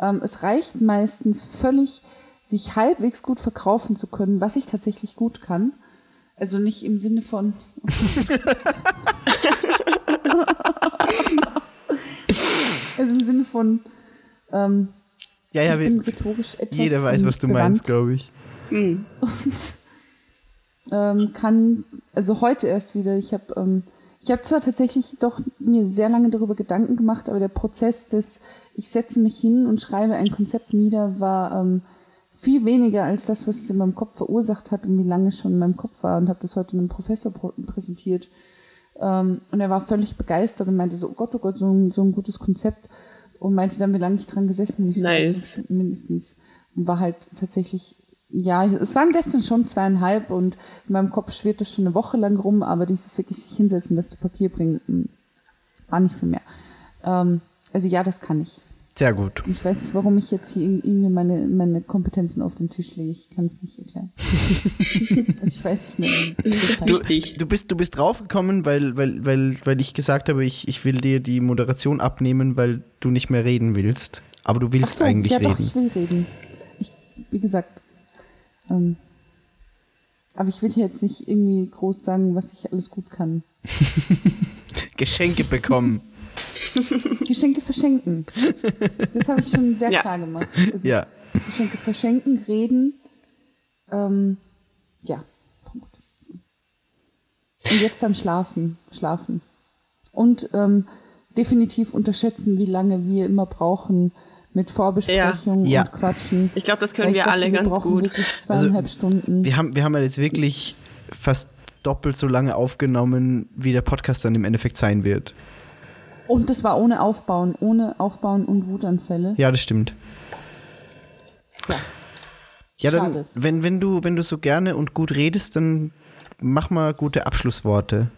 Speaker 1: Ähm, es reicht meistens völlig, sich halbwegs gut verkaufen zu können, was ich tatsächlich gut kann. Also nicht im Sinne von. also im Sinne von, ähm,
Speaker 2: Ja, ja,
Speaker 1: ich bin
Speaker 2: wir,
Speaker 1: rhetorisch etwas.
Speaker 2: jeder weiß, was du meinst,
Speaker 1: unbewandt
Speaker 2: glaube ich.
Speaker 1: und ähm, kann, also heute erst wieder, ich habe ähm, ich habe zwar tatsächlich doch mir sehr lange darüber Gedanken gemacht, aber der Prozess des ich setze mich hin und schreibe ein Konzept nieder war ähm, viel weniger als das, was es in meinem Kopf verursacht hat und wie lange es schon in meinem Kopf war und habe das heute einem Professor pro- präsentiert. Ähm, und er war völlig begeistert und meinte so, oh Gott, oh Gott, so ein, so ein gutes Konzept. Und meinte dann, wie lange ich dran gesessen bin. Ich so,
Speaker 3: Nice.
Speaker 1: fünf Stunden mindestens. Und war halt tatsächlich, ja, es waren gestern schon zweieinhalb und in meinem Kopf schwirrt das schon eine Woche lang rum, aber dieses wirklich sich hinsetzen, das zu Papier bringen, mm, war nicht viel mehr. Ähm, also ja, das kann ich.
Speaker 2: Sehr gut.
Speaker 1: Ich weiß nicht, warum ich jetzt hier ir- irgendwie meine, meine Kompetenzen auf den Tisch lege. Ich kann es nicht erklären. also ich weiß nicht mehr.
Speaker 2: Du,
Speaker 3: Wichtig.
Speaker 2: du bist, du bist draufgekommen, weil, weil, weil, weil ich gesagt habe, ich, ich will dir die Moderation abnehmen, weil du nicht mehr reden willst. Aber du willst
Speaker 1: Ach so,
Speaker 2: eigentlich
Speaker 1: ja, Doch,
Speaker 2: reden.
Speaker 1: ich will reden. Ich, wie gesagt, ähm, aber ich will hier jetzt nicht irgendwie groß sagen, was ich alles gut kann.
Speaker 2: Geschenke bekommen.
Speaker 1: Geschenke verschenken. Das habe ich schon sehr
Speaker 3: Ja.
Speaker 1: klar gemacht. Also,
Speaker 2: ja.
Speaker 1: Geschenke verschenken, reden. Ähm, ja, Punkt. So. Und jetzt dann schlafen, schlafen. Und ähm, definitiv unterschätzen, wie lange wir immer brauchen mit Vorbesprechungen
Speaker 2: Ja.
Speaker 1: und Quatschen.
Speaker 3: Ich glaub, das können
Speaker 1: Weil ich
Speaker 3: wir alle
Speaker 1: dachte, wir
Speaker 3: ganz
Speaker 1: brauchen
Speaker 3: gut. Also
Speaker 1: wirklich zweieinhalb Stunden.
Speaker 2: Wir haben, wir haben ja jetzt wirklich fast doppelt so lange aufgenommen, wie der Podcast dann im Endeffekt sein wird.
Speaker 1: Und das war ohne Aufbauen, ohne Aufbauen und Wutanfälle.
Speaker 2: Ja, das stimmt.
Speaker 1: Ja.
Speaker 2: Ja, dann,
Speaker 1: Schade.
Speaker 2: wenn, wenn, du, wenn du so gerne und gut redest, dann mach mal gute Abschlussworte.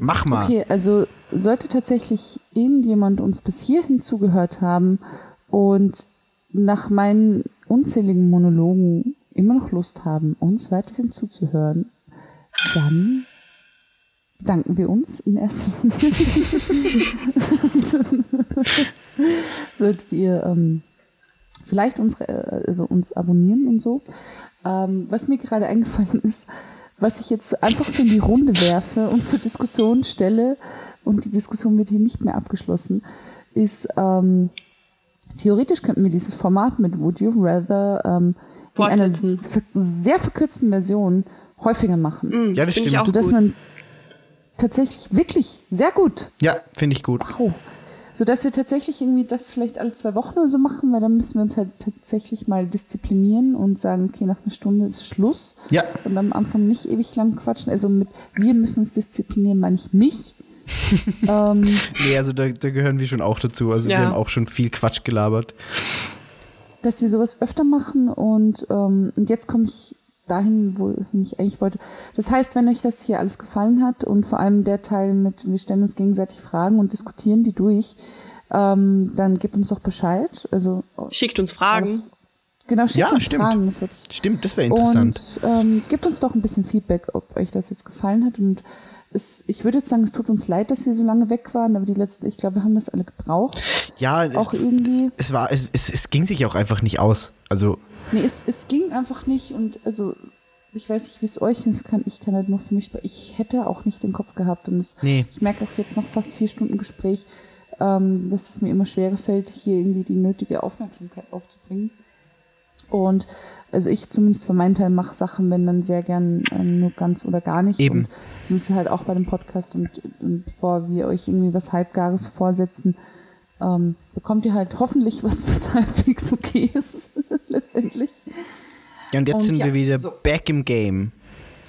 Speaker 2: Mach mal.
Speaker 1: Okay, also sollte tatsächlich irgendjemand uns bis hierhin zugehört haben und nach meinen unzähligen Monologen immer noch Lust haben, uns weiterhin zuzuhören, dann bedanken wir uns in erster Linie. Solltet ihr ähm, vielleicht unsere, äh, also uns abonnieren und so. Ähm, was mir gerade eingefallen ist, was ich jetzt einfach so in die Runde werfe und zur Diskussion stelle, und die Diskussion wird hier nicht mehr abgeschlossen, ist, ähm, theoretisch könnten wir dieses Format mit Would You Rather ähm, in einer
Speaker 3: Fortsetzen.
Speaker 1: ver sehr verkürzten Version häufiger machen.
Speaker 2: Ja, das
Speaker 3: Find ich
Speaker 2: stimmt.
Speaker 3: auch
Speaker 1: sodass
Speaker 3: gut.
Speaker 1: man tatsächlich wirklich sehr gut,
Speaker 2: Ja, finde ich gut.
Speaker 1: wow, Sodass wir tatsächlich irgendwie das vielleicht alle zwei Wochen oder so machen, weil dann müssen wir uns halt tatsächlich mal disziplinieren und sagen, okay, nach einer Stunde ist Schluss.
Speaker 2: Ja.
Speaker 1: Und am Anfang nicht ewig lang quatschen. Also mit wir müssen uns disziplinieren, meine ich mich. ähm,
Speaker 2: Nee, also da, da gehören wir schon auch dazu. Also
Speaker 3: Ja.
Speaker 2: wir haben auch schon viel Quatsch gelabert.
Speaker 1: dass wir sowas öfter machen und, ähm, und jetzt komme ich dahin, wohin ich eigentlich wollte. Das heißt, wenn euch das hier alles gefallen hat und vor allem der Teil mit, wir stellen uns gegenseitig Fragen und diskutieren die durch, ähm, dann gebt uns doch Bescheid. Also
Speaker 3: Schickt uns Fragen.
Speaker 1: Auf, genau, schickt
Speaker 2: Ja,
Speaker 1: uns
Speaker 2: stimmt.
Speaker 1: Fragen. Das wird
Speaker 2: Stimmt, das wäre interessant.
Speaker 1: und ähm, gebt uns doch ein bisschen Feedback, ob euch das jetzt gefallen hat. Und es, ich würde jetzt sagen, es tut uns leid, dass wir so lange weg waren, aber die letzten, ich glaube, wir haben das alle gebraucht.
Speaker 2: ja,
Speaker 1: Auch irgendwie.
Speaker 2: es, war, es, es, es ging sich auch einfach nicht aus. Also,
Speaker 1: Nee, es, es ging einfach nicht und also ich weiß nicht, wie es euch ist, kann, ich kann halt nur für mich sprechen. Ich hätte auch nicht den Kopf gehabt und es,
Speaker 2: Nee.
Speaker 1: ich merke auch jetzt nach fast vier Stunden Gespräch, ähm, dass es mir immer schwerer fällt, hier irgendwie die nötige Aufmerksamkeit aufzubringen. Und also ich zumindest für meinen Teil mache Sachen, wenn dann sehr gern ähm, nur ganz oder gar nicht.
Speaker 2: Eben.
Speaker 1: Und so ist es halt auch bei dem Podcast und, und bevor wir euch irgendwie was Halbgares vorsetzen, ähm, bekommt ihr halt hoffentlich was, was halbwegs okay ist, letztendlich.
Speaker 2: ja, und jetzt
Speaker 1: Und
Speaker 2: sind
Speaker 1: ja,
Speaker 2: wir wieder
Speaker 1: so.
Speaker 2: back im Game.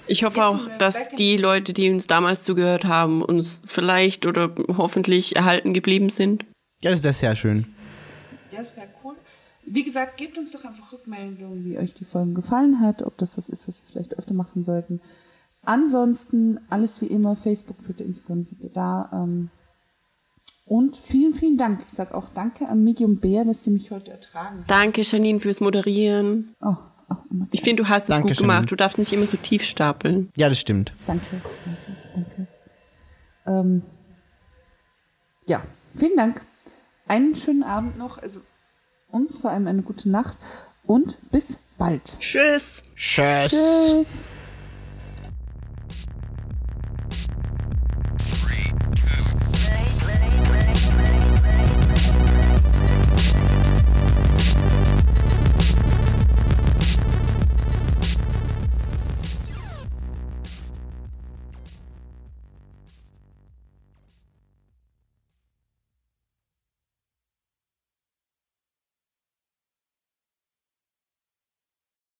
Speaker 3: Ich hoffe
Speaker 1: Jetzt
Speaker 3: auch,
Speaker 1: sind wir
Speaker 3: dass
Speaker 1: back in-
Speaker 3: die Leute, die uns damals zugehört haben, uns vielleicht oder hoffentlich erhalten geblieben sind.
Speaker 2: Ja, das wäre sehr schön.
Speaker 1: Das wäre cool. Wie gesagt, gebt uns doch einfach Rückmeldungen, wie euch die Folgen gefallen hat, ob das was ist, was wir vielleicht öfter machen sollten. Ansonsten alles wie immer, Facebook, Twitter, Instagram sind wir da. Ähm, und vielen, vielen Dank. Ich sage auch danke an Medium Bär, dass sie mich heute ertragen hat.
Speaker 3: Danke, Janine, fürs Moderieren.
Speaker 1: Oh, oh, oh mein Gott.
Speaker 3: Ich finde, du hast es
Speaker 2: Danke,
Speaker 3: gut gemacht.
Speaker 2: Janine.
Speaker 3: Du darfst nicht immer so tief stapeln.
Speaker 2: Ja, das stimmt.
Speaker 1: Danke, danke, danke. Ähm, ja, vielen Dank. Einen schönen Abend noch. Also uns vor allem eine gute Nacht und bis bald.
Speaker 3: Tschüss.
Speaker 2: Tschüss.
Speaker 1: Tschüss.